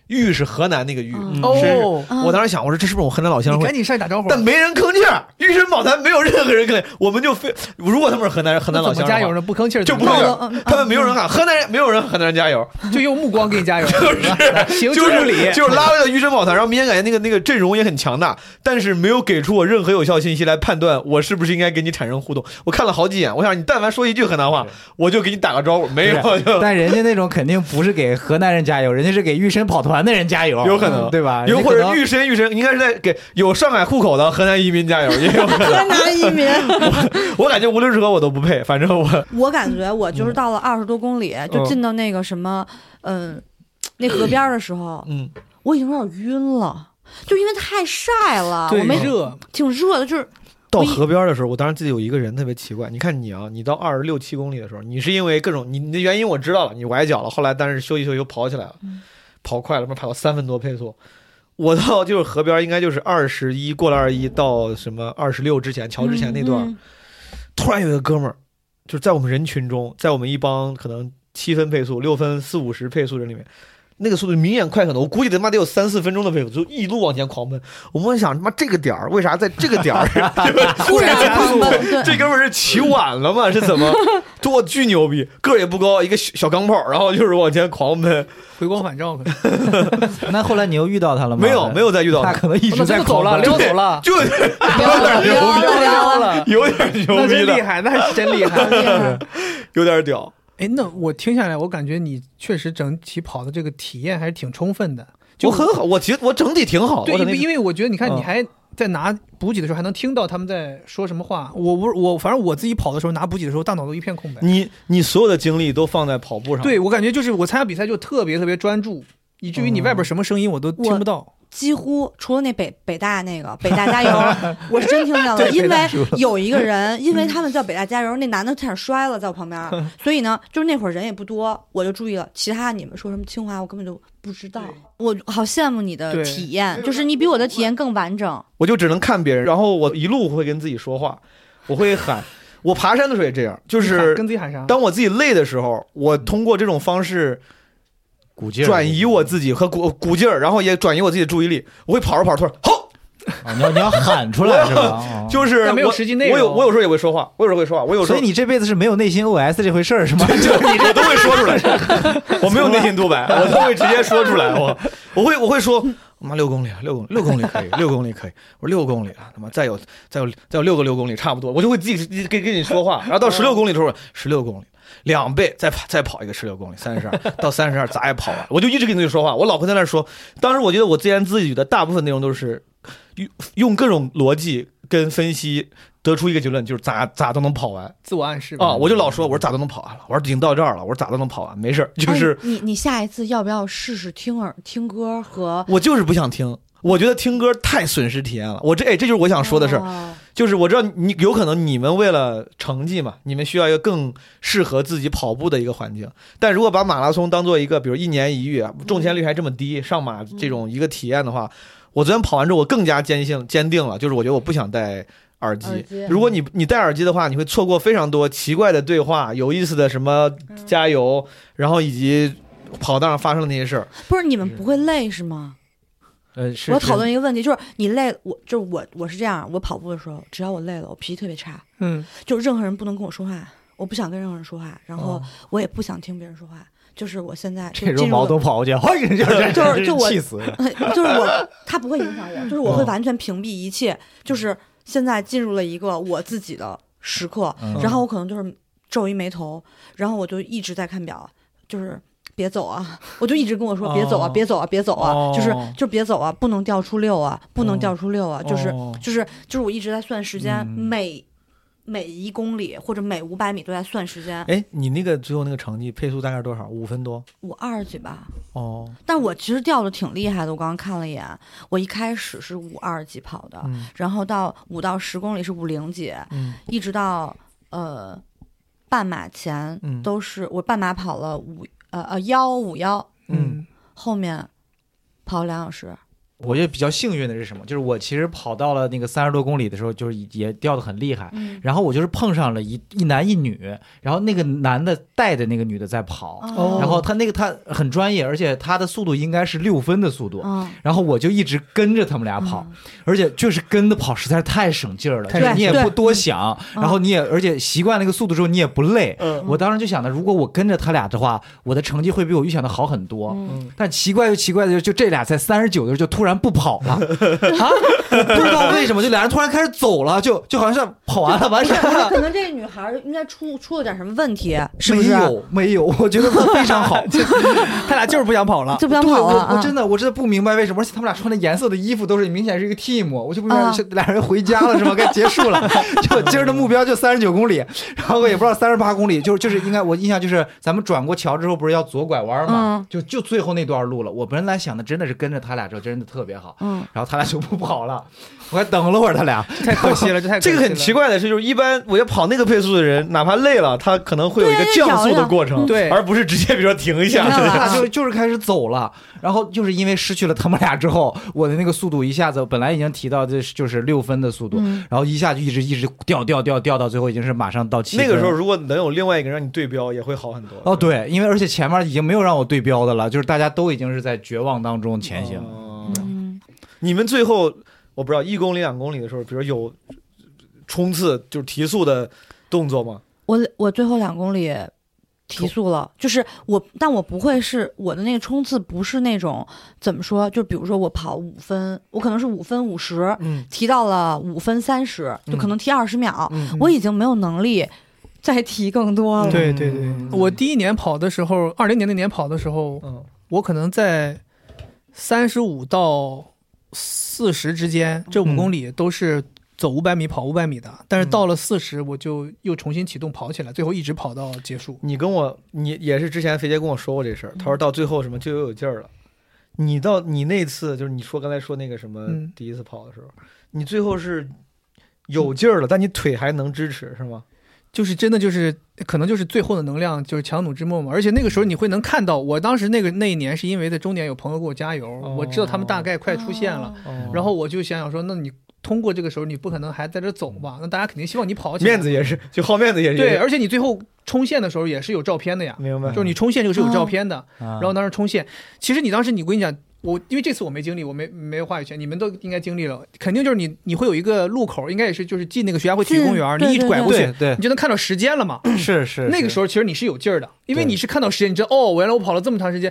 玉是河南那个玉，嗯是是哦，嗯我当时想，我说这是不是我河南老乡你会赶？紧上去打招呼，但没人吭气儿，玉深跑团没有任何人吭气儿，我们就非如果他们是河南人，河南那老怎乡么的话加油呢？不吭气儿就不怎么吭办气是儿，他们没有人喊河南人，没有人喊河南人加油， 就用目光给你加油，啊行 就之有是理，就是拉回到玉深跑团，然后明显感觉那个那个阵容也很强大，但是没有给出我任何有效信息来判断我是不是应该跟你产生互动。我看了好几眼，我想你但凡说一句河南话，我就给你打个招呼，没有就但人家那种肯定不是给河南人加油，人家是给玉深跑团的人加油，有可能对吧？有人家或可者能玉深玉深应该是在给有上海户口的河南移民加油，也有可能。河南移民， 我感觉无论如何我都不配，反 正我我感觉我就是到了二十多公里，就进到那个什么，嗯，那河边儿的时候，嗯，我已经有点晕了，就因为太晒了，我对没热，挺热的，就是到河边的时候，我当时记得有一个人特别奇怪。你看你啊，你到二十六七公里的时候，你是因为各种你你的原因我知道了，你崴脚了，后来但是休息休息又跑起来了，嗯跑快了，不是跑到三分多配速。我到就是河边，应该就是二十一过了二十一到什么二十六之前，桥之前那段，嗯突然有一个哥们儿，就是在我们人群中，在我们一帮可能七分配速、六分四五十配速人里面，那个速度明显快很多。我估计他妈得有三四分钟的配速，就一路往前狂奔。我们想他妈这个点儿，为啥在这个点儿？嗯突然狂奔，对，这哥们儿是起晚 了吗？是怎么？就我巨牛逼，个儿也不高，一个小小钢炮，然后就是往前狂 奔。回光返 照可能，那后来你又遇到他了吗？没有，没有再遇到他他，可能一哦那直他在就走了，狂奔撩走了，就有 点牛撩逼，了撩了， 有点 牛那逼真厉的，害，那是真厉 害。有点屌。哎，那我听下来，我感觉你确实整体跑的这个体验还是挺充分的。就我很好，我其实我整体挺好。对，我因整为体因为我觉得你看，嗯你还在拿补给的时候，还能听到他们在说什么话。我不是我，反正我自己跑的时候拿补给的时候，大脑都一片空白。你你所有的精力都放在跑步上，对，我感觉就是我参加比赛就特别特别专注，以至于你外哦边什么声音我都听不到。几乎除了那北北大那 个北大加油，我是真听见了，对因北大为有一个人，因为他们叫北大加油，那男的差点摔了在我旁边儿，嗯 所以呢，就是那会儿人也不多，我就注意了。其他你们说什么清华，我根本就不知道。我好羡慕你的对体验，就是你比我的体验更完整。我就只能看别人，然后我一路会跟自己说话，我会喊。 我爬山的时候也这样，就就是跟自己喊啥？当我自己累的时候，我通过这种方式。鼓劲儿转移我自己和鼓鼓劲儿，然后也转移我自己的注意力。我会跑着跑着突然，吼，啊你要你要喊出来是 吧？哦就是但没有我实际内容我有我有时候也会说话，我有时候会说话，我有时所候以你这辈子是没有内心 OS 这回事儿是吗？你我都会说出 来，我没有内心独白，我都会直接说出来。 我我会我会说，妈六公里，啊六公里，六公里可以，六公里可以。我说六公里啊，他妈再有再有再有六个六公里差不多，我就会自己跟跟你说话。然后到十六公里的时候，十六公里。两倍，再跑再跑一个十六公里，三十二到三十二，咋也跑完。我就一直跟自己说话，我老婆在那儿说，当时我觉得我自言自语的大部分内容都是用用各种逻辑跟分析得出一个结论，就是咋咋都能跑完。自我暗示吧。啊，我就老说，我说咋都能跑完了，我说已经到这儿了，我说咋都能跑完，没事儿，就是、嗯哎、你，你下一次要不要试试听耳听歌和我就是不想听。我觉得听歌太损失体验了，我这哎，这就是我想说的事儿，哦就是我知道你有可能你们为了成绩嘛，你们需要一个更适合自己跑步的一个环境，但如果把马拉松当做一个，比如一年一遇，啊中签率还这么低，上马嗯这种一个体验的话，我昨天跑完之后，我更加坚信坚定了，就是我觉得我不想戴耳机，耳机如果你你戴耳机的话，你会错过非常多奇怪的对话、有意思的什么嗯加油，然后以及跑道上发生的那些事儿。不是你们不会累是吗？呃，是我讨论一个问题，就是你累，我就是我我是这样，我跑步的时候，只要我累了，我脾气特别差，嗯，就任何人不能跟我说话，我不想跟任何人说话，然后我也不想听别人说话，就是我现在就哦这时候进入毛了都跑过去， 嘿，就是就是就我气死了。 就是我，他不会影响 我，就是我会完全屏蔽一切，就是现在进入了一个我自己的时刻，嗯然后我可能就是皱一眉头，然后我就一直在看表，就是。别走啊！ 我就一直跟我说别走啊，哦别走啊，别走啊！哦就是就别走啊，不能掉出六啊，不能哦掉出六啊！就是哦就是就是我一直在算时间，嗯每每一公里或者每五百米都在算时间。哎，你那个最后那个成绩配速大概是多少？五分多我二十几吧，哦，但我其实掉的挺厉害的。我刚刚看了一眼，我一开始是五二几跑的，嗯然后到五到十公里是五零几，嗯一直到呃半马前嗯都是、我半马跑了五呃呃幺五幺，嗯后面跑两小时。我觉得比较幸运的是什么？就是我其实跑到了那个三十多公里的时候，就是也掉的很厉害。嗯，然后我就是碰上了一一男一女，然后那个男的带着那个女的在跑，哦然后他那个他很专业，而且他的速度应该是六分的速度，嗯，然后我就一直跟着他们俩跑，而且就是跟着跑实在是太省劲儿了，省劲儿就是你也对不多想，嗯然后你也而且习惯那个速度之后你也不累。嗯我当时就想着，如果我跟着他俩的话，我的成绩会比我预想的好很多。嗯但奇怪就奇怪的就，就这俩才三十九的时候就突然不跑 了啊！不知道为什么，就俩人突然开始走了，就就好像是跑完了完事儿可能了。可能这个女孩儿应该出出了点什么问题，是不是？啊没有没有， 我觉得非常 好。他俩就是不想跑了。就不想对，跑了我我啊真的我真的不明白为什么，而且他们俩穿的颜色的衣服都是明显是一个 team，我就不明白啊是俩人回家了是吗？该结 束了。就今儿的目标就三十九公里，然后我也不知道三十八公里，就是就是应该我印象就是咱们转过桥之后不是要左拐弯吗嗯？就就最后那段路了。我本来想的真的是跟着他俩之后真的特别好， 嗯，然后他俩就不跑了，我还等了会儿他俩。嗯太可惜了，这太 可惜这了个很奇。怪的是，就是一般我觉得跑那个配速的人，哪怕累了，他可能 会有一个对啊降摇速一啊的摇过程，对 而不是直接比如说停一停下了。他 就就是开始走了，然后就是因为失去了他们俩之后，我的那个速度一下子本来已经提到这是就是六分的速度，嗯然后一下就一直一直掉掉掉掉到最后已经是马上到七分那个时候如果能有另外一个人让你对标，也会好很多。哦，对，因为而且前面已经没有让我对标的了，就是大家都已经是在绝望当中前行。哦嗯，你们最后我不知道一公里、两公里的时候，比如有冲刺就是提速的动作吗？我我最后两公里提速了，就是我，但我不会是我的那个冲刺不是那种怎么说，就比如说我跑五分，我可能是五分五十，嗯，提到了五分三十，就可能提二十秒，嗯我已经没有能力再提更多嗯了。对对对，我第一年跑的时候，二零年那年跑的时候，嗯我可能在三十五到四十之间，这嗯五公里都是走五百米跑五百米的，但是到了四十，我就又重新启动跑起来，最后一直跑到结束。你跟我，你也是之前肥姐跟我说过这事儿，嗯她说到最后什么就又有劲儿了。你到你那次就是你说刚才说那个什么嗯第一次跑的时候，你最后是有劲儿了，但你腿还能支持是吗？就是真的就是可能就是最后的能量就是强弩之末嘛，而且那个时候你会能看到，我当时那个那一年是因为在终点有朋友给我加油，我知道他们大概快出现了，哦然后我就想想说，那你通过这个时候你不可能还在这走吧？那大家肯定希望你跑起来面子也是，就好面子也是。嗯对，而嗯且你最后冲线的时候也是有照片的呀，明白就。是你冲线这个是有照片的。然然后当时冲线，其实你当时你我跟你讲，我因为这次我没经历，我没没有话语权，你们都应该经历了，肯定就是你你会有一个路口，应该也是就是进那个徐家汇体育公园，进你一对对拐过去，对对你就能看到时间了嘛。是是那个时候其实你是有劲儿的，因为你是看到时间，你知道哦，原来我跑了这么长时间，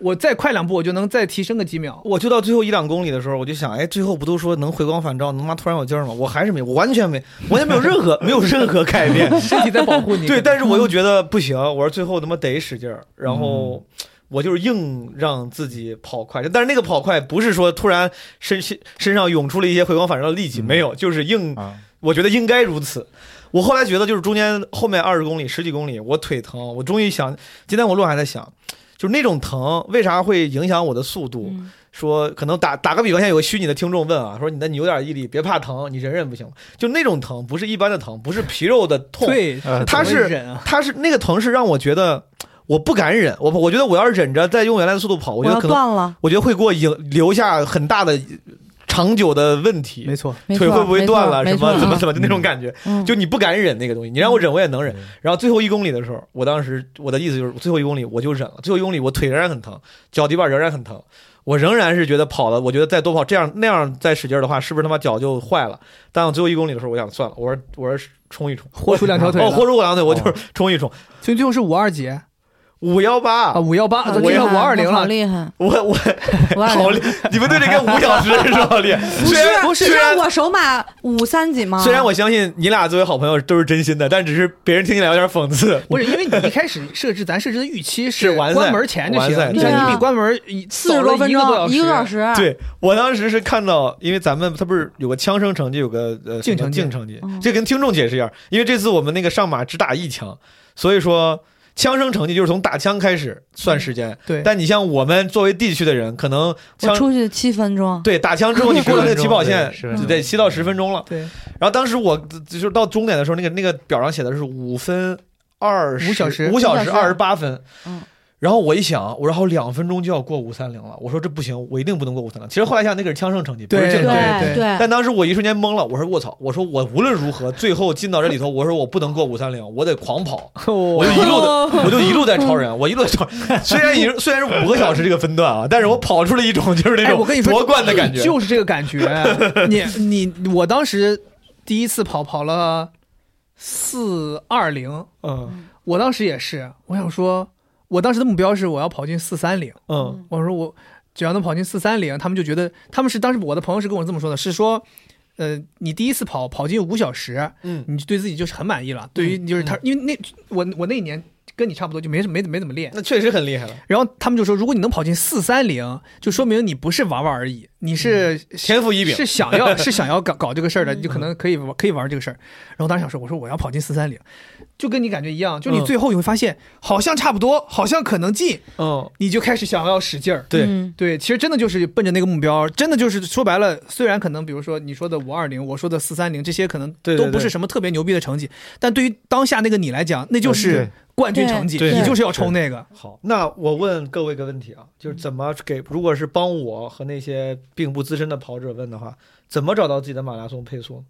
我再快两步我就能再提升个几秒。我就到最后一两公里的时候，我就想，哎，最后不都说能回光返照，能妈突然有劲儿吗？我还是没，我完全没，完全没有任何没有任何改变。身体在保护你，对， 但是我又觉得不行，我说最后他妈得使劲儿，然后我就是硬让自己跑快，但是那个跑快不是说突然身身身上涌出了一些回光返照的力 气，没有，就是硬，啊我觉得应该如此。我后来觉得就是中间后面二十公里、十几公里，我腿疼，我终于想，今天我路上还在想，就是那种疼为啥会影响我的速度？嗯说可能打打个比方，现在有个虚拟的听众问啊，说你的扭点毅力，别怕疼，你忍忍不行吗？就那种疼，不是一般的疼，不是皮肉的 痛，对，呃，他怎么是忍啊他是那个疼是让我觉得我不敢忍，我我觉得我要是忍着再用原来的速度跑，我我觉得要可能断了，我觉得会给我影留下很大的长久的问题 没，错，没腿错会不会没错断了没什错么怎么嗯怎么就那种感觉，嗯就你不敢忍那个东西，你让我忍我也能忍。然后最后一公里的时候，我当时我的意思就是最后一公里我就忍了，最后一公里我腿仍然很疼，脚底板仍然很疼，我仍然是觉得跑了，我觉得再多跑这样那样再使劲儿的话，是不是他妈脚就坏了？但我最后一公里的时候，我想算了，我说我说冲一冲，豁出两条腿 哦，了，豁出我两条腿，我就是冲一冲。所以最后是五二几，五幺八啊，，五幺 八，都好厉进到害五二零好了。厉害，我我五 二好零。厉，你们对这个五小时是吧？厉害，不虽然是，虽然我手码五三几吗？虽然我相信你俩作为好朋友都是真心的，但只是别人听起来有点讽刺。不是，因为你一开始设置，咱设置的预期是是完赛关门前就完行赛。你想，对啊你比关门一四十多分早了钟，一一个个多小小时，时，对我当时是看到，因为咱们他不是有个枪声成绩，有个呃净什成么绩净成绩嗯，这跟听众解释一下，因为这次我们那个上马只打一枪，所以说枪声成绩就是从打枪开始算时间。对但你像我们作为地区的人，可能我枪出去七分钟，对打枪之后，你过了那个起跑线 十分就钟得七到十分钟了。对，然后当时我就是到终点的时候，那个那个表上写的是五分二十五小时五小五小时时二十八分。嗯然后我一想，我说还有两分钟就要过五三零了，我说这不行，我一定不能过五三零。其实后来想，那个是枪胜成绩，不是对竞对争。对对，但当时我一瞬间懵了，我说我操，我说我无论如何最后进到这里头，我说我不能过五三零，我得狂跑，我我就一路的，我就一路在超人，我一路在超人。虽然已经虽然是五个小时这个分段啊，但是我跑出了一种就是那哎，种我跟你说，夺冠的感觉。就是这个感 觉。你你我当时第一次跑跑了四二零，嗯我当时也是，我想说，我当时的目标是我要跑进四三零，嗯我说我只要能跑进四三零，他们就觉得他们是当时我的朋友是跟我这么说的，是说。呃，你第一次跑跑进五小时，嗯你就对自己就是很满意了。对于就是他，因为那我我那一年跟你差不多，就没什没没怎么练。那确实很厉害了，然后他们就说，如果你能跑进四三零，就说明你不是玩玩而已，你是天赋异禀。是想 要是想要搞搞这个事儿的，你就可嗯能可以玩可以玩这个事儿。然后当时想说，我说我要跑进四三零，就跟你感觉一样，就你嗯最后你会发现好像差不多，好像可能进，嗯，你就开始想要使劲儿。对嗯对，其实真的就是奔着那个目标，真的就是说白了，虽然可能比如说你说的五二零，我说的四三零，这些可能对对都对不是什么特别牛逼的成绩，但对于当下那个你来讲，那就是对冠军成绩，呃对你就是要冲那个。好，那我问各位一个问题啊，就是怎么给，如果是帮我和那些并不资深的跑者问的话，怎么找到自己的马拉松配速呢？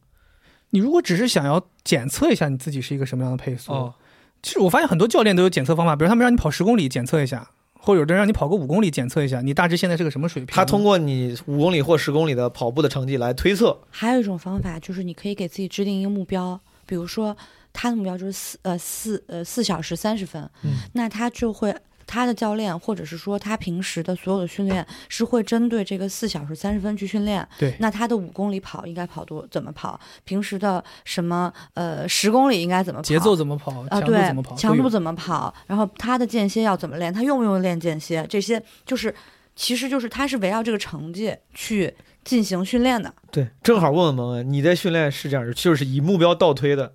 你如果只是想要检测一下你自己是一个什么样的配速，哦其实我发现很多教练都有检测方法，比如他们让你跑十公里检测一下，或者有的人让你跑个五公里检测一下，你大致现在是个什么水平。他通过你五公里或十公里的跑步的成绩来推测，还有一种方法就是你可以给自己制定一个目标，比如说他的目标就是四呃四呃四小时三十分，嗯那他就会。他的教练，或者是说他平时的所有的训练，是会针对这个四小时三十分去训练。对那他的五公里跑应该跑多怎么跑？平时的什么呃十公里应该怎么跑？节奏怎么跑，啊，强度对，怎么跑，强都度有怎么跑，然后他的间歇要怎么练，他用不用练间歇，这些就是其实就是他是围绕这个成绩去进行训练的。对，正好问问萌恩，你在训练是这样，就是以目标倒推的，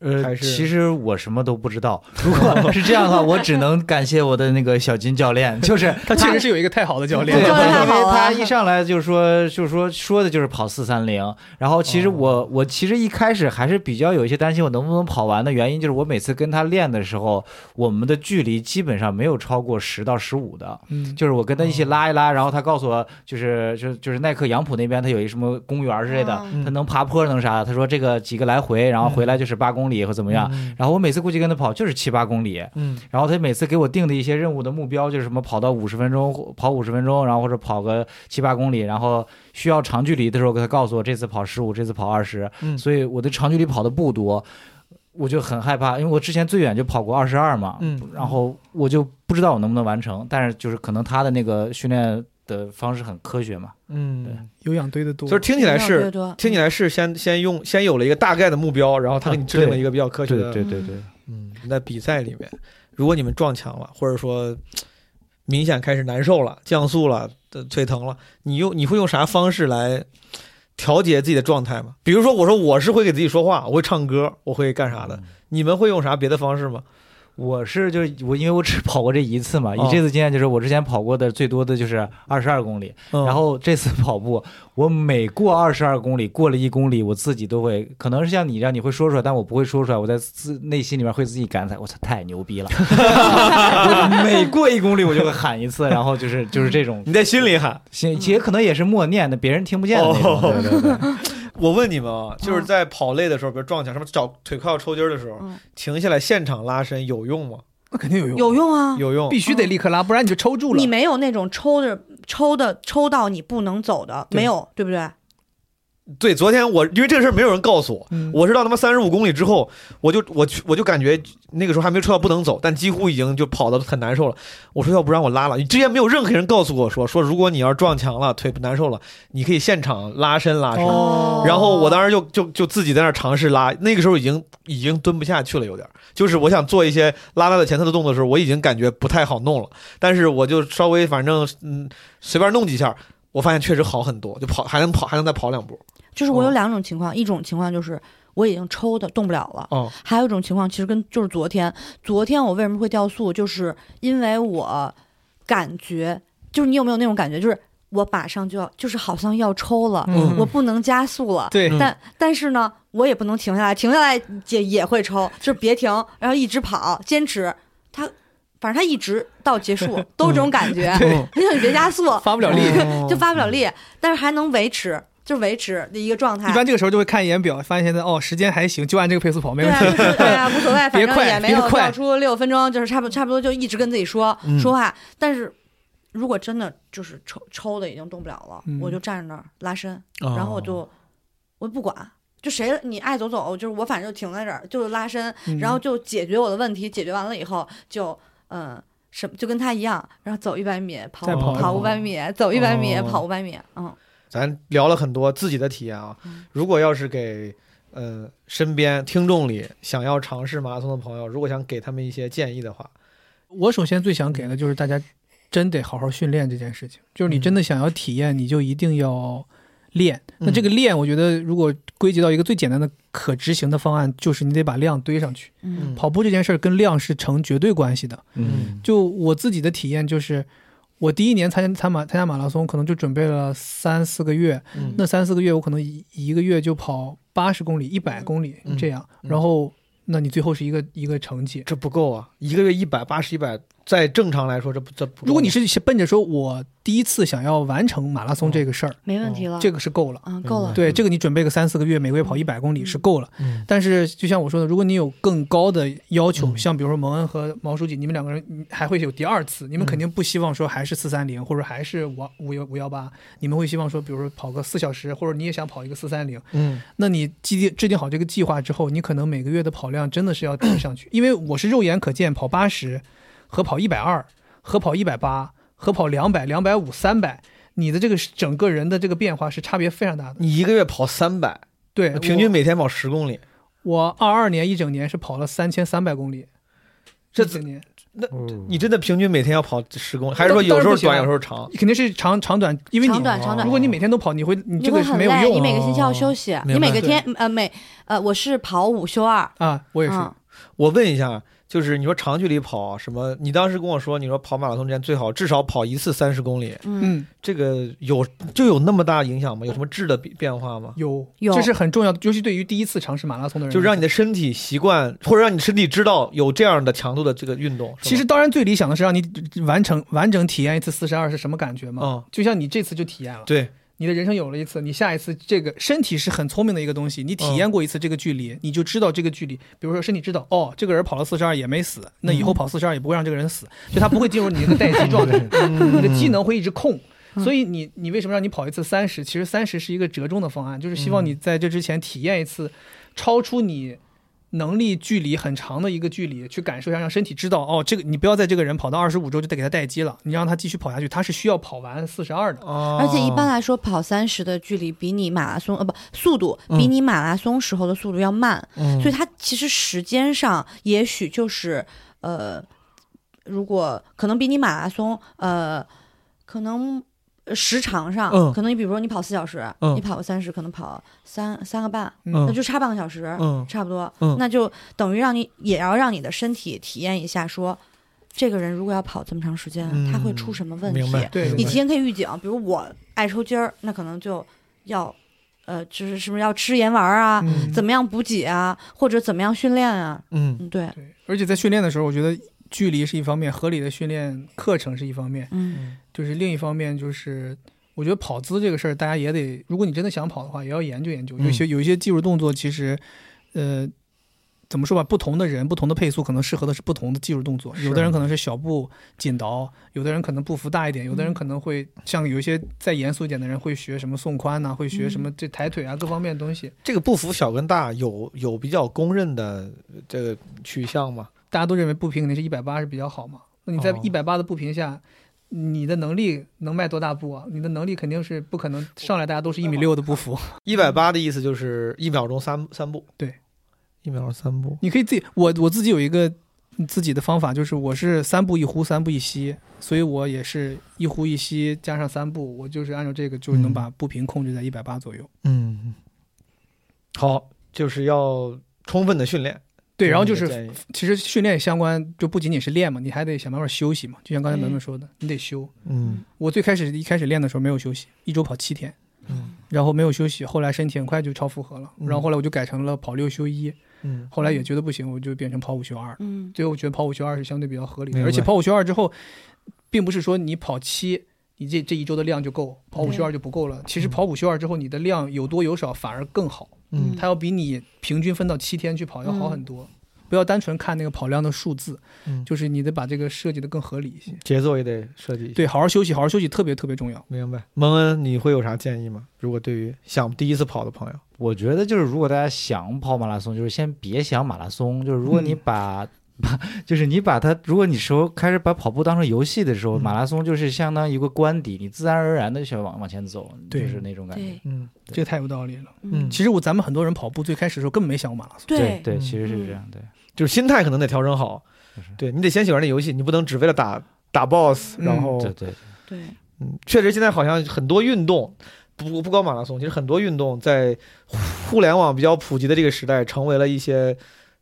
还呃，是其实我什么都不知道。如 果是这样的话，我只能感谢我的那个小金教练，就是他确实是有一个太好的教对，练对，因教练太为好了他一上来就是说，就是说说的就是跑四三零。然后其实我、我其实一开始还是比较有一些担心我能不能跑完的原因，就是我每次跟他练的时候，我们的距离基本上没有超过十到十五的。嗯，就是我跟他一起拉一拉，然后他告诉我，就是就是就是耐克杨浦那边他有一什么公园儿之类的，嗯他能爬坡能啥的。他说这个几个来回，然后回嗯来就是八公里或怎么样。然后我每次估计跟他跑就是七八公里，嗯，然后他每次给我定的一些任务的目标就是什么跑到五十分钟，跑五十分钟，然后或者跑个七八公里，然后需要长距离的时候，他告诉我这次跑十五，这次跑二十、嗯所以我的长距离跑的不多，我就很害怕，因为我之前最远就跑过二十二嘛，嗯然后我就不知道我能不能完成，但是就是可能他的那个训练的方式很科学嘛，嗯，有氧堆的多就是。听起来是越多听起来是先先用先有了一个大概的目标，然后他给你制定了一个比较科学对的。啊对对对，嗯，那比赛里面，如果你们撞墙了，或者说明显开始难受了、降速了、呃腿疼了，你用你会用啥方式来调节自己的状态吗？比如说，我说我是会给自己说话，我会唱歌，我会干啥的，嗯你们会用啥别的方式吗？我是就是我，因为我只跑过这一次嘛，以哦这次经验就是我之前跑过的最多的就是二十二公里，嗯、然后这次跑步，我每过二十二公里，过了一公里，我自己都会，可能是像你这样，你会说出来，但我不会说出来，我在自内心里面会自己感慨，我操，太牛逼了！每过一公里，我就会喊一次，然后就是就是这种，你在心里喊。心也可能也是默念的，别人听不见的那种，哦对对对，我问你们啊，就是在跑累的时候，比如撞墙，什么找腿快要抽筋儿的时候，嗯停下来现场拉伸有用吗？那肯定有用，有用啊。有嗯用。必须得立刻拉，不然你就抽住了嗯你。没有那种抽着抽的抽到你不能走的，对没有，对不对？对，昨天我因为这个事儿没有人告诉我，嗯我是到他妈三十五公里之后，我就我去我就感觉那个时候还没有车到不能走，但几乎已经就跑得很难受了。我说要不然我拉了，之前没有任何人告诉我说说如果你要是撞墙了腿不难受了，你可以现场拉伸拉伸。哦然后我当时就就就自己在那儿尝试拉，那个时候已经已经蹲不下去了，有点儿，就是我想做一些拉拉的前侧的动作的时候，我已经感觉不太好弄了，但是我就稍微反正嗯随便弄几下，我发现确实好很多，就跑还能跑还能再跑两步。就是我有哦两种情况，一种情况就是我已经抽的动不了了，哦还有一种情况其实跟就是昨天，昨天我为什么会掉速，就是因为我感觉，就是你有没有那种感觉，就是我马上就要，就是好像要抽了，嗯我不嗯能加速了，对，但但是呢，我也不能停下来，停下来也也会抽，就是别停，然后一直跑，坚持，他反正他一直到结束都是这种感觉，对哦你想你别加速，发不了力。就发不了力，但是还能维持，就是维持的一个状态。一般这个时候就会看一眼表，发现现在哦时间还行，就按这个配速跑，没对问啊，题。就是 哎呀，无所谓，反别正快也没别有快跳出六分钟，就是差不多差不多就一直跟自己说、嗯说话。但是如果真的就是抽抽的已经动不了了，嗯我就站着那儿拉伸，哦然后我就我不管，就谁你爱走走，就是我反正就停在这儿，就是拉伸，嗯然后就解决我的问题，解决完了以后就嗯。什么就跟他一样，然后走一百米，跑再跑一跑跑五百米，走一百米，哦跑五百米，嗯，咱聊了很多自己的体验啊嗯，如果要是给呃身边听众里想要尝试马拉松的朋友，如果想给他们一些建议的话，我首先最想给的就是大家真得好好训练这件事情，就是你真的想要体验，你就一定要练。那这个练，我觉得如果归结到一个最简单的可执行的方案，就是你得把量堆上去。嗯跑步这件事儿跟量是成绝对关系的。嗯就我自己的体验就是，我第一年参加参马参加马拉松，可能就准备了三四个月，嗯那三四个月我可能一一个月就跑八十公里、一百公里嗯这样，嗯然后那你最后是一个一个成绩。这不够啊，一个月一百八十一百，在正常来说这不这不够。啊如果你是奔着说我第一次想要完成马拉松这个事儿，没问题了，这个是够了。嗯够了，对，这个你准备个三四个月，每个月跑一百公里是够了。嗯但是就像我说的，如果你有更高的要求，嗯像比如说蒙恩和毛书记，你们两个人嗯还会有第二次，你嗯们肯定不希望说还是四三零或者还是五五幺五幺八，你们会希望说，比如说跑个四小时，或者你也想跑一个四三零。嗯那你制定制定好这个计划之后，你可能每个月的跑量真的是要提上去，因为我是肉眼可见跑八十和跑一百二和跑一百八和跑两百、两百五、三百，你的这个整个人的这个变化是差别非常大的。你一个月跑三百，对，呃平均每天跑十公里，我二二年一整年是跑了三千三百公里，这一整年你真的平均每天要跑十公里，还是说当有当时然候不行啊短有时候长？肯定是长长短，因为你长短长短如果你每天都跑，你会你你这会个是很没累，有用啊哦你每的个星期要休息，明你每白个天呃每呃我是跑五休二，啊。我也是，嗯，我问一下，就是你说长距离跑啊什么？你当时跟我说，你说跑马拉松之前最好至少跑一次三十公里，嗯嗯，这个有就有那么大影响吗？有什么质的变变化吗？有，有这是很重要的，尤其对于第一次尝试马拉松的人，就让你的身体习惯，或者让你身体知道有这样的强度的这个运动。是吧其实，当然最理想的是让你完成完整体验一次四十二是什么感觉嘛？嗯就像你这次就体验了，对，你的人生有了一次，你下一次这个身体是很聪明的一个东西，你体验过一次这个距离，你就知道这个距离。比如说身体知道，哦，这个人跑了四十二也没嗯死，那以后跑四十二也不会让这个人死，就他不会进入你一个待机状态，你的机能会一直空。所以嗯你你为什么让你跑一次三十？其实三十是一个折中的方案，就是希嗯望你在这之前体验一次，超出你能力距离很长的一个距离，去感受一下，让身体知道哦，这个你不要在这个人跑到二十五周就得给他待机了，你让他继续跑下去，他是需要跑完四十二的。哦嗯而且一般来说跑三十的距离比你马拉松呃不速度嗯比你马拉松时候的速度要慢，嗯所以它其实时间上也许就是呃，如果可能比你马拉松呃可能。呃时长上，嗯可能你比如说你跑四小时，嗯你跑个三十，可能跑三三个半，嗯那就差半个小时，嗯差不多，嗯那就等于让你也要让你的身体体验一下说，这个人如果要跑这么长时间，嗯他会出什么问题？啊明白，对你提前可以预警，比如我爱抽筋儿，那可能就要，呃，就是是不是要吃盐丸儿啊？嗯怎么样补给啊？或者怎么样训练啊？嗯嗯，对，对，而且在训练的时候，我觉得距离是一方面，合理的训练课程是一方面，嗯就是另一方面就是。我觉得跑姿这个事儿，大家也得，如果你真的想跑的话，也要研究研究。有些有一些技术动作，其实，呃，怎么说吧，不同的人、不同的配速可能适合的是不同的技术动作。有的人可能是小步紧倒，有的人可能步幅大一点，有的人可能会像有一些再严肃一点的人会学什么送髋呐、会学什么这抬腿啊各方面的东西。这个步幅小跟大有有比较公认的这个取向吗？大家都认为步频肯定是一百八是比较好嘛。那你在哦一百八的步频下，你的能力能迈多大步啊？你的能力肯定是不可能上来大家都是一米六的步幅。一百八的意思就是一秒钟三三步，对，一秒钟三步。 你可以自己，我我自己有一个自己的方法，就是我是三步一呼，三步一吸，所以我也是一呼一吸加上三步，我就是按照这个就是能把步频控制在一百八左右。嗯，好，就是要充分的训练。对，然后就这你的是建议其实训练相关就不仅仅是练嘛，你还得想办法休息嘛。就像刚才文文说的，你得休。嗯我最开始一开始练的时候没有休息，一周跑七天，嗯然后没有休息，后来身体很快就超负荷了，嗯然后后来我就改成了跑六休一，嗯后来也觉得不行，我就变成跑五休二。嗯最后我觉得跑五休二是相对比较合理的，明白而且跑五休二之后，并不是说你跑七，你这这一周的量就够，跑五休二就不够了。其实跑五休二之后，你的量有多有少反而更好，嗯它要比你平均分到七天去跑要好很多。不要单纯看那个跑量的数字，嗯就是你得把这个设计的更合理一些。节奏也得设计一下。对，好好休息，好好休息特别特别重要。明白。蒙恩，你会有啥建议吗？如果对于想第一次跑的朋友，我觉得就是如果大家想跑马拉松，就是先别想马拉松，就是如果你把。就是你把它，如果你时候开始把跑步当成游戏的时候，嗯马拉松就是相当于一个官邸，你自然而然的就想往往前走，对就是那种感觉。对嗯这个太有道理了。嗯，其实我咱们很多人跑步最开始的时候根本没想过马拉松，对对对，嗯其实是这样。对，就是心态可能得调整好就是。对你得先喜欢这游戏，你不能只为了打打 BOSS，嗯然后对对，对，嗯，确实现在好像很多运动，不不光马拉松，其实很多运动在互联网比较普及的这个时代，成为了一些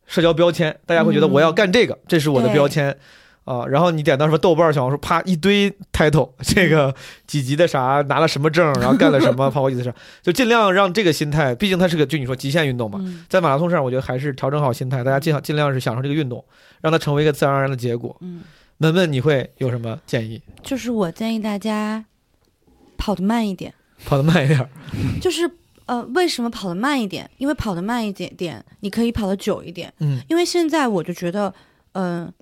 社交标签。大家会觉得嗯我要干这个，这是我的对标签啊。然后你点到什么豆瓣、小红书，啪一堆 title，这个几级的啥，拿了什么证，然后干了 什么，跑过几次啥，就尽量让这个心态，毕竟它是个就你说极限运动嘛。嗯在马拉松上，我觉得还是调整好心态，大家尽尽量是享受这个运动，让它成为一个自然而然的结果。嗯，文文，你会有什么建议？就是我建议大家跑得慢一点，跑得慢一点儿。就是呃，为什么跑得慢一点？因为跑得慢一点点，你可以跑得久一点。嗯因为现在我就觉得，嗯、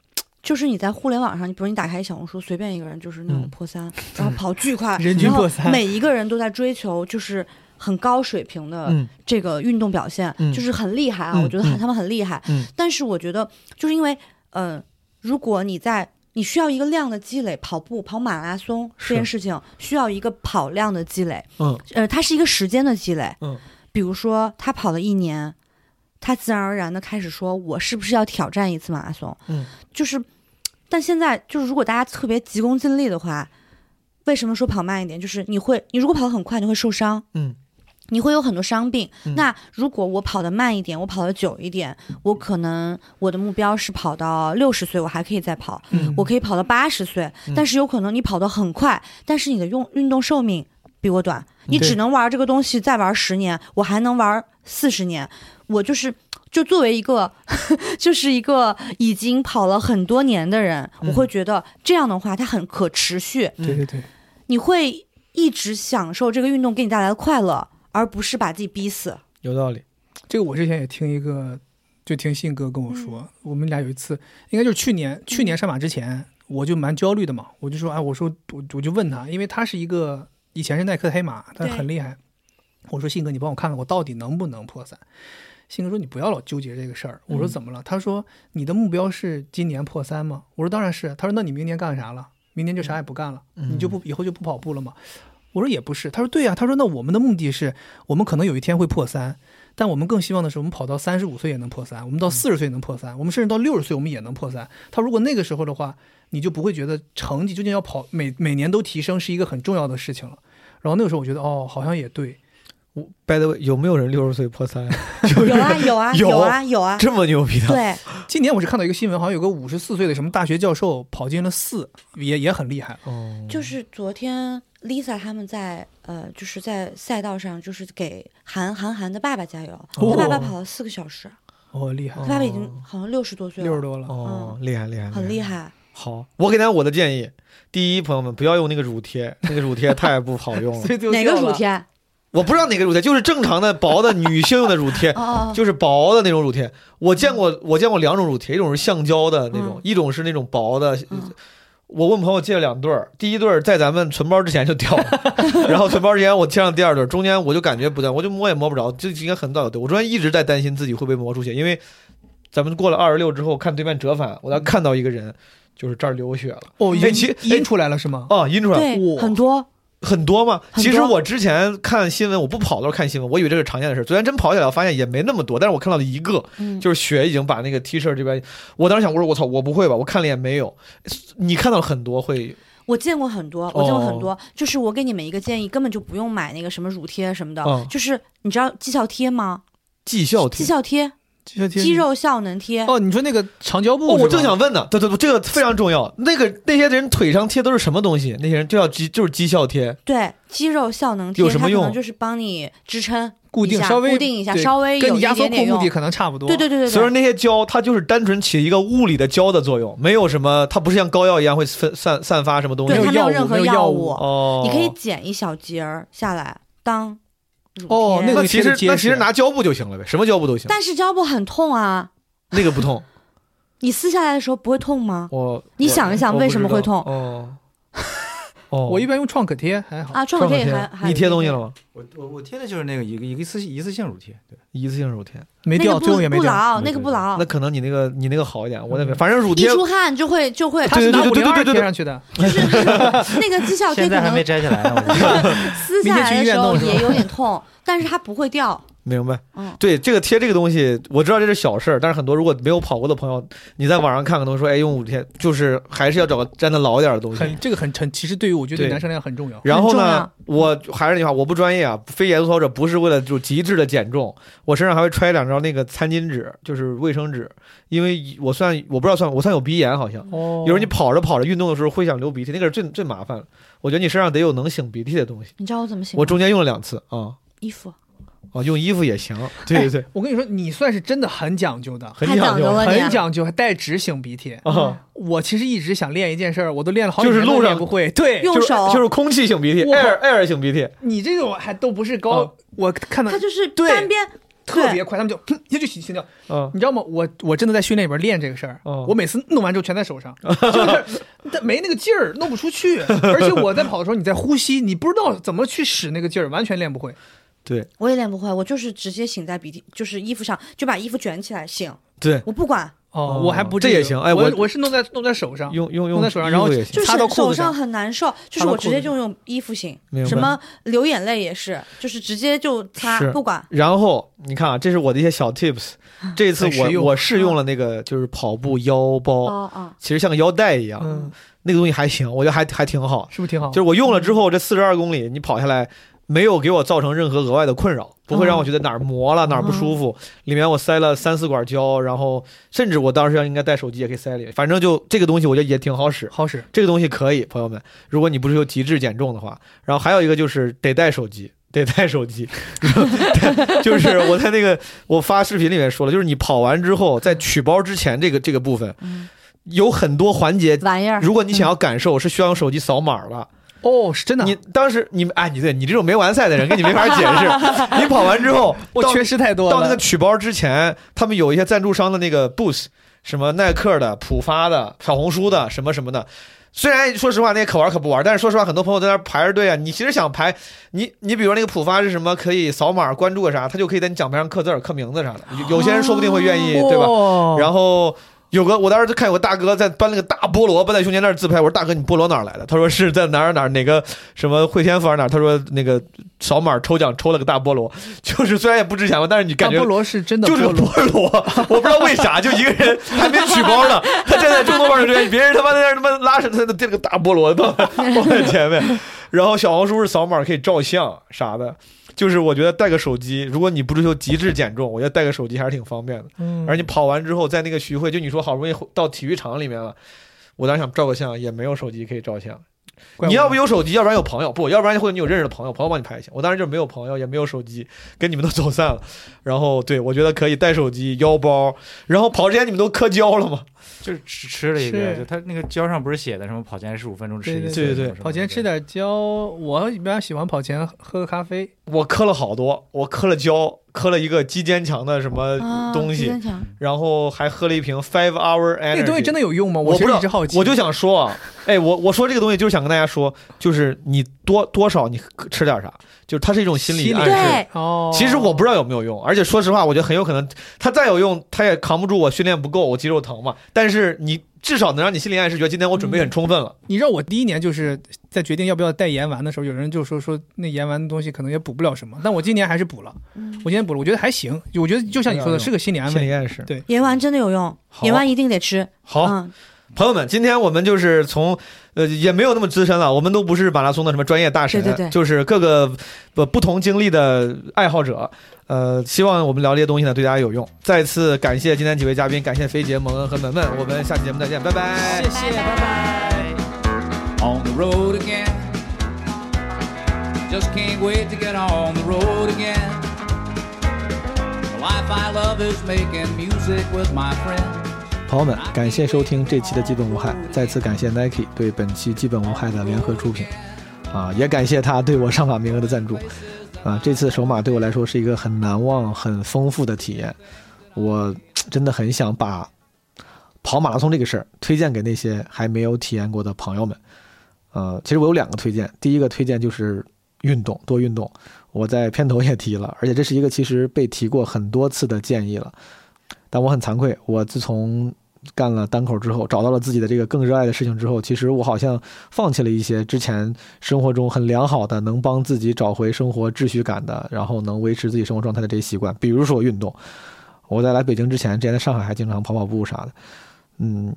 就是你在互联网上，你比如你打开小红书，随便一个人就是那种嗯破三、然后跑巨 快，人均然后破三每一个人都在追求就是很高水平的嗯这个运动表现，嗯就是很厉害啊！嗯我觉得很嗯他们很厉害，嗯但是我觉得就是因为，嗯、如果你在你需要一个量的积累，跑步、跑马拉松这件事情需要一个跑量的积累，嗯，呃，它是一个时间的积累，嗯，比如说他跑了一年，他自然而然的开始说，我是不是要挑战一次马拉松？嗯，就是，但现在就是如果大家特别急功近利的话，为什么说跑慢一点？就是你会，你如果跑得很快，你会受伤，嗯。你会有很多伤病。嗯那如果我跑得慢一点，我跑得久一点，我可能我的目标是跑到六十岁，我还可以再跑，嗯我可以跑到八十岁。但是有可能你跑得很快，但是你的用运动寿命比我短，你嗯对只能玩这个东西再玩十年，我还能玩四十年。我就是，就作为一个， 就是一个已经跑了很多年的人，我嗯会觉得这样的话，它很可持续。对对对，你会一直享受这个运动给你带来的快乐，而不是把自己逼死。有道理。这个我之前也听一个，就听信哥跟我说，我们俩有一次，应该就是去年，去年上马之前，我就蛮焦虑的嘛，我就说，哎，我说我我就问他，因为他是一个以前是耐克的黑马，他对很厉害，我说信哥，你帮我看看我到底能不能破三。信哥说：“你不要老纠结这个事儿。”我说：“怎么了？”他说：“你的目标是今年破三吗？”我说：“当然是。”他说：“那你明年干啥了？明年就啥也不干了，嗯你就不以后就不跑步了吗？”我说：“也不是。”他说：“对啊呀、他说：“那我们的目的是，我们可能有一天会破三，但我们更希望的是，我们跑到三十五岁也能破三，我们到嗯四十岁也能破三，我们甚至到六十岁我们也能破三。他如果那个时候的话，你就不会觉得成绩究竟要跑每每年都提升是一个很重要的事情了。然后那个时候我觉得哦，好像也对，我 by the way，有没有人六十岁破三？有啊，有啊，有有啊，有啊。这么牛逼的？对，今年我是看到一个新闻，好像有个五十四岁的什么大学教授跑进了四，也也很厉害。哦，嗯就是昨天 Lisa 他们在呃，就是在赛道上，就是给韩韩寒的爸爸加油。哦他爸爸跑了四个小时，哦，厉害他，爸爸已经好像六十多岁六十了，多了。哦，厉害厉害，嗯很厉害。害。好，我给大家我的建议：第一，朋友们不要用那个乳贴，那个乳贴太不好用 了所。以最后哪掉个啊了乳？贴？我不知道哪个乳贴，就是正常的薄的女性用的乳贴，哦，就是薄的那种乳贴。我见过，我见过两种乳贴，一种是橡胶的那种，嗯一种是那种薄的。嗯我问朋友借了两对儿，第一对儿在咱们存包之前就 掉了，然后存包之前我贴上第二对儿，中间我就感觉不对，我就摸也摸不着，这应该很早有对。我中间一直在担心自己会不会磨出血，因为咱们过了二十六之后看对面折返，嗯我要看到一个人就是这儿流血了，哦，已哎其经印出来了是吗？哦，阴出来了。对，哇很多，很多嘛。很多其实我之前看新闻，我不跑都是看新闻，我以为这是常见的事儿。昨天真跑起来，我发现也没那么多，但是我看到了一个，嗯，就是血已经把那个 T 恤这边，我当时想，我说我操，我不会吧？我看了也没有。你看到很多会，我见过很多，我见过很哦多，就是我给你们一个建议，根本就不用买那个什么乳贴什么的，哦嗯就是你知道绩效贴吗？绩效绩贴。效贴、肌肉肌肉效能贴，哦，你说那个长胶布是哦，吧，我正想问呢，对对对，这个非常重要。那个那些人腿上贴都是什么东西？那些人就叫绩，就是绩效贴。对，肌肉效能贴，有什么用它可能就是帮你支撑固定一下稍微固定一下，对稍微跟有你一压缩点裤点目用的。可能差不多。对对对对所以说对，那些胶，它就是单纯起一个物理的胶的作用，没有什么，它不是像膏药一样会分散散发什么东西对。它没没有药物任何没有药药物物，哦，你可以剪一小节儿下来当乳贴。哦那那个其贴实得结那其实实拿胶布就行了呗，什么胶布都行。但是胶布很痛啊，那个不痛，哦你撕下来的时候不会痛吗？ 我你想一想为什么会痛 哦哦，我一般用创可贴还好。啊，创可贴也贴还还你贴东西了吗？我我我贴的就是那个一个一个一次一次性乳贴，对，一次性乳贴，没那掉，个最后也不没不掉。牢，对那个对不对啊牢那，可能你那个你那个好嗯一点，我那边反正乳一贴出汗就会 就会，他是拿对五零对对对二对对贴上去的，就是那个绩效贴现可在还没能摘下来呢。 我觉得 撕下来的时候也有点痛，但是它不会掉。明白嗯。对这个贴这个东西，我知道这是小事儿，但是很多如果没有跑过的朋友，你在网上看可能说，哎，用乳贴就是还是要找个粘的牢一点的东西。很这个很很，其实对于我觉得对对男生来讲很重要。然后很重呢要，我还是那句话，我不专业啊，非严肃操者不是为了就极致的减重，我身上还会揣两张那个餐巾纸，就是卫生纸，因为我算我不知道算我算有鼻炎好像。哦有时候你跑着跑着运动的时候会想流鼻涕，那个是最最麻烦了。我觉得你身上得有能擤鼻涕的东西。你知道我怎么醒吗？我中间用了两次啊衣服啊，用衣服也行。对对对，我跟你说，你算是真的很讲究的，很太讲讲究哦究了你很讲究，还带纸擤鼻涕。啊，我其实一直想练一件事儿，我都练了好几就是年都路上练不会。对，用就是手，就是空气擤鼻涕我，air air 擤鼻涕，你这种还都不是高啊，我看到哦它就是对单边特别快，他们就砰一下就醒醒掉。啊你知道吗？我我真的在训练里边练这个事儿，哦我每次弄完之后全在手上，就是 但没那个劲儿，弄不出去。而且我在跑的时候，你在呼吸，你不知道怎么去使那个劲儿，完全练不会。我也练不会，我就是直接醒在鼻涕，就是衣服上，就把衣服卷起来醒，对，我不管，哦我还不至于这也行哎我我我是弄在弄在手上，用用弄用在手上然后衣服也行就是擦到裤手子上上很难受，擦就是到我裤直接子上就用衣服醒明，白什么流眼泪也是，就是直接就擦是，不管。然后你看啊，这是我的一些小 tips。这次啊很实我用我试用了那个就是跑步腰包，哦哦，其实像个腰带一样，嗯，那个东西还行，我觉得还还挺好。是不是挺好？就是我用了之后，这四十二公里你跑下来，没有给我造成任何额外的困扰，不会嗯让我觉得哪儿磨了、哪儿不舒服。里面我塞了三四管胶，然后甚至我当时要应该带手机也可以塞里，反正就这个东西我觉得也挺好使。好使，这个东西可以，朋友们，如果你不是有极致减重的话，然后还有一个就是得带手机。 得带手机，就是我在那个我发视频里面说了，就是你跑完之后，在取包之前这个这个部分，嗯有很多环节，玩意儿，如果你想要感受，是需要用手机扫码的。哦，是真的。你当时你哎，你对你这种没完赛的人，跟你没法解释。你跑完之后，我到缺失太多到那个了。取包之前，他们有一些赞助商的那个 booth，什么耐克的、浦发的、小红书的什么什么的。虽然说实话那些可玩可不玩，但是说实话，很多朋友在那儿排着队啊。你其实想排，你你比如说那个浦发是什么，可以扫码关注个啥，他就可以在你奖牌上刻字儿、刻名字啥的。有有些人说不定会愿意，对吧？哦然后有个我当时就看有个大哥在搬了个大菠萝搬在胸前那儿自拍，我说大哥你菠萝哪儿来的？他说是在哪儿哪儿哪个什么汇天坊哪儿，他说那个扫码抽奖抽了个大菠萝， 就是虽然也不值钱吧，但是你大感菠。觉萝是真的就是菠个萝，菠萝，我不知道为啥，就一个人还没取 包呢，他站在中东方这边，别人他妈在那儿他妈拉着他的这个大菠萝放 放在前面，然后小红书是扫码可以照相啥的，就是我觉得带个手机，如果你不追求极致减重，我觉得带个手机还是挺方便的。嗯而你跑完之后，在那个徐汇，就你说好不容易到体育场里面了，我当时想照个相，也没有手机可以照相。怪你我要不有手机，要不然有朋友，不，要不然或者你有认识的朋友，朋友帮你拍一下。我当时就是没有朋友，也没有手机，跟你们都走散了。然后对我觉得可以带手机、腰包，然后跑之前你们都磕胶了吗？就是吃吃了一个，是就他那个胶上不是写的什么跑前十五分钟吃一次，对对对对什么什么跑前吃的，点胶，我一般喜欢跑前喝个咖啡。我磕了好多，我磕了胶，磕了一个肌坚强的什么啊东肌西，坚强然后还喝了一瓶 Five Hour Energy。那个东西真的有用吗？我其不知实一道直好 奇。我就想说啊，哎，我我说这个东西就是想跟大家说，就是你多多少你吃点啥，就是它是一种心理心理暗示。对，哦，其实我不知道有没有用，而且说实话，我觉得很有可能它再有用，它也扛不住我训练不够，我肌肉疼嘛。但是你至少能让你心理暗示，觉得今天我准备很充分了。你知道我第一年就是在决定要不要带盐丸的时候，有人就说说那盐丸的东西可能也补不了什么，但我今年还是补了，嗯我今年补了，我觉得还行，我觉得就像你说的，嗯是个心理安心慰。理暗示。盐丸真的有用，好盐丸一定得吃。好，嗯，朋友们，今天我们就是从，呃，也没有那么资深了，我们都不是马拉松的什么专业大神，对对对就是各个呃不不同经历的爱好者。呃，希望我们聊这些东西呢对大家有用。再次感谢今天几位嘉宾，感谢飞杰、蒙恩和门门，我们下期节目再见，拜拜。拜拜。 on the road again. Just can't wait to get on the road again. The life I love is making music with my friends. 朋友们，感谢收听这期的《基本无害》，再次感谢 Nike 对本期《基本无害》的联合出品，啊，也感谢他对我上马名额的赞助，啊，这次首马对我来说是一个很难忘、很丰富的体验，我真的很想把跑马拉松这个事儿推荐给那些还没有体验过的朋友们。呃，其实我有两个推荐，第一个推荐就是运动，多运动。我在片头也提了，而且这是一个其实被提过很多次的建议了。但我很惭愧，我自从干了单口之后，找到了自己的这个更热爱的事情之后，其实我好像放弃了一些之前生活中很良好的，能帮自己找回生活秩序感的，然后能维持自己生活状态的这些习惯，比如说运动。我在来北京之前，之前在上海还经常跑跑步啥的。嗯，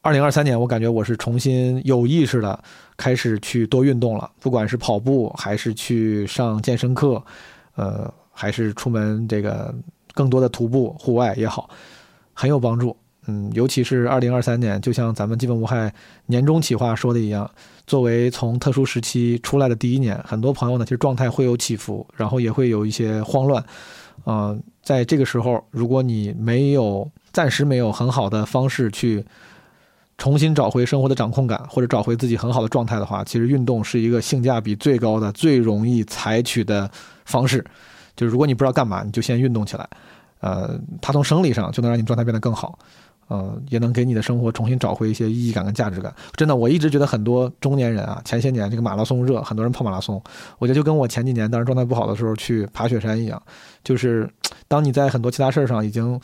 二零二三年我感觉我是重新有意识的开始去多运动了，不管是跑步还是去上健身课，呃，还是出门这个更多的徒步、户外也好，很有帮助。嗯，尤其是二零二三年，就像咱们基本无害年终企划说的一样，作为从特殊时期出来的第一年，很多朋友呢其实状态会有起伏，然后也会有一些慌乱。嗯、在这个时候，如果你没有暂时没有很好的方式去重新找回生活的掌控感，或者找回自己很好的状态的话，其实运动是一个性价比最高的、最容易采取的方式。就是如果你不知道干嘛，你就先运动起来。呃，它从生理上就能让你状态变得更好，呃，也能给你的生活重新找回一些意义感跟价值感。真的，我一直觉得很多中年人啊，前些年这个马拉松热，很多人跑马拉松，我觉得就跟我前几年当时状态不好的时候去爬雪山一样，就是当你在很多其他事儿上已经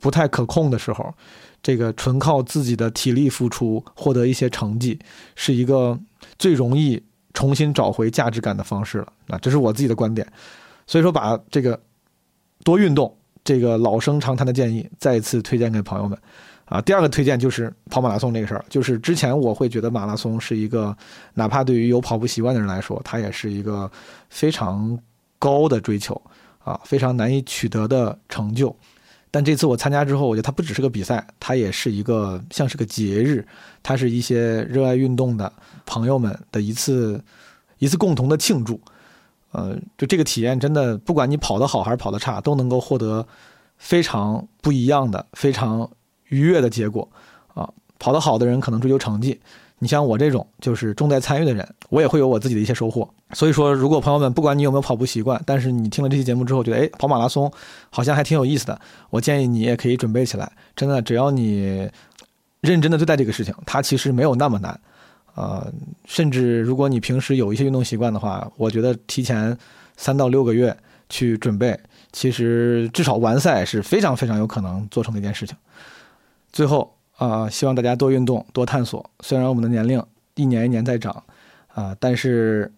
不太可控的时候，这个纯靠自己的体力付出获得一些成绩，是一个最容易重新找回价值感的方式了。啊，这是我自己的观点。所以说，把这个多运动这个老生常谈的建议再次推荐给朋友们。啊，第二个推荐就是跑马拉松这个事儿，就是之前我会觉得马拉松是一个，哪怕对于有跑步习惯的人来说，它也是一个非常高的追求啊，非常难以取得的成就。但这次我参加之后，我觉得它不只是个比赛，它也是一个像是个节日，它是一些热爱运动的朋友们的一次一次共同的庆祝。呃，就这个体验真的，不管你跑得好还是跑得差，都能够获得非常不一样的、非常愉悦的结果啊。跑得好的人可能追求成绩，你像我这种就是重在参与的人，我也会有我自己的一些收获。所以说，如果朋友们不管你有没有跑步习惯，但是你听了这期节目之后觉得，哎，跑马拉松好像还挺有意思的，我建议你也可以准备起来。真的，只要你认真的对待这个事情，它其实没有那么难。呃，甚至如果你平时有一些运动习惯的话，我觉得提前三到六个月去准备，其实至少完赛是非常非常有可能做成的一件事情。最后啊、呃希望大家多运动，多探索。虽然我们的年龄一年一年在长，啊、但是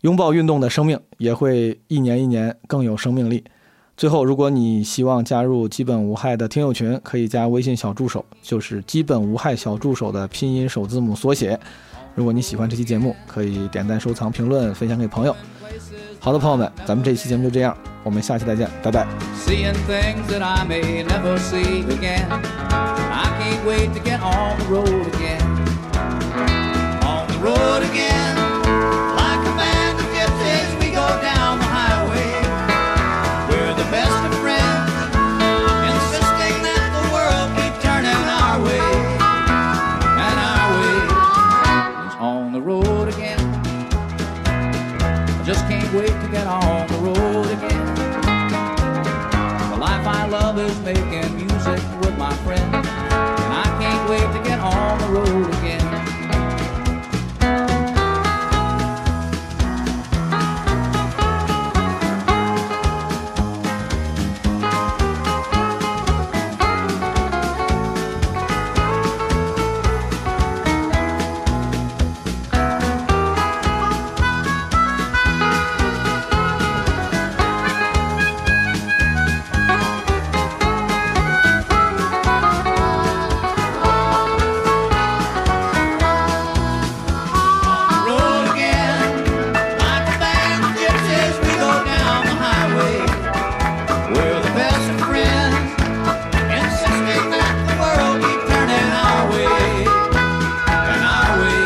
拥抱运动的生命也会一年一年更有生命力。最后，如果你希望加入基本无害的听友群，可以加微信小助手，就是基本无害小助手的拼音首字母缩写。如果你喜欢这期节目，可以点赞、收藏、评论、分享给朋友。好的，朋友们，咱们这期节目就这样，我们下期再见，拜拜。 seeing things that I may never see again. I can't wait to get on the road again. On the road again, like a band of gypsies, we go down the highway. We're the best of friends, insisting that the world keep turning our way. love is making music with my friend. And I can't wait to get on the road again. road again. Like a band of gypsies, we go down the highway. We're the best of friends, insisting that the world keep turning our way. And our way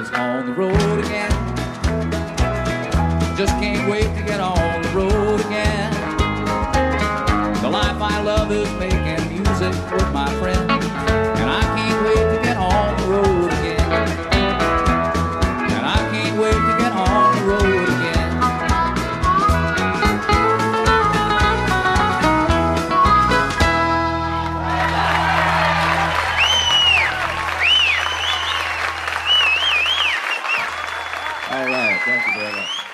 is on the road again. Just can't wait to get on the road again. The life I love is making music with my friend. And I can't wait to get on the road again. And I can't wait to get on the road again. All right, thank you very much.